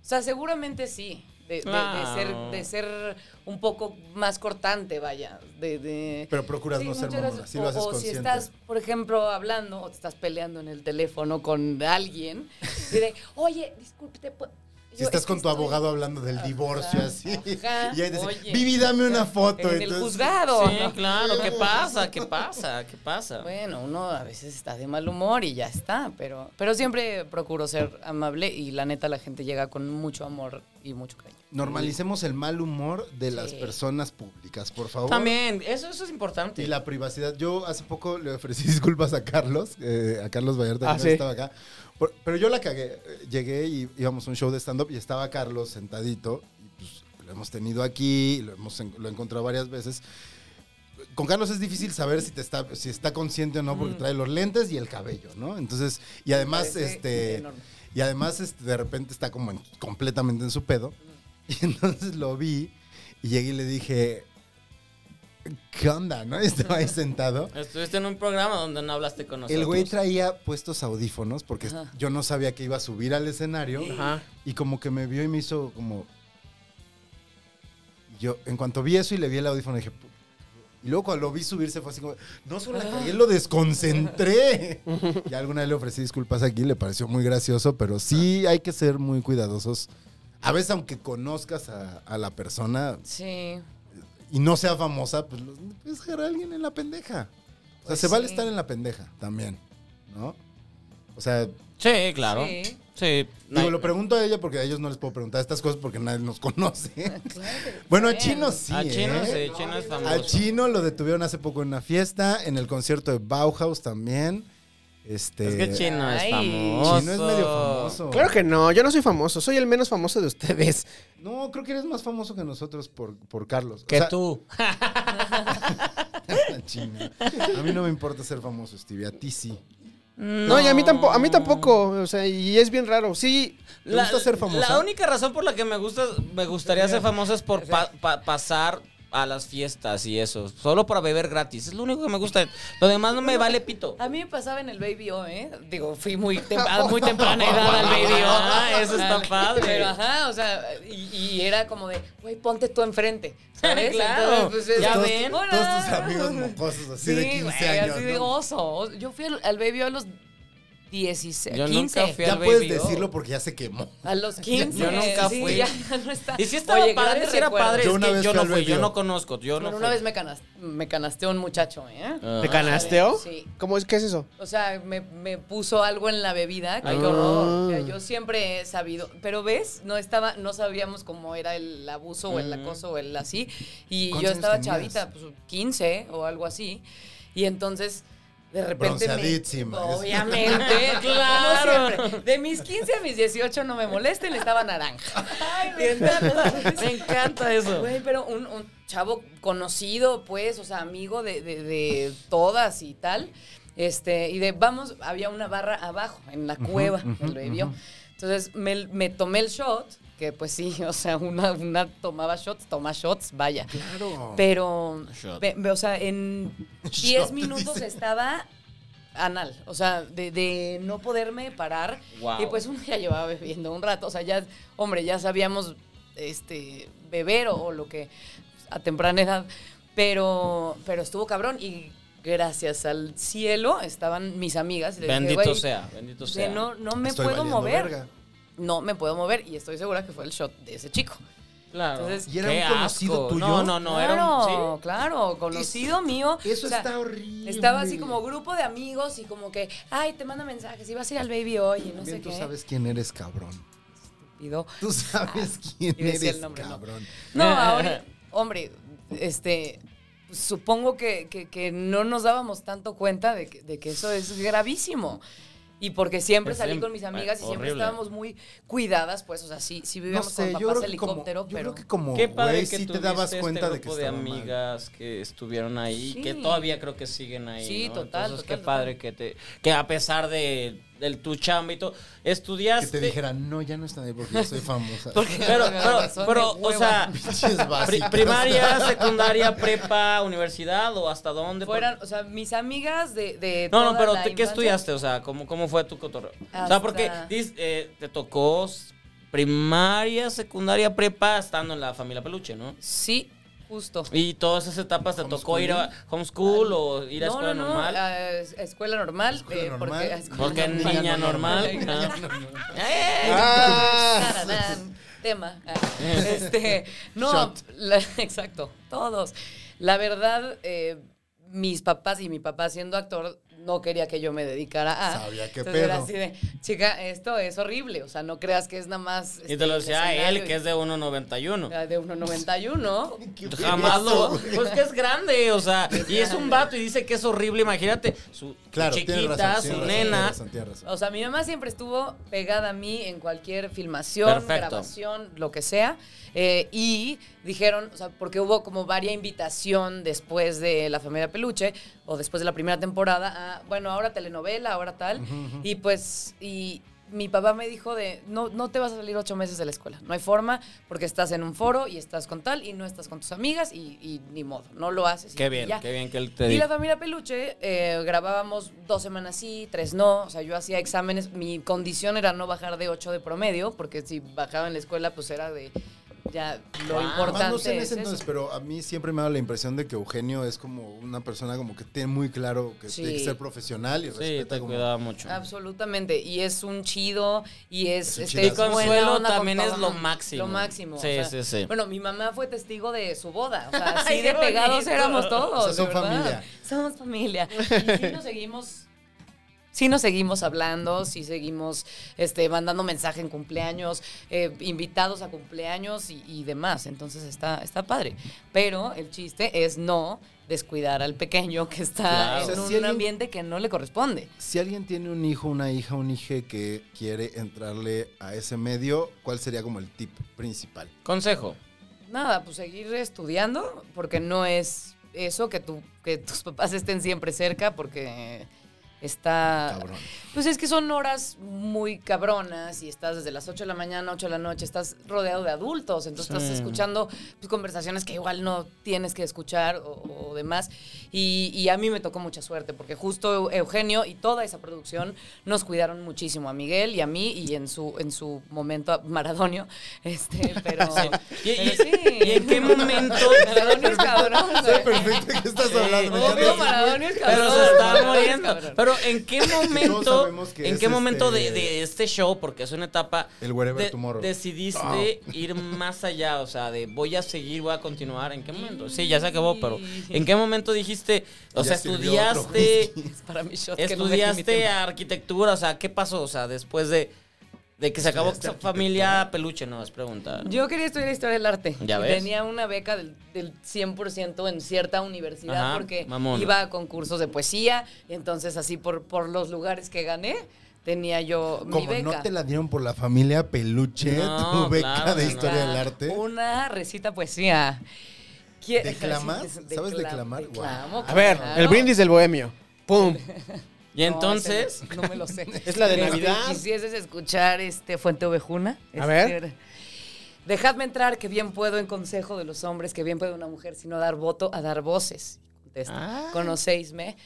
Speaker 6: o sea, seguramente sí. De, de- de
Speaker 5: Claro.
Speaker 6: ser, de ser un poco más cortante, vaya. De, de-
Speaker 4: Pero procuras
Speaker 6: Sí,
Speaker 4: no ser
Speaker 6: muchas gracias.
Speaker 4: mamona, sí lo haces
Speaker 6: o, o si
Speaker 4: consciente.
Speaker 6: estás, por ejemplo, hablando o te estás peleando en el teléfono con alguien, y de, oye, disculpe, te puedo-" Yo,
Speaker 4: Si estás
Speaker 6: "Es que
Speaker 4: con tu
Speaker 6: estoy-"
Speaker 4: abogado hablando del divorcio
Speaker 6: Ajá,
Speaker 4: así.
Speaker 6: ajá,
Speaker 4: y ahí dice,
Speaker 6: oye.
Speaker 4: Vivi, dame una foto.
Speaker 6: En el
Speaker 4: entonces-
Speaker 6: juzgado.
Speaker 5: Sí,
Speaker 6: ¿no?
Speaker 5: claro. ¿Qué pasa? ¿Qué pasa? ¿Qué pasa?
Speaker 6: Bueno, uno a veces está de mal humor y ya está, pero, pero siempre procuro ser amable y la neta la gente llega con mucho amor y mucho cariño.
Speaker 4: Normalicemos el mal humor de las
Speaker 6: Sí.
Speaker 4: personas públicas, por favor.
Speaker 5: También, eso, eso es importante.
Speaker 4: Y la privacidad. Yo hace poco le ofrecí (laughs) disculpas a Carlos, eh, a Carlos Vallarta, que
Speaker 2: Ah,
Speaker 4: no
Speaker 2: sí.
Speaker 4: estaba acá. Por- pero yo la cagué. Eh, Llegué y íbamos a un show de stand-up y estaba Carlos sentadito. Y pues lo hemos tenido aquí, lo hemos en- lo he encontrado varias veces. Con Carlos es difícil saber si te está, si está consciente o no, porque trae los lentes y el cabello, ¿no? Entonces, y además,
Speaker 6: Mm. parece
Speaker 4: este.
Speaker 6: enorme.
Speaker 4: Y además, este, de repente está como en- completamente en su pedo. (laughs) Y entonces lo vi y llegué y le dije, ¿qué onda? ¿No? Y Estaba ahí sentado.
Speaker 5: (laughs) Estuviste en un programa donde no hablaste con nosotros.
Speaker 4: El güey traía puestos audífonos porque
Speaker 6: Ajá.
Speaker 4: yo no sabía que iba a subir al escenario.
Speaker 5: Ajá.
Speaker 4: Y como que me vio y me hizo como... y Yo, en cuanto vi eso y le vi el audífono, dije... "Pu-". Y luego cuando lo vi subirse fue así como... No solo
Speaker 6: Ah.
Speaker 4: la cagué, lo desconcentré. y alguna vez le ofrecí disculpas aquí, le pareció muy gracioso, pero sí hay que ser muy cuidadosos. A veces aunque conozcas a, a la persona
Speaker 6: Sí.
Speaker 4: y no sea famosa, pues los- puedes agarrar a alguien en la pendeja. O sea,
Speaker 6: Pues
Speaker 4: se vale
Speaker 6: sí.
Speaker 4: estar en la pendeja también, ¿no? O sea,
Speaker 5: Sí, claro. Sí.
Speaker 6: Sí.
Speaker 4: digo,
Speaker 5: No hay-
Speaker 4: lo pregunto a ella porque a ellos no les puedo preguntar estas cosas porque nadie nos (laughs) conoce. bueno, a Chino sí.
Speaker 5: a Chino,
Speaker 4: ¿eh?
Speaker 5: sí, Chino es famoso.
Speaker 4: A Chino lo detuvieron hace poco en una fiesta, en el concierto de Bauhaus también. Este,
Speaker 5: Es que Chino es
Speaker 6: Ay.
Speaker 5: famoso.
Speaker 4: Chino es medio famoso.
Speaker 2: Claro que no, yo no soy famoso, soy el menos famoso de ustedes.
Speaker 4: No, creo que eres más famoso que nosotros por, por Carlos. O
Speaker 5: Que
Speaker 4: sea,
Speaker 5: tú.
Speaker 4: (laughs)
Speaker 5: (laughs)
Speaker 4: Chino. A mí no me importa ser famoso, Stevie. A ti sí.
Speaker 2: No, y a mí tampoco, a mí tampoco, o sea, y es bien raro. Sí,
Speaker 4: ¿Te gusta ser famosa?
Speaker 5: La única razón por la que me gusta, me gustaría ser famoso es por pa- pa- pasar a las fiestas y eso. Solo para beber gratis. Es lo único que me gusta. Lo demás no me vale pito.
Speaker 6: A mí me pasaba en el Baby O, ¿eh? Digo, fui muy, tem-
Speaker 5: (laughs)
Speaker 6: a muy temprana edad al Baby O.
Speaker 5: Ah, eso está padre.
Speaker 6: Pero ajá, o sea, y, y era como de, güey, ponte tú enfrente. (laughs) ¿Sabes?
Speaker 5: Claro.
Speaker 6: es-
Speaker 5: Ya
Speaker 4: todos,
Speaker 5: ven.
Speaker 4: Todos
Speaker 6: Hola.
Speaker 4: tus
Speaker 5: (laughs)
Speaker 4: amigos mocosos así de 15
Speaker 6: güey,
Speaker 4: años.
Speaker 6: Así
Speaker 4: ¿no?
Speaker 6: de "Oh, oso. O- Yo fui al, al Baby O a los 16,
Speaker 5: Yo
Speaker 6: 15.
Speaker 5: nunca fui
Speaker 4: Ya
Speaker 5: al
Speaker 4: puedes
Speaker 6: oh".
Speaker 5: Baby O.
Speaker 4: decirlo porque ya se quemó.
Speaker 6: A los 15.
Speaker 5: Yo nunca
Speaker 6: sí,
Speaker 5: fui.
Speaker 6: Ya, no está.
Speaker 5: Y si estaba
Speaker 6: Oye,
Speaker 5: padre,
Speaker 6: grandes
Speaker 5: si era
Speaker 6: recuerdos.
Speaker 5: padre,
Speaker 4: Yo
Speaker 5: es
Speaker 4: una
Speaker 5: que
Speaker 4: vez
Speaker 5: yo
Speaker 4: fui
Speaker 5: no
Speaker 4: al
Speaker 5: fui, yo
Speaker 4: Baby O.
Speaker 5: no conozco, yo no
Speaker 6: Bueno,
Speaker 5: fui.
Speaker 6: una vez me, canas- me canasteó un muchacho, ¿eh?
Speaker 5: Ah.
Speaker 2: ¿te canasteo?
Speaker 6: Sí.
Speaker 2: ¿Cómo es? ¿Qué es eso?
Speaker 6: O sea, me, me puso algo en la bebida. ¡Qué
Speaker 5: Ah.
Speaker 6: horror! O sea, yo siempre he sabido. Pero ves, no estaba, no sabíamos cómo era el abuso o el acoso o el así. Y yo
Speaker 4: ¿Cuántos
Speaker 6: estaba
Speaker 4: años tenías?
Speaker 6: chavita, pues 15 o algo así. Y entonces. De repente me-
Speaker 4: Bronceadísima.
Speaker 6: (laughs) Obviamente, claro. De mis 15 a mis 18, no me molesten, estaba naranja. Y entonces-
Speaker 5: Me encanta eso.
Speaker 6: Güey, pero un, un chavo conocido, pues, o sea, amigo de, de- de todas y tal. Este, y de, vamos, había una barra abajo, en la cueva, el bebió. Entonces, me, me tomé el shot, que pues sí, (laughs) o sea, una, una tomaba shots, toma shots, vaya.
Speaker 4: Claro.
Speaker 6: Pero,
Speaker 5: Shot.
Speaker 6: ve- ve- o
Speaker 5: (laughs)
Speaker 6: sea, en
Speaker 4: Shot,
Speaker 6: 10 minutos
Speaker 4: dice.
Speaker 6: estaba anal, o sea, de, de no poderme parar.
Speaker 5: Wow.
Speaker 6: Y pues un día llevaba bebiendo un rato, o sea, ya, hombre, ya sabíamos este, beber o, o lo que a temprana edad, pero, pero estuvo cabrón y gracias al cielo estaban mis amigas. y le dije,
Speaker 5: Bendito
Speaker 6: "Güey,
Speaker 5: sea, bendito
Speaker 6: que
Speaker 5: sea.
Speaker 6: No, no me
Speaker 4: Estoy
Speaker 6: puedo
Speaker 4: valiendo
Speaker 6: mover.
Speaker 4: verga.
Speaker 6: No me puedo mover y estoy segura que fue el shot de ese chico.
Speaker 5: Claro.
Speaker 6: Entonces,
Speaker 4: ¿Y era
Speaker 5: Qué
Speaker 4: un conocido
Speaker 5: asco.
Speaker 4: tuyo?
Speaker 5: No, no, no,
Speaker 6: claro,
Speaker 5: era un... ¿sí?
Speaker 6: claro, conocido mío.
Speaker 4: Eso
Speaker 6: O sea,
Speaker 4: está horrible.
Speaker 6: Estaba así como grupo de amigos y como que, ay, te manda mensajes, ibas a ir al baby hoy y no sé
Speaker 4: Bien, tú
Speaker 6: qué.
Speaker 4: sabes quién eres, cabrón.
Speaker 6: Pido.
Speaker 4: Tú sabes quién
Speaker 6: y decía el
Speaker 4: eres, (laughs)
Speaker 6: nombre, no.
Speaker 4: cabrón.
Speaker 6: No, ahora, hombre, este, pues, supongo que, que- que no nos dábamos tanto cuenta de que, de que eso es gravísimo. Y porque siempre
Speaker 5: Es
Speaker 6: salí
Speaker 5: em-
Speaker 6: con mis amigas y siempre
Speaker 5: horrible.
Speaker 6: estábamos muy cuidadas, pues, o sea, sí, sí
Speaker 4: No
Speaker 6: vivíamos
Speaker 4: sé,
Speaker 6: con
Speaker 4: yo creo
Speaker 6: papás
Speaker 4: que como,
Speaker 6: helicóptero,
Speaker 4: yo
Speaker 6: pero...
Speaker 4: creo que como
Speaker 5: Qué padre
Speaker 4: Oh, güey
Speaker 5: que
Speaker 4: sí te
Speaker 5: tuviste
Speaker 4: dabas
Speaker 5: este
Speaker 4: cuenta de que
Speaker 5: grupo de
Speaker 4: estaba mal.
Speaker 5: amigas que estuvieron ahí,
Speaker 6: Sí.
Speaker 5: que todavía creo que siguen ahí.
Speaker 6: Sí,
Speaker 5: ¿no?
Speaker 6: total,
Speaker 5: Entonces,
Speaker 6: total,
Speaker 5: qué
Speaker 6: total.
Speaker 5: padre que te, que a pesar de, del tu chamba y todo,
Speaker 4: Que
Speaker 5: estudiaste.
Speaker 4: te dijeran, no, ya no está ahí porque yo soy famosa. (laughs)
Speaker 6: (laughs) Porque-
Speaker 5: Pero,
Speaker 6: Me
Speaker 5: pero,
Speaker 6: abrazó de
Speaker 5: pero, o
Speaker 6: hueva.
Speaker 5: sea,
Speaker 4: Pinches
Speaker 5: pri-
Speaker 4: básicas. (laughs)
Speaker 5: primaria, secundaria, prepa, universidad o hasta dónde.
Speaker 6: Fueran, o sea, mis amigas de, de
Speaker 5: No, no,
Speaker 6: toda
Speaker 5: pero
Speaker 6: la
Speaker 5: te- ¿qué
Speaker 6: infancia-
Speaker 5: estudiaste? O sea, ¿cómo, cómo fue tu cotorreo? O sea,
Speaker 6: Hasta-
Speaker 5: porque dis- eh, te tocó s- primaria, secundaria, prepa, estando en la familia Peluche, ¿no?
Speaker 6: Sí, justo.
Speaker 5: Y todas esas etapas te tocó ir a homeschool o ir a
Speaker 6: no,
Speaker 5: escuela
Speaker 6: no, no,
Speaker 5: normal.
Speaker 6: a es- escuela normal.
Speaker 4: Escuela
Speaker 6: eh,
Speaker 4: normal.
Speaker 6: Porque, a escuela
Speaker 5: Porque
Speaker 6: normal.
Speaker 5: niña normal.
Speaker 6: (laughs)
Speaker 5: ¿no?
Speaker 2: Ah.
Speaker 6: Tararán,
Speaker 4: (laughs)
Speaker 6: tema. Ah, Este, no,
Speaker 4: Shot.
Speaker 6: la- (laughs) exacto, todos. La verdad, eh, mis papás y mi papá siendo actor no quería que yo me dedicara a.
Speaker 4: Sabía qué
Speaker 6: Entonces era
Speaker 4: pedo.
Speaker 6: así de, chica, esto es horrible, o sea, no creas que es nada más.
Speaker 5: Y
Speaker 6: este,
Speaker 5: te lo decía a él,
Speaker 6: escenario
Speaker 5: que es de
Speaker 6: y-
Speaker 5: 1.91.
Speaker 6: ah, de
Speaker 5: (laughs)
Speaker 6: 1.91.
Speaker 5: Jamás lo. (laughs) Pues que es grande, o sea. Y es un vato y dice que es horrible, imagínate. Su
Speaker 4: Claro, tienes
Speaker 5: chiquita,
Speaker 4: razón,
Speaker 5: su
Speaker 4: tienes razón,
Speaker 5: nena.
Speaker 4: tienes razón, tienes razón.
Speaker 6: O sea, mi mamá siempre estuvo pegada a mí en cualquier filmación,
Speaker 5: Perfecto.
Speaker 6: grabación, lo que sea. Eh, y dijeron, o sea, porque hubo como varia invitación después de La Familia Peluche o después de la primera temporada a, bueno, ahora telenovela, ahora tal. Y pues, y mi papá me dijo de, no, no te vas a salir ocho meses de la escuela. No hay forma porque estás en un foro y estás con tal y no estás con tus amigas y, y ni modo, no lo haces. y-
Speaker 5: Qué
Speaker 6: y
Speaker 5: bien,
Speaker 6: ya.
Speaker 5: qué bien que él te
Speaker 6: Y la
Speaker 5: dijo.
Speaker 6: familia Peluche eh, grabábamos dos semanas sí, tres no. O sea, yo hacía exámenes. Mi condición era no bajar de 8 de promedio, porque si bajaba en la escuela, pues era de. Ya, lo
Speaker 5: Ah,
Speaker 6: importante
Speaker 4: Además, no sé en
Speaker 6: es
Speaker 4: ese
Speaker 6: eso.
Speaker 4: entonces, pero a mí siempre me ha dado la impresión de que Eugenio es como una persona como que tiene muy claro que
Speaker 6: Sí.
Speaker 4: tiene que ser profesional y
Speaker 5: Sí,
Speaker 4: respeta
Speaker 5: te
Speaker 4: como-
Speaker 5: cuidaba mucho.
Speaker 6: Absolutamente. Y es un chido y es.
Speaker 4: Es un
Speaker 6: este,
Speaker 4: chidazo.
Speaker 6: buena
Speaker 5: Consuelo
Speaker 6: onda con
Speaker 5: también es
Speaker 6: todo.
Speaker 5: lo máximo.
Speaker 6: Lo máximo.
Speaker 5: Sí, sí, sí.
Speaker 6: Bueno, mi mamá fue testigo de su boda. O
Speaker 4: (laughs)
Speaker 6: sea, así
Speaker 5: Ay,
Speaker 6: de
Speaker 5: qué
Speaker 6: pegados
Speaker 5: bonito.
Speaker 6: éramos todos.
Speaker 4: O sea, son
Speaker 6: de verdad.
Speaker 4: familia.
Speaker 6: Somos familia.
Speaker 4: (laughs)
Speaker 6: Y sí nos seguimos. Sí nos seguimos hablando, sí seguimos este, mandando mensaje en cumpleaños, eh, invitados a cumpleaños y, y demás. Entonces está, está padre. Pero el chiste es no descuidar al pequeño que está
Speaker 5: Claro.
Speaker 6: en
Speaker 4: O sea,
Speaker 6: un
Speaker 4: si alguien-
Speaker 6: ambiente que no le corresponde.
Speaker 4: Si alguien tiene un hijo, una hija, un hije que quiere entrarle a ese medio, ¿cuál sería como el tip principal?
Speaker 5: Consejo.
Speaker 6: Nada, pues seguir estudiando, porque no es eso que, tu, que tus papás estén siempre cerca, porque está...
Speaker 4: (laughs) Cabrón.
Speaker 6: Pues es que son horas muy cabronas y estás desde las 8 de la mañana, 8 de la noche, estás rodeado de adultos, entonces
Speaker 5: Sí.
Speaker 6: estás escuchando pues, conversaciones que igual no tienes que escuchar o, o demás. Y, y a mí me tocó mucha suerte, porque justo Eu- Eugenio y toda esa producción nos cuidaron muchísimo a Miguel y a mí y en su, en su momento a Maradonio.
Speaker 5: (laughs)
Speaker 6: Este, pero,
Speaker 5: ¿Y,
Speaker 6: pero
Speaker 5: y-
Speaker 6: sí.
Speaker 5: y en qué momento?
Speaker 6: Maradonio es cabrón. güey.
Speaker 4: Perfecto, ¿qué estás hablando? Me encanta.
Speaker 5: Obvio,
Speaker 6: Obvio, Maradonio es cabrón.
Speaker 5: Pero se está
Speaker 6: Maradonio es
Speaker 5: muriendo.
Speaker 6: cabrón.
Speaker 5: Pero en qué momento,
Speaker 4: sabemos que
Speaker 5: en
Speaker 4: es
Speaker 5: qué momento de,
Speaker 4: este-
Speaker 5: de este show, porque es una etapa,
Speaker 4: El Wherever
Speaker 5: de-
Speaker 4: Tomorrow.
Speaker 5: decidiste ir más allá, o sea, de voy a seguir, voy a continuar. ¿En qué momento? Sí, ya se acabó, pero ¿en qué momento dijiste, o
Speaker 4: Ya
Speaker 5: sea,
Speaker 4: sirvió otro
Speaker 5: estudiaste,
Speaker 4: (laughs)
Speaker 6: Para mi shot que no dejé mi
Speaker 5: estudiaste
Speaker 6: tiempo.
Speaker 5: arquitectura, o sea, qué pasó, o sea, después de, de que se acabó esa familia peluche, no es pregunta.
Speaker 6: Yo quería estudiar historia del arte.
Speaker 5: Ya
Speaker 6: Y
Speaker 5: ves.
Speaker 6: Tenía una beca del, del 100% en cierta universidad
Speaker 5: Ajá,
Speaker 6: porque
Speaker 5: mamona.
Speaker 6: iba a concursos de poesía y entonces así por, por los lugares que gané tenía yo mi
Speaker 4: Como
Speaker 6: beca.
Speaker 4: no te la dieron por la familia Peluche,
Speaker 5: No,
Speaker 4: tu beca
Speaker 5: claro,
Speaker 4: de
Speaker 5: no.
Speaker 4: historia del arte.
Speaker 6: Una recita poesía. ¿Quie-
Speaker 4: ¿Declamas?
Speaker 6: recita-
Speaker 4: ¿Sabes
Speaker 6: decla-
Speaker 4: declamar?
Speaker 6: declamo,
Speaker 2: A ver,
Speaker 6: Ah, claro.
Speaker 2: el brindis del bohemio. ¡Pum!
Speaker 5: Y
Speaker 6: No,
Speaker 5: entonces,
Speaker 6: ese no, no me lo sé.
Speaker 2: (laughs) Es la de
Speaker 6: Este,
Speaker 2: Navidad.
Speaker 6: Quisieses escuchar este Fuente Ovejuna.
Speaker 2: A
Speaker 6: Este,
Speaker 2: ver.
Speaker 6: Dejadme entrar, que bien puedo en consejo de los hombres, que bien puede una mujer, sino dar voto, a dar voces. Contesta.
Speaker 2: Ah.
Speaker 6: Conocéisme.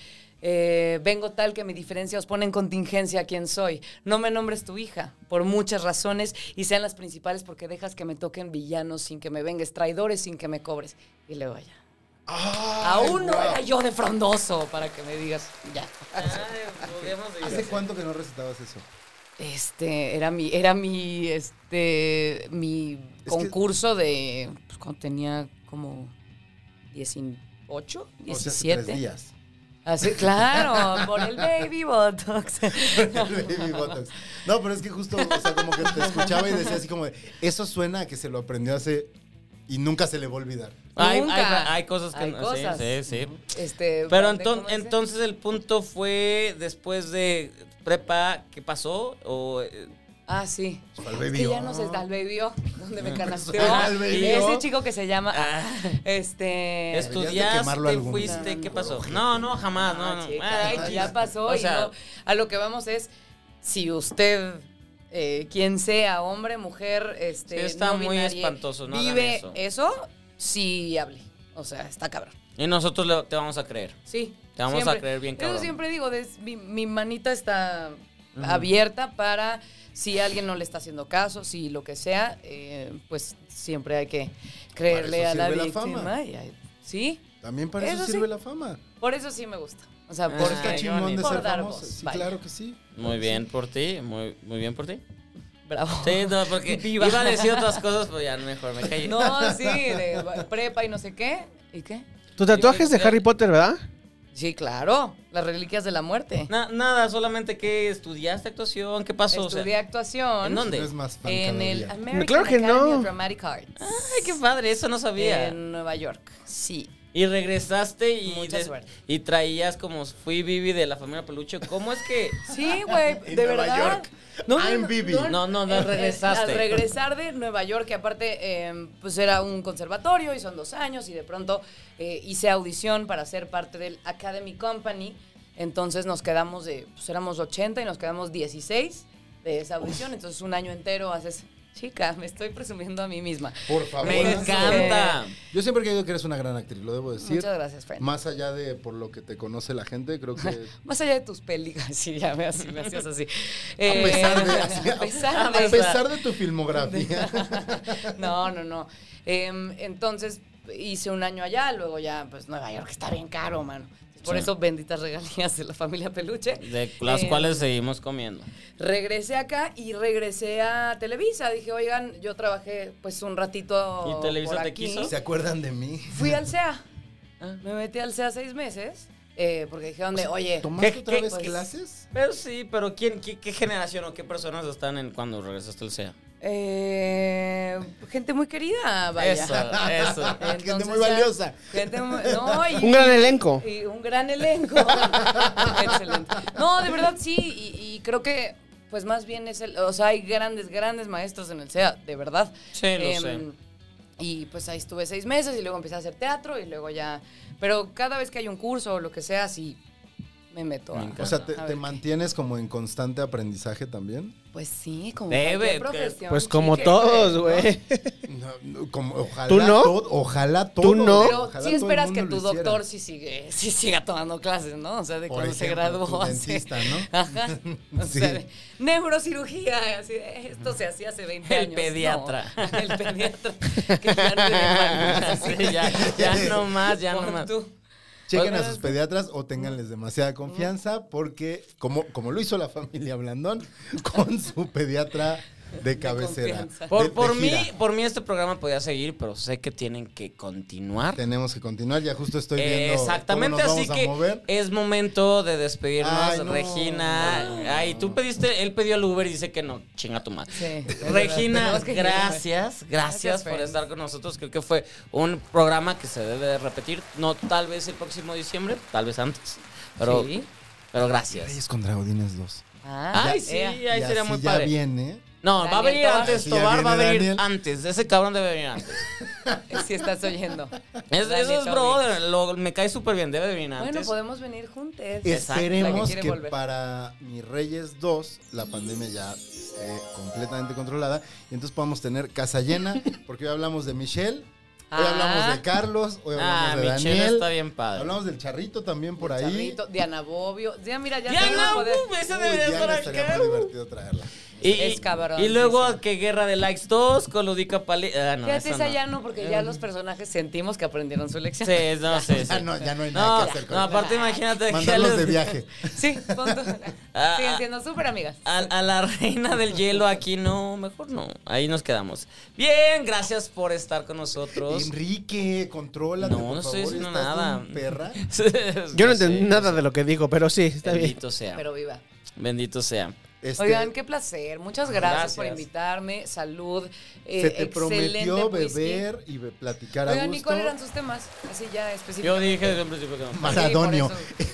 Speaker 6: Eh, vengo tal que mi diferencia os pone en contingencia a quién soy. No me nombres tu hija, por muchas razones, y sean las principales porque dejas que me toquen villanos sin que me vengues, traidores sin que me cobres. Y le vaya. Aún no era yo de frondoso para que me digas ya.
Speaker 2: Ah.
Speaker 4: ¿Hace cuánto que no recitabas eso?
Speaker 6: Este, era mi, era mi, este, mi
Speaker 4: que-
Speaker 6: concurso de, pues, cuando tenía como 18,
Speaker 4: O sea, hace
Speaker 6: 17.
Speaker 4: tres días.
Speaker 6: (laughs)
Speaker 4: (laughs)
Speaker 6: Así, claro, por el
Speaker 5: (laughs)
Speaker 6: baby botox.
Speaker 4: Baby Botox. No, pero es que justo, o sea, como que te escuchaba y decía así como de, eso suena a que se lo aprendió hace y nunca se le va a olvidar.
Speaker 5: Hay, hay,
Speaker 6: Nunca.
Speaker 5: hay cosas que
Speaker 6: Hay
Speaker 5: no-
Speaker 6: cosas.
Speaker 5: Sí, sí, sí.
Speaker 6: Este,
Speaker 5: Pero
Speaker 6: de-
Speaker 5: enton-
Speaker 6: ¿cómo se dice?
Speaker 5: entonces el punto fue después de prepa, ¿qué pasó? O, eh,
Speaker 6: Ah, sí.
Speaker 4: Fue Pues al
Speaker 6: Es
Speaker 4: Baby Pues
Speaker 6: que
Speaker 4: O.
Speaker 6: ya no sé, al Baby O,
Speaker 4: (laughs)
Speaker 6: donde me canasteó.
Speaker 5: Suena al Baby O.
Speaker 6: Ese chico que se llama.
Speaker 5: Ah.
Speaker 6: Este.
Speaker 4: Esto-
Speaker 5: ¿Estudiaste?
Speaker 4: quemarlo algún
Speaker 5: ¿Fuiste?
Speaker 4: día.
Speaker 5: ¿Qué pasó? No, no, jamás, no,
Speaker 6: Ah,
Speaker 5: no.
Speaker 6: chica,
Speaker 5: Ay,
Speaker 6: no,
Speaker 5: chis-
Speaker 6: ya pasó
Speaker 5: O
Speaker 6: y
Speaker 5: sea,
Speaker 6: no. A lo que vamos es, si usted, eh, quien sea, hombre, mujer, este,
Speaker 5: Sí, está
Speaker 6: no
Speaker 5: muy
Speaker 6: binario,
Speaker 5: espantoso, no hagan
Speaker 6: Vive
Speaker 5: eso.
Speaker 6: sí hable. O sea, está cabrón.
Speaker 5: y nosotros le- te vamos a creer.
Speaker 6: Sí.
Speaker 5: Te vamos a creer bien cabrón.
Speaker 6: Yo siempre digo, des- mi, mi manita está abierta para si alguien no le está haciendo caso, si lo que sea, eh, pues siempre hay que creerle
Speaker 4: eso
Speaker 6: a la
Speaker 4: sirve la
Speaker 6: víctima.
Speaker 4: fama.
Speaker 6: y hay- sí,
Speaker 4: También para eso,
Speaker 6: Eso sí.
Speaker 4: sirve la fama.
Speaker 6: por eso sí me gusta. O sea,
Speaker 5: Ah,
Speaker 4: Por
Speaker 6: porque-
Speaker 4: estar
Speaker 5: qué
Speaker 4: chingón de
Speaker 5: bonito.
Speaker 6: Por
Speaker 4: ser
Speaker 6: dar
Speaker 4: famoso.
Speaker 6: voz,
Speaker 4: Sí,
Speaker 6: vaya.
Speaker 4: claro que sí.
Speaker 5: Muy bien por ti, muy, muy bien
Speaker 6: (laughs)
Speaker 5: por ti.
Speaker 6: Bravo.
Speaker 5: Sí, no, porque
Speaker 6: Viva.
Speaker 5: iba a decir otras cosas, pero ya mejor me callé.
Speaker 6: (laughs) No, sí, de ba- prepa y no sé qué. ¿Y qué?
Speaker 2: Tu tatuaje es de Harry Potter, ¿verdad?
Speaker 6: Sí, claro, las reliquias de la muerte.
Speaker 5: Na- nada, solamente que estudiaste actuación, ¿qué pasó? O sea,
Speaker 6: Estudié actuación
Speaker 5: ¿en dónde?
Speaker 4: No es más fan
Speaker 6: en
Speaker 4: cada
Speaker 6: el
Speaker 4: día.
Speaker 6: American
Speaker 2: Claro que
Speaker 6: Academy
Speaker 2: no.
Speaker 6: of Dramatic Arts
Speaker 5: Ay, qué padre, eso no sabía.
Speaker 6: en Nueva York. Sí.
Speaker 5: Y regresaste y,
Speaker 6: Mucha
Speaker 5: de-
Speaker 6: suerte.
Speaker 5: y traías como fui Vivi de la familia Peluche. ¿Cómo es que?
Speaker 6: Sí, (laughs) güey, de
Speaker 4: En Nueva
Speaker 6: verdad.
Speaker 4: York.
Speaker 6: No,
Speaker 4: I'm Ah, Bibi.
Speaker 5: No, no, no
Speaker 6: eh, eh,
Speaker 5: regresaste.
Speaker 6: (laughs) Al regresar de Nueva York, que aparte eh, pues era un conservatorio y son dos años y de pronto eh, hice audición para ser parte del Academy Company. Entonces nos quedamos de, pues éramos 80 y nos quedamos 16 de esa audición. Entonces un año entero haces, chica, me estoy presumiendo a mí misma.
Speaker 4: Por favor.
Speaker 5: Me
Speaker 6: Bueno,
Speaker 5: encanta.
Speaker 4: Yo siempre he creído que eres una gran actriz, lo debo decir.
Speaker 6: Muchas gracias, Fran.
Speaker 4: Más allá de por lo que te conoce la gente, creo
Speaker 6: (laughs)
Speaker 4: que
Speaker 6: Más allá de tus películas, (laughs) sí, ya me, así, me hacías así. Eh,
Speaker 4: a pesar de,
Speaker 6: a pesar
Speaker 4: (laughs)
Speaker 6: de,
Speaker 4: a pesar de tu filmografía.
Speaker 6: (laughs) No, no, no. Em, entonces hice un año allá, luego ya, pues Nueva York está bien caro, mano. Por
Speaker 5: Sí.
Speaker 6: eso benditas regalías de la familia Peluche.
Speaker 5: De las
Speaker 6: Em,
Speaker 5: cuales seguimos comiendo.
Speaker 6: Regresé acá y regresé a Televisa. Dije, oigan, yo trabajé pues un ratito.
Speaker 5: ¿Y Televisa
Speaker 6: por
Speaker 5: te
Speaker 6: aquí".
Speaker 5: quiso?
Speaker 4: ¿Se acuerdan de mí?
Speaker 6: Fui al CEA. Me metí al CEA seis meses eh, porque dijeron de, oye.
Speaker 4: (laughs) ¿Tomaste
Speaker 5: ¿Qué-
Speaker 4: otra
Speaker 5: qué-
Speaker 4: vez
Speaker 6: pues-
Speaker 4: clases?
Speaker 5: Pero sí, pero ¿quién, qué, qué generación o qué personas están en cuando regresaste al SEA?
Speaker 6: eh, gente muy querida, vaya.
Speaker 5: Eso,
Speaker 6: (laughs)
Speaker 5: eso.
Speaker 6: Entonces,
Speaker 4: (laughs) Gente muy
Speaker 6: ya-
Speaker 4: valiosa.
Speaker 6: gente muy- (laughs) no, y-
Speaker 2: Un gran elenco.
Speaker 6: Y un gran elenco. (laughs) Excelente. No, de verdad sí, y, y creo que, pues más bien es el. O sea, hay grandes, grandes maestros en el SEA, de verdad. Em,
Speaker 5: Sí, lo sé.
Speaker 6: Y pues ahí estuve seis meses y luego empecé a hacer teatro y luego ya. Pero cada vez que hay un curso o lo que sea, sí me meto. a-
Speaker 5: Me encanta.
Speaker 4: O sea, ¿te,
Speaker 6: A ver
Speaker 4: te
Speaker 6: qué.
Speaker 4: mantienes como en constante aprendizaje también?
Speaker 6: Pues sí, como
Speaker 5: Debe,
Speaker 6: cualquier profesión.
Speaker 2: Pues como
Speaker 6: chique,
Speaker 2: todos,
Speaker 6: ¿no?
Speaker 2: güey.
Speaker 4: No, no, como, ojalá
Speaker 2: ¿Tú no?
Speaker 4: todo- ojalá todo.
Speaker 2: ¿Tú no?
Speaker 6: Pero
Speaker 4: ojalá
Speaker 6: sí
Speaker 4: todo el
Speaker 6: esperas que
Speaker 4: mundo
Speaker 6: tu
Speaker 4: lo hiciera.
Speaker 6: doctor sí, sigue, sí siga tomando clases, ¿no? O sea, de
Speaker 4: Por
Speaker 6: cuando se
Speaker 4: ejemplo, tu
Speaker 6: graduó. (laughs) así.
Speaker 4: dentista, ¿no? (laughs)
Speaker 6: Ajá. O
Speaker 4: Sí.
Speaker 6: sea, de neurocirugía, así de, esto se hacía hace 20
Speaker 5: El
Speaker 6: años.
Speaker 5: pediatra.
Speaker 6: No, (laughs) el pediatra. que ya no tiene manos, así.
Speaker 5: Sí, ya, ya no más, ya no
Speaker 6: Pon
Speaker 5: más.
Speaker 6: tú.
Speaker 4: Chequen a sus pediatras o ténganles demasiada confianza porque, como, como lo hizo la familia Blandón, (laughs) con su pediatra de cabecera.
Speaker 6: confianza.
Speaker 5: Por,
Speaker 4: De- de
Speaker 5: por mí,
Speaker 4: gira.
Speaker 5: por mí este programa podía seguir, pero sé que tienen que continuar.
Speaker 4: Tenemos que continuar, ya justo estoy
Speaker 5: Eh,
Speaker 4: viendo
Speaker 5: Exactamente,
Speaker 4: cómo nos
Speaker 5: así
Speaker 4: vamos
Speaker 5: que eh,
Speaker 4: a mover.
Speaker 5: es momento de despedirnos,
Speaker 4: Ay, no.
Speaker 5: Regina. Ay, tú pediste, él pidió al Uber y dice que no, chinga tu madre.
Speaker 6: Sí, es verdad.
Speaker 5: Regina,
Speaker 6: Tenemos que
Speaker 5: gracias, gracias,
Speaker 6: Gracias,
Speaker 5: por
Speaker 6: friends.
Speaker 5: estar con nosotros. Creo que fue un programa que se debe de repetir, no tal vez el próximo diciembre, tal vez antes, pero,
Speaker 6: Sí.
Speaker 5: pero gracias.
Speaker 4: Reyes contra Godines 2.
Speaker 6: Ah,
Speaker 5: Ay, sí,
Speaker 6: ea.
Speaker 5: ahí
Speaker 4: Y
Speaker 5: sería
Speaker 4: así
Speaker 5: muy
Speaker 4: ya
Speaker 5: padre.
Speaker 4: viene.
Speaker 5: No, va a
Speaker 6: Daniel
Speaker 5: venir
Speaker 6: Tobar.
Speaker 5: antes,
Speaker 4: Así ya
Speaker 5: Tobar va a
Speaker 4: viene
Speaker 5: venir
Speaker 4: Daniel.
Speaker 5: antes, ese cabrón debe venir antes.
Speaker 6: Si estás oyendo.
Speaker 5: Es-
Speaker 6: Dani
Speaker 5: eso es
Speaker 6: Toby.
Speaker 5: brother, lo- me cae súper bien, debe venir antes.
Speaker 6: Bueno, podemos venir juntos.
Speaker 5: Exacto.
Speaker 4: Esperemos
Speaker 6: La que quiere
Speaker 4: que
Speaker 6: volver.
Speaker 4: para mi Reyes 2 la pandemia ya esté completamente controlada y entonces podamos tener casa
Speaker 5: (laughs)
Speaker 4: llena porque hoy hablamos de Michelle, hoy
Speaker 6: Ah.
Speaker 4: hablamos de Carlos, hoy hablamos
Speaker 5: Ah,
Speaker 4: de
Speaker 5: Michelle
Speaker 4: Daniel,
Speaker 5: está bien padre.
Speaker 4: hablamos del charrito también por ahí.
Speaker 6: Charrito, Diana Bobbio. Ya, mira, ya,
Speaker 5: Ya
Speaker 6: te voy a
Speaker 5: no,
Speaker 6: poder-
Speaker 5: uh, ese
Speaker 4: Uy,
Speaker 5: debería
Speaker 4: Diana
Speaker 5: estar
Speaker 4: estaría
Speaker 5: acá.
Speaker 4: muy divertido traerla.
Speaker 5: Y,
Speaker 6: Es cabrón,
Speaker 5: y luego
Speaker 6: sí, sí.
Speaker 5: que Guerra de Likes 2, Coludica Pali. Ah, no,
Speaker 6: Fíjate,
Speaker 5: esa
Speaker 6: esa
Speaker 5: no.
Speaker 6: ya no, porque ya los personajes sentimos que aprendieron su lección.
Speaker 5: Sí,
Speaker 6: (laughs)
Speaker 5: no sé.
Speaker 4: Ya Ah, no- ya no hay nada que hacer con
Speaker 5: No,
Speaker 4: eso.
Speaker 5: aparte imagínate que ya
Speaker 4: Mandarlos
Speaker 5: les-
Speaker 4: de viaje.
Speaker 6: Sí, punto.
Speaker 5: Ah,
Speaker 6: Siguen
Speaker 5: ah.
Speaker 6: siendo súper amigas.
Speaker 5: A, a la (laughs) reina del hielo aquí no, mejor no. Ahí nos quedamos. Bien, gracias por estar con nosotros. (laughs)
Speaker 4: Enrique, contrólate,
Speaker 5: No,
Speaker 4: por
Speaker 5: no estoy
Speaker 4: favor,
Speaker 5: diciendo
Speaker 4: estás de
Speaker 5: nada.
Speaker 4: un
Speaker 5: (laughs)
Speaker 4: perra.
Speaker 2: Yo no
Speaker 5: sé.
Speaker 2: entendí nada de lo que dijo, pero sí, está bien.
Speaker 5: Bendito sea.
Speaker 6: Pero viva.
Speaker 5: Bendito sea.
Speaker 4: Ah. Este,
Speaker 6: Oigan, qué placer. Muchas gracias, por
Speaker 5: Gracias.
Speaker 6: invitarme. Salud. eh,
Speaker 4: Se te
Speaker 6: excelente
Speaker 4: prometió
Speaker 6: whisky.
Speaker 4: beber y be- platicar a
Speaker 6: Oigan, ¿y
Speaker 4: gusto.
Speaker 6: cuáles eran sus temas? Así ya
Speaker 5: Yo
Speaker 6: específicamente.
Speaker 5: dije desde un principio que no.
Speaker 4: Maradonio.
Speaker 6: Sí,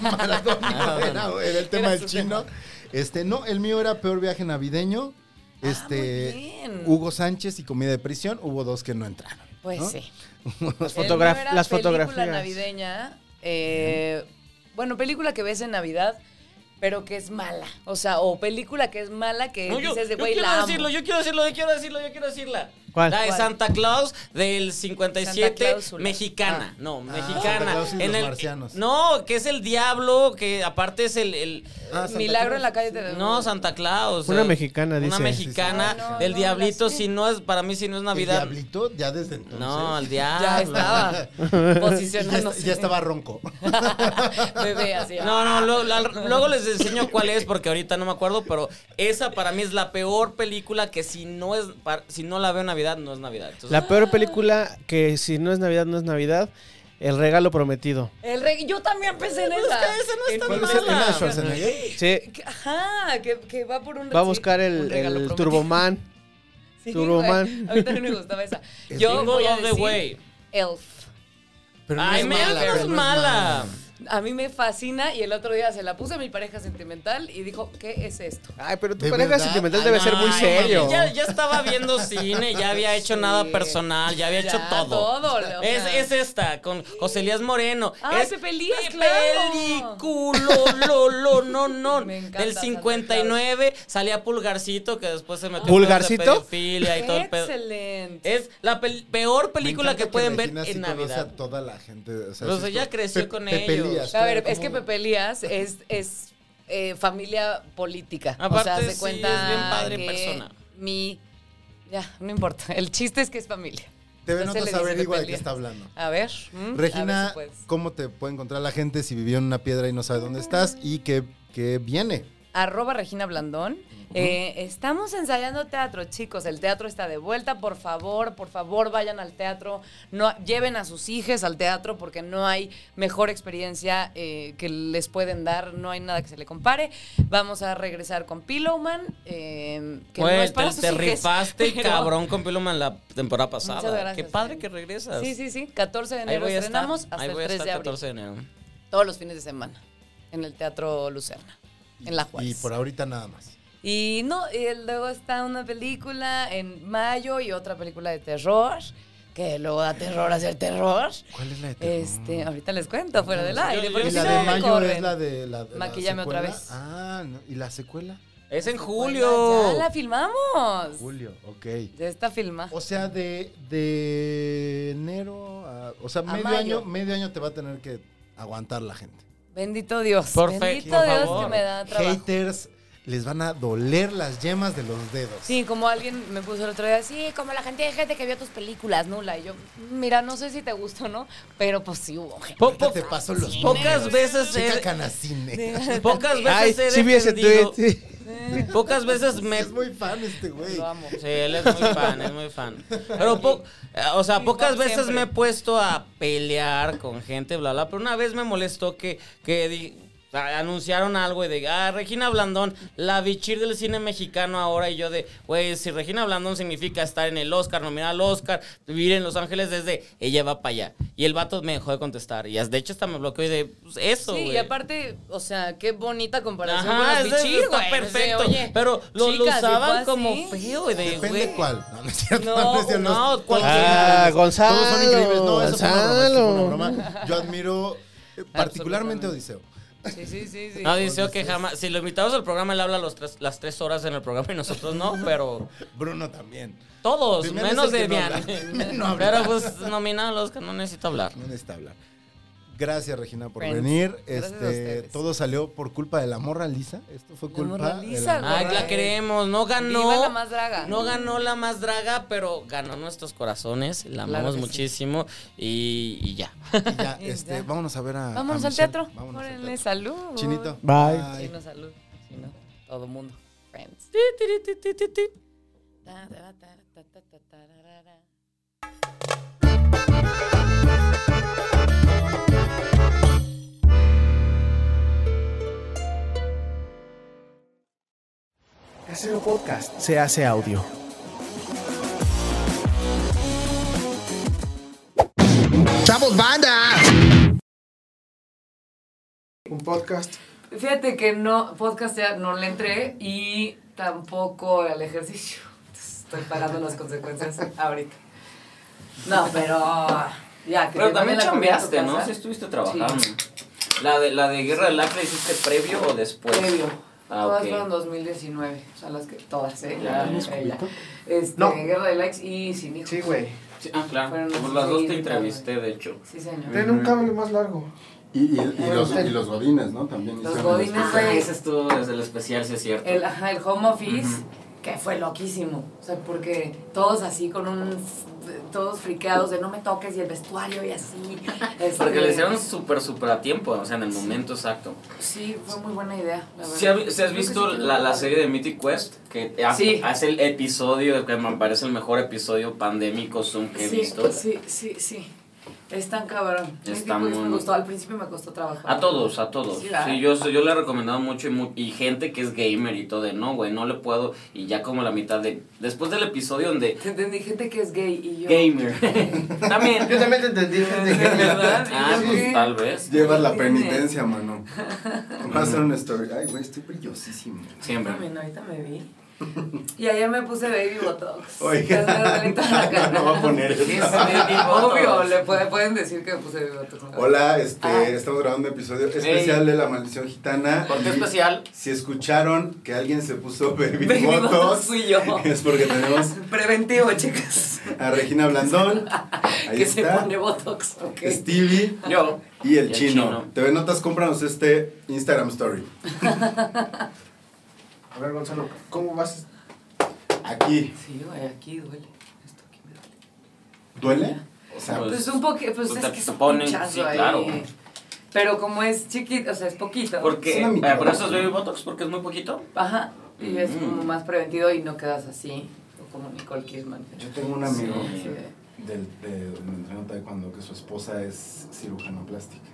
Speaker 4: Maradonio era, era el tema
Speaker 6: Ah, Era
Speaker 4: del
Speaker 6: su
Speaker 4: chino. Este, no, el mío era peor viaje navideño. Este,
Speaker 6: Ah, muy bien.
Speaker 4: Hugo Sánchez y comida de prisión. Hubo dos que no
Speaker 6: (laughs)
Speaker 4: entraron.
Speaker 6: Pues
Speaker 4: ¿no?
Speaker 6: sí.
Speaker 2: Las,
Speaker 6: El
Speaker 2: fotograf-
Speaker 6: mío era
Speaker 2: las
Speaker 6: Película
Speaker 2: fotografías.
Speaker 6: navideña. eh, bueno, película que ves en Navidad, pero que es mala. O sea, o película que es mala que
Speaker 5: No, yo,
Speaker 6: dices de
Speaker 5: yo
Speaker 6: güey
Speaker 5: quiero
Speaker 6: la amo.
Speaker 5: decirlo, yo quiero decirlo, yo quiero decirlo, yo quiero decirla.
Speaker 2: ¿Cuál?
Speaker 5: La de
Speaker 6: ¿Cuál?
Speaker 5: Santa Claus del
Speaker 6: Santa
Speaker 5: 57
Speaker 6: Clausula.
Speaker 5: mexicana.
Speaker 6: Ah.
Speaker 5: No,
Speaker 4: Santa
Speaker 5: mexicana.
Speaker 4: Claus y los
Speaker 5: el-
Speaker 4: marcianos.
Speaker 5: No, que es el diablo, que aparte es el, el- eh,
Speaker 4: Ah, Santa
Speaker 6: Milagro en la
Speaker 4: Claus.
Speaker 6: calle te
Speaker 5: no, Santa Claus.
Speaker 2: Una
Speaker 5: eh,
Speaker 2: mexicana,
Speaker 5: Una
Speaker 2: dice.
Speaker 5: mexicana
Speaker 6: Sí, sí. No, no,
Speaker 5: del
Speaker 6: no,
Speaker 5: diablito,
Speaker 6: las-
Speaker 5: si no es, para mí si no es
Speaker 4: El
Speaker 5: Navidad.
Speaker 4: diablito ya desde entonces.
Speaker 5: No, el diablo.
Speaker 6: Ya
Speaker 4: (laughs)
Speaker 6: estaba
Speaker 4: Ah. Ya est-
Speaker 6: posicionándose.
Speaker 4: ya estaba ronco.
Speaker 6: (laughs) Bebé así.
Speaker 5: No, no, lo- la- luego les enseño cuál es porque ahorita no me acuerdo, pero esa para mí es la peor película que si no es par- si no la veo en Navidad no es Navidad. Entonces,
Speaker 2: La peor película que si no es Navidad, no es Navidad. El regalo prometido.
Speaker 6: El rey, yo también pensé en
Speaker 5: Pues
Speaker 6: esa.
Speaker 5: que esa no está
Speaker 6: En
Speaker 4: ¿Cuál es
Speaker 5: mala.
Speaker 4: el tema de Schwarzenegger?
Speaker 2: Sí,
Speaker 6: Que- Ajá, que, que va por un
Speaker 2: va a
Speaker 6: sí,
Speaker 2: buscar
Speaker 6: un
Speaker 2: el,
Speaker 6: regalo
Speaker 2: el
Speaker 6: prometido.
Speaker 2: Turboman.
Speaker 6: (laughs) Sí,
Speaker 2: Turboman.
Speaker 6: güey, A mí también me gustaba
Speaker 5: (laughs)
Speaker 6: esa.
Speaker 4: Es
Speaker 6: Yo
Speaker 5: Bingo
Speaker 6: voy a
Speaker 5: of the
Speaker 6: decir
Speaker 5: Way.
Speaker 6: Elf.
Speaker 4: Pero no
Speaker 5: Ay,
Speaker 4: es
Speaker 5: me
Speaker 4: mala,
Speaker 5: pero
Speaker 4: pero
Speaker 5: es
Speaker 4: no es
Speaker 5: mala.
Speaker 6: A mí me fascina y el otro día se la puse a mi pareja sentimental y dijo, ¿qué es esto?
Speaker 2: Ay, pero tu
Speaker 4: ¿De
Speaker 2: pareja
Speaker 4: verdad?
Speaker 2: sentimental
Speaker 4: Ay,
Speaker 2: debe ser muy
Speaker 5: Ay,
Speaker 2: serio.
Speaker 5: mami, Ya, ya estaba viendo cine, ya había hecho nada
Speaker 6: Sí.
Speaker 5: personal, ya había
Speaker 6: Ya,
Speaker 5: hecho todo.
Speaker 6: todo, o
Speaker 5: Es,
Speaker 6: sea.
Speaker 5: es esta, con José Elías Moreno.
Speaker 6: Ay,
Speaker 5: es
Speaker 6: Pepe Elías, claro.
Speaker 5: Películo, lo, lo, no, no.
Speaker 6: (laughs) Me encanta
Speaker 5: Del
Speaker 6: Santa
Speaker 5: 59 salía Pulgarcito, que después se metió en
Speaker 2: ¿Pulgarcito?
Speaker 5: pedos de pedofilia y todo el pedo.
Speaker 6: Excelente.
Speaker 5: Es la pel- peor
Speaker 4: Me
Speaker 5: película
Speaker 4: encanta
Speaker 5: que pueden ver
Speaker 4: Regina sí
Speaker 5: en
Speaker 4: conoce
Speaker 5: Navidad.
Speaker 4: a toda la gente. O sea,
Speaker 5: Pues
Speaker 4: sí es
Speaker 5: ella
Speaker 4: como-
Speaker 5: creció con ellos.
Speaker 4: Elías,
Speaker 6: A ver,
Speaker 4: claro,
Speaker 6: es que
Speaker 4: ¿cómo no?
Speaker 6: Pepe Elías es, es eh, familia política. o sea,
Speaker 5: Aparte,
Speaker 6: se
Speaker 5: sí,
Speaker 6: cuenta
Speaker 5: es bien padre en
Speaker 6: que
Speaker 5: persona.
Speaker 6: Mi... Ya, no importa. El chiste es que es familia.
Speaker 4: TV
Speaker 6: Entonces
Speaker 4: Notas
Speaker 6: le dice
Speaker 4: averigua de
Speaker 6: Pepe
Speaker 4: qué
Speaker 6: Elías.
Speaker 4: está hablando.
Speaker 6: A ver. mm, a ver
Speaker 4: Regina,
Speaker 6: si puedes.
Speaker 4: ¿cómo te puede encontrar la gente si vivió en una piedra y no sabe dónde estás y qué, qué viene?
Speaker 6: arroba Regina Blandón. Eh, estamos ensayando teatro, chicos. El teatro está de vuelta. Por favor, por favor, vayan al teatro. No, lleven a sus hijas al teatro porque no hay mejor experiencia eh, que les pueden dar. No hay nada que se le compare. Vamos a regresar con Pillowman. eh, que
Speaker 5: Güey,
Speaker 6: no es para
Speaker 5: te,
Speaker 6: sus
Speaker 5: te
Speaker 6: hijes,
Speaker 5: rifaste,
Speaker 6: pero- (laughs)
Speaker 5: cabrón, con Piluman la temporada pasada.
Speaker 6: Muchas gracias,
Speaker 5: Qué padre
Speaker 6: eh.
Speaker 5: que regresas.
Speaker 6: Sí, sí, sí. 14 de
Speaker 5: Ahí
Speaker 6: enero
Speaker 5: voy a estar.
Speaker 6: estrenamos hasta
Speaker 5: Ahí
Speaker 6: el
Speaker 5: voy a
Speaker 6: 3 de
Speaker 5: estar
Speaker 6: abril.
Speaker 5: 14 de enero.
Speaker 6: Todos los fines de semana en el Teatro Lucerna, en La Juárez.
Speaker 4: Y por ahorita nada más.
Speaker 6: Y no, y luego está una película en mayo y otra película de terror, que luego da terror hacer terror.
Speaker 4: ¿Cuál es la de
Speaker 6: Este, ahorita les cuento fuera del
Speaker 5: Yo-
Speaker 6: aire,
Speaker 5: yo-
Speaker 6: porque
Speaker 4: Y
Speaker 6: si
Speaker 4: la
Speaker 6: no
Speaker 4: de
Speaker 6: me
Speaker 4: mayo
Speaker 6: corren.
Speaker 4: es la de la, la
Speaker 6: Maquíllame otra
Speaker 4: secuela?
Speaker 6: vez.
Speaker 4: Ah, no, ¿y la secuela?
Speaker 5: Es en
Speaker 6: Oigan,
Speaker 5: julio.
Speaker 6: Pues, Ya la filmamos.
Speaker 4: Julio, ok.
Speaker 6: Ya está filma.
Speaker 4: O sea, de, de enero a... O sea,
Speaker 6: A
Speaker 4: medio
Speaker 6: mayo.
Speaker 4: año, medio año te va a tener que aguantar la gente.
Speaker 6: Bendito Dios.
Speaker 5: Perfecto,
Speaker 6: Bendito
Speaker 5: por
Speaker 6: Dios
Speaker 5: favor.
Speaker 6: que me da trabajo.
Speaker 4: Haters les van a doler las yemas de los dedos.
Speaker 6: Sí, como alguien me puso el otro día, sí, como la gente de gente que vio tus películas, nula. Y yo, mira, no sé si te gustó o no, pero pues sí hubo gente.
Speaker 5: Po-
Speaker 6: (laughs)
Speaker 4: Ahorita
Speaker 5: po-
Speaker 4: te paso los
Speaker 5: pocas
Speaker 4: números.
Speaker 5: veces
Speaker 4: Checa
Speaker 5: he-
Speaker 4: Canacine.
Speaker 5: Pocas veces
Speaker 2: Ay,
Speaker 5: he
Speaker 2: sí vi ese
Speaker 5: defendido-
Speaker 2: tweet. sí.
Speaker 5: Pocas veces me...
Speaker 4: Es muy fan este güey.
Speaker 6: Lo amo.
Speaker 5: Sí, él es muy fan, es muy fan. Pero, po- eh, o sea,
Speaker 6: Sí,
Speaker 5: pocas
Speaker 6: como
Speaker 5: veces
Speaker 6: siempre.
Speaker 5: me he puesto a pelear con gente, bla, bla, pero una vez me molestó que, que di- a- anunciaron algo y de, ah, Regina Blandón, la bichir del cine mexicano ahora, y yo de, güey, si Regina Blandón significa estar en el Oscar, nominar al Oscar, vivir en Los Ángeles desde, ella va para allá. Y el vato me dejó de contestar, y de hecho hasta me bloqueó y de, pues, eso,
Speaker 6: Sí,
Speaker 5: güey.
Speaker 6: y aparte, o sea, qué bonita comparación
Speaker 5: Ajá,
Speaker 6: con
Speaker 5: es de-
Speaker 6: los bichir,
Speaker 5: está
Speaker 6: güey.
Speaker 5: perfecto.
Speaker 6: O sea, oye,
Speaker 5: pero lo, lo
Speaker 6: chicas, si fue
Speaker 5: usaban
Speaker 6: así,
Speaker 5: como feo y de,
Speaker 4: Depende
Speaker 5: güey.
Speaker 4: cuál. No, no es cierto.
Speaker 5: No,
Speaker 4: es cierto,
Speaker 5: no,
Speaker 4: todos son
Speaker 5: cualquiera.
Speaker 4: increíbles.
Speaker 2: Ah, Gonzalo,
Speaker 4: Todos son increíbles. No, eso fue una broma, eso fue una
Speaker 2: Gonzalo.
Speaker 4: broma. Yo admiro eh, particularmente a Odiseo.
Speaker 6: Sí, sí, sí, sí.
Speaker 5: No, dice que jamás. Si lo invitamos al programa, él habla los tres, las tres horas en el programa y nosotros no, pero
Speaker 4: Bruno también.
Speaker 5: todos,
Speaker 4: Demian es
Speaker 5: menos
Speaker 4: el que
Speaker 5: de
Speaker 4: no
Speaker 5: Mian.
Speaker 4: habla. Demian no habla.
Speaker 5: pero pues nominado a los que no necesito hablar.
Speaker 4: No necesita hablar. Gracias, Regina, por
Speaker 6: Friends.
Speaker 4: venir.
Speaker 6: Gracias a
Speaker 4: Este,
Speaker 6: ustedes.
Speaker 4: todo salió por culpa de la morra Lisa. Esto fue culpa
Speaker 6: morra
Speaker 4: de
Speaker 6: Lisa,
Speaker 4: morra.
Speaker 5: Ay, la
Speaker 6: Correcto.
Speaker 5: queremos. No ganó.
Speaker 6: Viva la más draga.
Speaker 5: No ganó la más draga, pero ganó nuestros corazones. La
Speaker 6: Claro
Speaker 5: amamos
Speaker 6: que sí.
Speaker 5: muchísimo. Y, y ya.
Speaker 4: Y ya,
Speaker 6: (laughs) Y
Speaker 4: este,
Speaker 6: ya.
Speaker 4: vámonos a ver a.
Speaker 6: Vámonos
Speaker 4: a
Speaker 6: al
Speaker 4: Michelle.
Speaker 6: teatro.
Speaker 4: Vámonos al
Speaker 6: Órale,
Speaker 4: teatro.
Speaker 6: salud.
Speaker 4: Chinito.
Speaker 2: Bye.
Speaker 6: Chino, salud. Chino, todo mundo. Friends. Ta, ta, ta, ta, ta, ta, tarara.
Speaker 2: Casero Podcast se hace audio.
Speaker 3: ¡Chavos, banda!
Speaker 2: Un podcast.
Speaker 6: Fíjate que no, podcast ya no le entré y tampoco al ejercicio. Entonces, Estoy pagando las consecuencias ahorita. No, pero ya que
Speaker 5: Pero también
Speaker 6: la
Speaker 5: chambeaste,
Speaker 6: comida a tu
Speaker 5: ¿no?
Speaker 6: casa.
Speaker 5: Sí estuviste trabajando. La de, la de Guerra del Acre hiciste previo o después?
Speaker 6: Previo.
Speaker 5: Ah,
Speaker 6: todas
Speaker 5: ok.
Speaker 6: fueron 2019, o sea, las que todas, ¿eh?
Speaker 5: Ya,
Speaker 6: La-
Speaker 5: ¿tienes
Speaker 6: ella. Este,
Speaker 2: No.
Speaker 6: Guerra de Likes y Sin Hijos.
Speaker 2: Sí, güey.
Speaker 5: Sí, ah, claro.
Speaker 6: Fueron
Speaker 5: Pues
Speaker 6: las
Speaker 5: las dos
Speaker 6: seis
Speaker 5: te
Speaker 6: y tal.
Speaker 5: entrevisté, de hecho.
Speaker 6: Sí, señor.
Speaker 2: Tiene un cable más largo.
Speaker 4: Y, y- y los, y los godines, ¿no? También
Speaker 6: este, Los
Speaker 4: hicieron
Speaker 6: godines, pues,
Speaker 4: especial.
Speaker 6: güey.
Speaker 5: Ese estuvo desde el especial, si es cierto.
Speaker 6: El, ajá, el home office, que fue loquísimo. O sea, porque todos así con un. f- Todos friqueados de no me toques y el vestuario y así. este,
Speaker 5: Porque le hicieron súper, súper a tiempo, o sea, en el momento exacto.
Speaker 6: Sí, fue muy buena idea. La
Speaker 5: Si
Speaker 6: verdad.
Speaker 5: has
Speaker 6: Creo que
Speaker 5: visto
Speaker 6: sí quedó
Speaker 5: la, la
Speaker 6: padre.
Speaker 5: serie de Mythic Quest, que ha-
Speaker 6: Sí.
Speaker 5: hace el episodio, que me parece el mejor episodio pandémico Zoom que he
Speaker 6: Sí, pues
Speaker 5: visto.
Speaker 6: sí, sí, sí. Es tan cabrón.
Speaker 5: Está
Speaker 6: Es que, pues,
Speaker 5: muy-
Speaker 6: me gustó. Al principio me costó trabajar.
Speaker 5: A todos, a todos.
Speaker 6: Sí,
Speaker 5: Sí,
Speaker 6: ¿verdad?
Speaker 5: yo, yo le he recomendado mucho y, mu- y gente que es gamer y todo de no, güey, no le puedo. Y ya como la mitad de. Después del episodio donde.
Speaker 6: Te entendí gente que es gay y yo. (laughs)
Speaker 5: Gamer. también.
Speaker 2: Yo también te entendí,
Speaker 5: (laughs)
Speaker 2: gente.
Speaker 6: Sí, ¿verdad?
Speaker 5: Ah,
Speaker 6: Y yo,
Speaker 5: pues
Speaker 6: ¿qué?
Speaker 5: tal vez.
Speaker 4: Llevas la penitencia, mano. Vas a hacer una story. Ay, güey, estoy brillosísimo.
Speaker 5: Siempre.
Speaker 6: También ahorita me vi. Y ayer me puse baby botox.
Speaker 4: Oiga.
Speaker 6: Ya se me duele toda la cara.
Speaker 4: (laughs) No va a poner eso.
Speaker 5: Sí, sí, baby botox.
Speaker 6: Obvio, le puede- pueden decir que me puse baby botox.
Speaker 4: Hola, este,
Speaker 6: Ah.
Speaker 4: estamos grabando un episodio especial de La Maldición Gitana.
Speaker 5: ¿Por qué
Speaker 4: Y
Speaker 5: especial?
Speaker 4: Si escucharon que alguien se puso (laughs) baby,
Speaker 6: Baby
Speaker 4: botox,
Speaker 6: botox fui yo.
Speaker 4: es porque tenemos
Speaker 6: Preventivo, chicas.
Speaker 4: a Regina
Speaker 6: (laughs)
Speaker 4: Blandón, ahí
Speaker 6: que se
Speaker 4: está, Este
Speaker 6: pone botox. ok.
Speaker 4: Stevie
Speaker 5: Yo.
Speaker 4: y el,
Speaker 5: Y el
Speaker 4: chino.
Speaker 5: chino.
Speaker 4: TV Notas, cómpranos este Instagram Story.
Speaker 2: (laughs) A ver, Gonzalo, ¿cómo vas?
Speaker 4: Aquí,
Speaker 6: Sí, güey, aquí duele. Esto aquí me duele.
Speaker 4: ¿duele? O sea,
Speaker 5: Pues,
Speaker 6: Pues, un poquito, pues
Speaker 5: pues
Speaker 6: es
Speaker 5: te-
Speaker 6: que
Speaker 5: te
Speaker 6: es un
Speaker 5: ponen,
Speaker 6: pinchazo
Speaker 5: sí,
Speaker 6: ahí.
Speaker 5: claro.
Speaker 6: Pero como es chiquito, o sea, es poquito.
Speaker 5: Porque.
Speaker 4: Es
Speaker 5: Eh,
Speaker 4: una micro-
Speaker 5: ¿Por eso es baby botox? Porque es muy poquito.
Speaker 6: Ajá. Y es
Speaker 5: Mm.
Speaker 6: como más preventivo y no quedas así. o Como Nicole Kidman.
Speaker 4: yo tengo un amigo
Speaker 5: Sí.
Speaker 6: Sí, de-
Speaker 4: del, de, donde entreno taekwondo que su esposa es cirujano plástica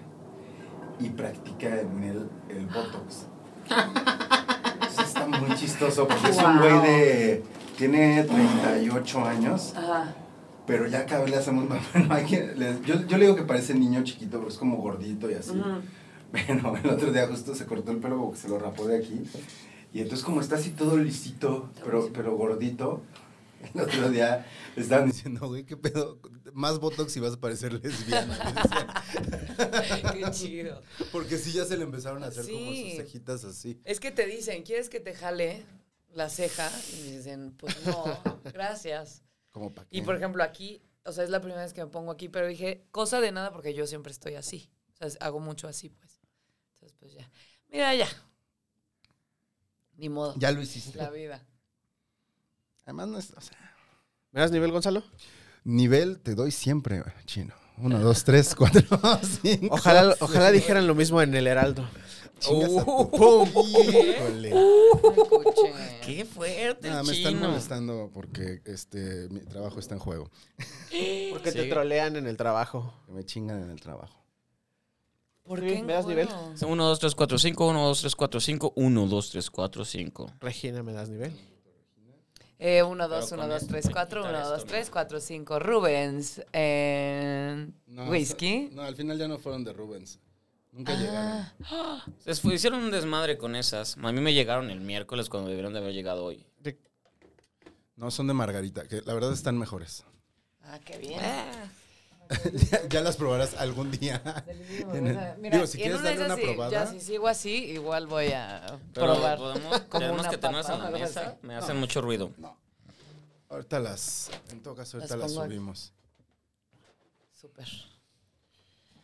Speaker 4: y practica en él el botox. Entonces está muy chistoso porque es un
Speaker 6: Wow.
Speaker 4: güey de... Tiene 38 años.
Speaker 6: Ajá.
Speaker 4: Pero ya cada vez le hacemos más. (laughs) bueno, hay que- le- yo, yo le digo que parece niño chiquito, pero es como gordito y así.
Speaker 6: Ujú.
Speaker 4: Pero (laughs) el otro día justo se cortó el pelo porque se lo rapó de aquí. Y entonces como está así todo lisito, pero, pero gordito, (laughs) el otro día le estaban diciendo, güey, qué pedo, más botox y vas a parecer lesbiana. le decían.
Speaker 6: (laughs) Qué chido.
Speaker 4: Porque sí ya se le empezaron a hacer como
Speaker 6: Sí.
Speaker 4: sus cejitas así.
Speaker 6: Es que te dicen, ¿quieres que te jale la ceja? Y dicen, pues no, gracias.
Speaker 4: Como para
Speaker 6: Y por ejemplo, aquí, o sea, es la primera vez que me pongo aquí, pero dije, cosa de nada porque yo siempre estoy así. O sea, es- hago mucho así, pues. Entonces, pues ya. Mira, ya. Ni modo.
Speaker 4: Ya lo hiciste.
Speaker 6: La vida.
Speaker 4: Además no es, o sea,
Speaker 2: ¿Me das nivel, Gonzalo?
Speaker 4: nivel te doy siempre, chino. Uno, dos, tres, cuatro, (laughs) cinco.
Speaker 2: Ojalá, ojalá dijeran lo mismo en el Heraldo.
Speaker 4: Chingas a tu-
Speaker 2: Uh. (laughs)
Speaker 4: Híjole.
Speaker 6: Escuche.
Speaker 5: Qué fuerte,
Speaker 4: Nada,
Speaker 5: el
Speaker 4: Ah, me están
Speaker 5: chino.
Speaker 4: molestando porque este mi trabajo está en juego.
Speaker 2: Porque
Speaker 5: Sí.
Speaker 2: te trolean en el trabajo.
Speaker 4: Que me chingan en el trabajo.
Speaker 6: ¿Por
Speaker 2: Sí,
Speaker 6: qué?
Speaker 2: ¿me das nivel?
Speaker 6: encuero?
Speaker 5: 1, 2, 3, 4, 5, 1, 2, 3, 4, 5, 1, 2, 3, 4, 5.
Speaker 2: Regina, ¿me das nivel?
Speaker 6: Eh, 1, 2,
Speaker 5: Pero
Speaker 6: 1,
Speaker 5: con
Speaker 6: 2,
Speaker 5: esto
Speaker 6: 3,
Speaker 5: puede
Speaker 6: 4,
Speaker 5: quitar
Speaker 6: 1, 2,
Speaker 5: esto,
Speaker 6: 3, 4, 5. Rubens. eh, whisky.
Speaker 4: No, al final ya no fueron de Rubens. Nunca llegaron.
Speaker 6: Ah,
Speaker 5: Les fue- hicieron un desmadre con esas. A mí me llegaron el miércoles cuando debieron de haber llegado hoy.
Speaker 4: No, son de Margarita, que la verdad están mejores.
Speaker 6: ah, qué bien.
Speaker 4: (laughs) ya, ya las probarás algún
Speaker 6: (laughs)
Speaker 4: día. En el-
Speaker 6: Mira,
Speaker 4: digo, si
Speaker 6: y en
Speaker 4: quieres
Speaker 6: una de
Speaker 4: darle una
Speaker 6: esas, sí,
Speaker 4: probada.
Speaker 6: Ya, si sigo así, igual voy a
Speaker 5: Pero
Speaker 6: probar.
Speaker 5: podemos,
Speaker 6: (laughs) Como
Speaker 5: tenemos
Speaker 6: una
Speaker 5: que tenerlas en
Speaker 6: papa,
Speaker 5: la
Speaker 6: algo
Speaker 5: mesa.
Speaker 6: así.
Speaker 5: Me hacen mucho ruido.
Speaker 4: Ahorita las, en todo caso, ahorita
Speaker 6: Las
Speaker 4: las,
Speaker 6: pongo aquí.
Speaker 4: subimos.
Speaker 6: Súper.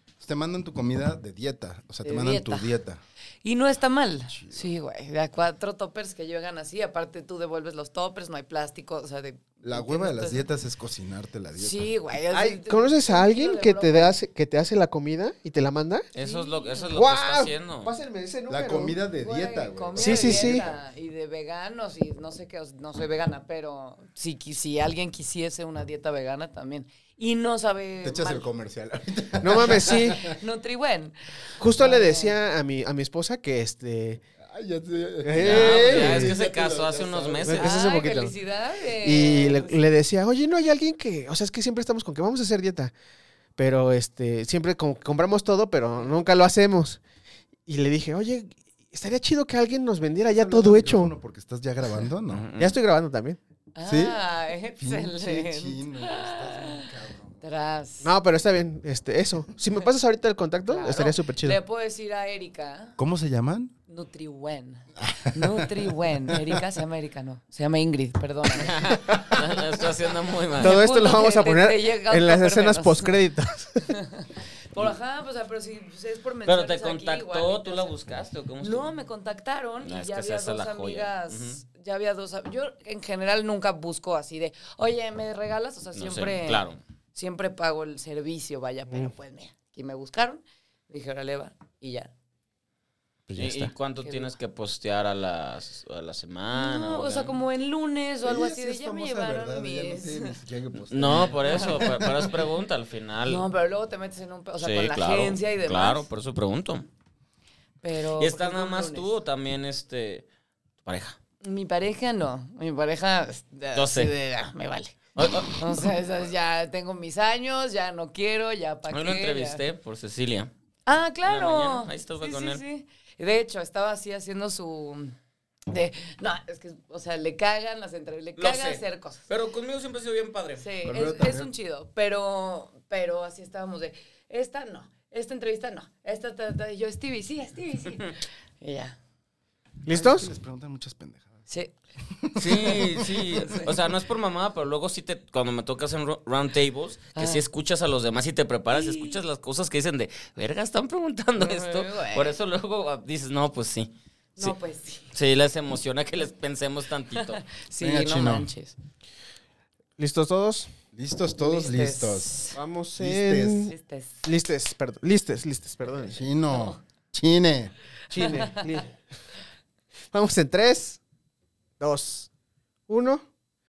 Speaker 4: Pues Te mandan tu comida de dieta, o sea, te
Speaker 6: De
Speaker 4: mandan
Speaker 6: dieta.
Speaker 4: tu dieta.
Speaker 6: Y no está mal. Sí, güey. De a cuatro toppers que llegan así. Aparte, tú devuelves los toppers, no hay plástico. O sea, de.
Speaker 4: La hueva de las dietas es cocinarte la dieta.
Speaker 6: Sí, güey. es-
Speaker 2: Ay, ¿Conoces a alguien que te,
Speaker 6: Europa.
Speaker 2: hace, que te hace la comida y te la manda?
Speaker 5: Eso es lo, eso es lo que está
Speaker 2: ¡Guau!
Speaker 5: haciendo.
Speaker 2: Pásenme ese número.
Speaker 4: La comida de
Speaker 6: Güey,
Speaker 4: dieta, güey.
Speaker 6: comida
Speaker 2: Sí,
Speaker 6: de
Speaker 2: sí, sí.
Speaker 6: dieta Y de veganos y no sé qué, o sea, no soy vegana, pero si, qui- si alguien quisiese una dieta vegana también. Y no sabe.
Speaker 4: Te echas
Speaker 6: mal.
Speaker 4: el
Speaker 6: (laughs)
Speaker 4: comercial ahorita.
Speaker 2: (laughs) No mames, sí.
Speaker 6: Nutribuen.
Speaker 2: Justo le decía a mi, a mi esposa que este
Speaker 4: Ay, ya sé.
Speaker 5: pues
Speaker 2: ¡Ey!
Speaker 5: ya, es que
Speaker 4: Ya
Speaker 5: se
Speaker 4: te lo-
Speaker 5: casó
Speaker 4: ya
Speaker 5: hace unos
Speaker 4: sabes.
Speaker 5: meses.
Speaker 2: Pues, hace
Speaker 6: Ay,
Speaker 2: poquito.
Speaker 6: felicidades.
Speaker 2: Y le,
Speaker 6: pues
Speaker 2: le decía, oye, no hay alguien que, o sea, es que siempre estamos con que vamos a hacer dieta, pero este, siempre com- compramos todo, pero nunca lo hacemos. Y le dije, oye, estaría chido que alguien nos vendiera ya
Speaker 4: Hablando al
Speaker 2: todo hecho.
Speaker 4: micrófono Porque estás ya grabando, ¿no?
Speaker 5: Mm.
Speaker 2: Ya estoy grabando también.
Speaker 4: ¿Sí?
Speaker 6: Ah,
Speaker 4: Pinche
Speaker 6: excelente.
Speaker 4: chino, estás muy cabrón.
Speaker 6: Tras.
Speaker 2: No, pero está bien, este, eso. Si
Speaker 6: (laughs)
Speaker 2: me pasas ahorita el contacto,
Speaker 6: Claro.
Speaker 2: estaría súper chido.
Speaker 6: Le puedo decir a Erika,
Speaker 4: ¿Cómo se llaman?
Speaker 6: Nutriwen.
Speaker 5: (laughs)
Speaker 6: Nutriwen. Erika se llama Erika, no. Se llama Ingrid, perdóname.
Speaker 5: (laughs) Lo estoy haciendo muy mal.
Speaker 2: Todo esto
Speaker 6: Seguro
Speaker 2: lo vamos
Speaker 6: que
Speaker 2: a
Speaker 6: te-
Speaker 2: poner
Speaker 6: te llega
Speaker 2: en las
Speaker 6: autopermenos.
Speaker 2: escenas postcréditos.
Speaker 6: Por ajá, pues, ah, pero si pues, es por
Speaker 5: Pero
Speaker 6: mensajes
Speaker 5: te
Speaker 6: aquí,
Speaker 5: contactó,
Speaker 6: igualito,
Speaker 5: tú
Speaker 6: o
Speaker 5: la
Speaker 6: sea.
Speaker 5: buscaste o cómo
Speaker 6: No,
Speaker 5: estuvo?
Speaker 6: me contactaron
Speaker 5: Ah,
Speaker 6: y
Speaker 5: es
Speaker 6: ya
Speaker 5: que esa
Speaker 6: había
Speaker 5: es
Speaker 6: dos
Speaker 5: la joya.
Speaker 6: amigas. Ya había dos. am- Yo en general nunca busco así de, oye, ¿me regalas? O sea,
Speaker 5: No sé,
Speaker 6: siempre.
Speaker 5: claro.
Speaker 6: Siempre pago el servicio, vaya, pero pues mira, aquí me buscaron. Dije, órale, va. Y ya.
Speaker 5: ¿Y, Eh, y cuánto
Speaker 6: Qué
Speaker 5: tienes que postear a, las, a la semana?
Speaker 6: no, o
Speaker 5: de-
Speaker 6: sea, como en lunes o algo
Speaker 4: Ella
Speaker 6: así
Speaker 4: sí
Speaker 6: de,
Speaker 4: es
Speaker 6: ya me
Speaker 4: famosa,
Speaker 6: llevaron
Speaker 4: ¿verdad? Ella no
Speaker 6: mis. (laughs)
Speaker 4: tiene ni siquiera que postear.
Speaker 5: No, por eso, pe- pero es pregunta al final.
Speaker 6: No, pero luego te metes en un. pe- O sea,
Speaker 5: Sí,
Speaker 6: con la
Speaker 5: claro,
Speaker 6: agencia y demás.
Speaker 5: Claro, por eso pregunto.
Speaker 6: Pero.
Speaker 5: ¿Y
Speaker 6: por
Speaker 5: estás
Speaker 6: ejemplo,
Speaker 5: nada
Speaker 6: un
Speaker 5: más
Speaker 6: lunes.
Speaker 5: tú o también este, tu pareja?
Speaker 6: Mi pareja no. Mi pareja. es-
Speaker 5: Doce.
Speaker 6: así de, ah, me vale.
Speaker 5: Hoy, hoy-
Speaker 6: (laughs) O sea, esas ya tengo mis años, ya no quiero, ya para
Speaker 5: hoy lo entrevisté por Cecilia.
Speaker 6: Ah,
Speaker 5: En la
Speaker 6: claro.
Speaker 5: mañana, ahí estuve
Speaker 6: Sí,
Speaker 5: con
Speaker 6: sí,
Speaker 5: él.
Speaker 6: sí. De hecho, estaba así haciendo su de no, es que o sea, le cagan las entrevistas, le
Speaker 5: Lo
Speaker 6: cagan
Speaker 5: sé.
Speaker 6: hacer cosas.
Speaker 5: Pero conmigo siempre ha sido bien padre.
Speaker 6: Sí,
Speaker 4: Pero luego
Speaker 6: es,
Speaker 4: también-
Speaker 6: es un chido, pero pero así estábamos de esta no, esta entrevista no, esta ta, ta, y yo Stevie, sí, Stevie, sí. (laughs) y ya.
Speaker 4: Que
Speaker 2: ¿Listos?
Speaker 4: Les preguntan muchas pendejadas.
Speaker 6: Sí.
Speaker 5: Sí,
Speaker 6: (laughs)
Speaker 5: sí. O sea, no es por mamá, pero luego sí te, cuando me tocas en ro- round tables, que
Speaker 6: Ah.
Speaker 5: sí escuchas a los demás y te preparas, y escuchas las cosas que dicen de, verga, están preguntando
Speaker 6: Ay,
Speaker 5: esto.
Speaker 6: güey.
Speaker 5: Por eso luego ah, dices, no, pues sí.
Speaker 6: No,
Speaker 5: Sí,
Speaker 6: pues sí.
Speaker 5: sí, les emociona que les pensemos tantito.
Speaker 6: (laughs) Sí,
Speaker 4: Venga,
Speaker 6: no
Speaker 4: chino.
Speaker 6: manches.
Speaker 2: ¿Listos todos?
Speaker 4: Listos, todos
Speaker 6: Listes.
Speaker 4: listos.
Speaker 2: Vamos
Speaker 4: en-
Speaker 2: en...
Speaker 6: Listes.
Speaker 2: Listes, perdón. Listes, listes, perdón.
Speaker 4: Chino. Chine.
Speaker 2: (laughs) Chile. Vamos en 3, 2, 1.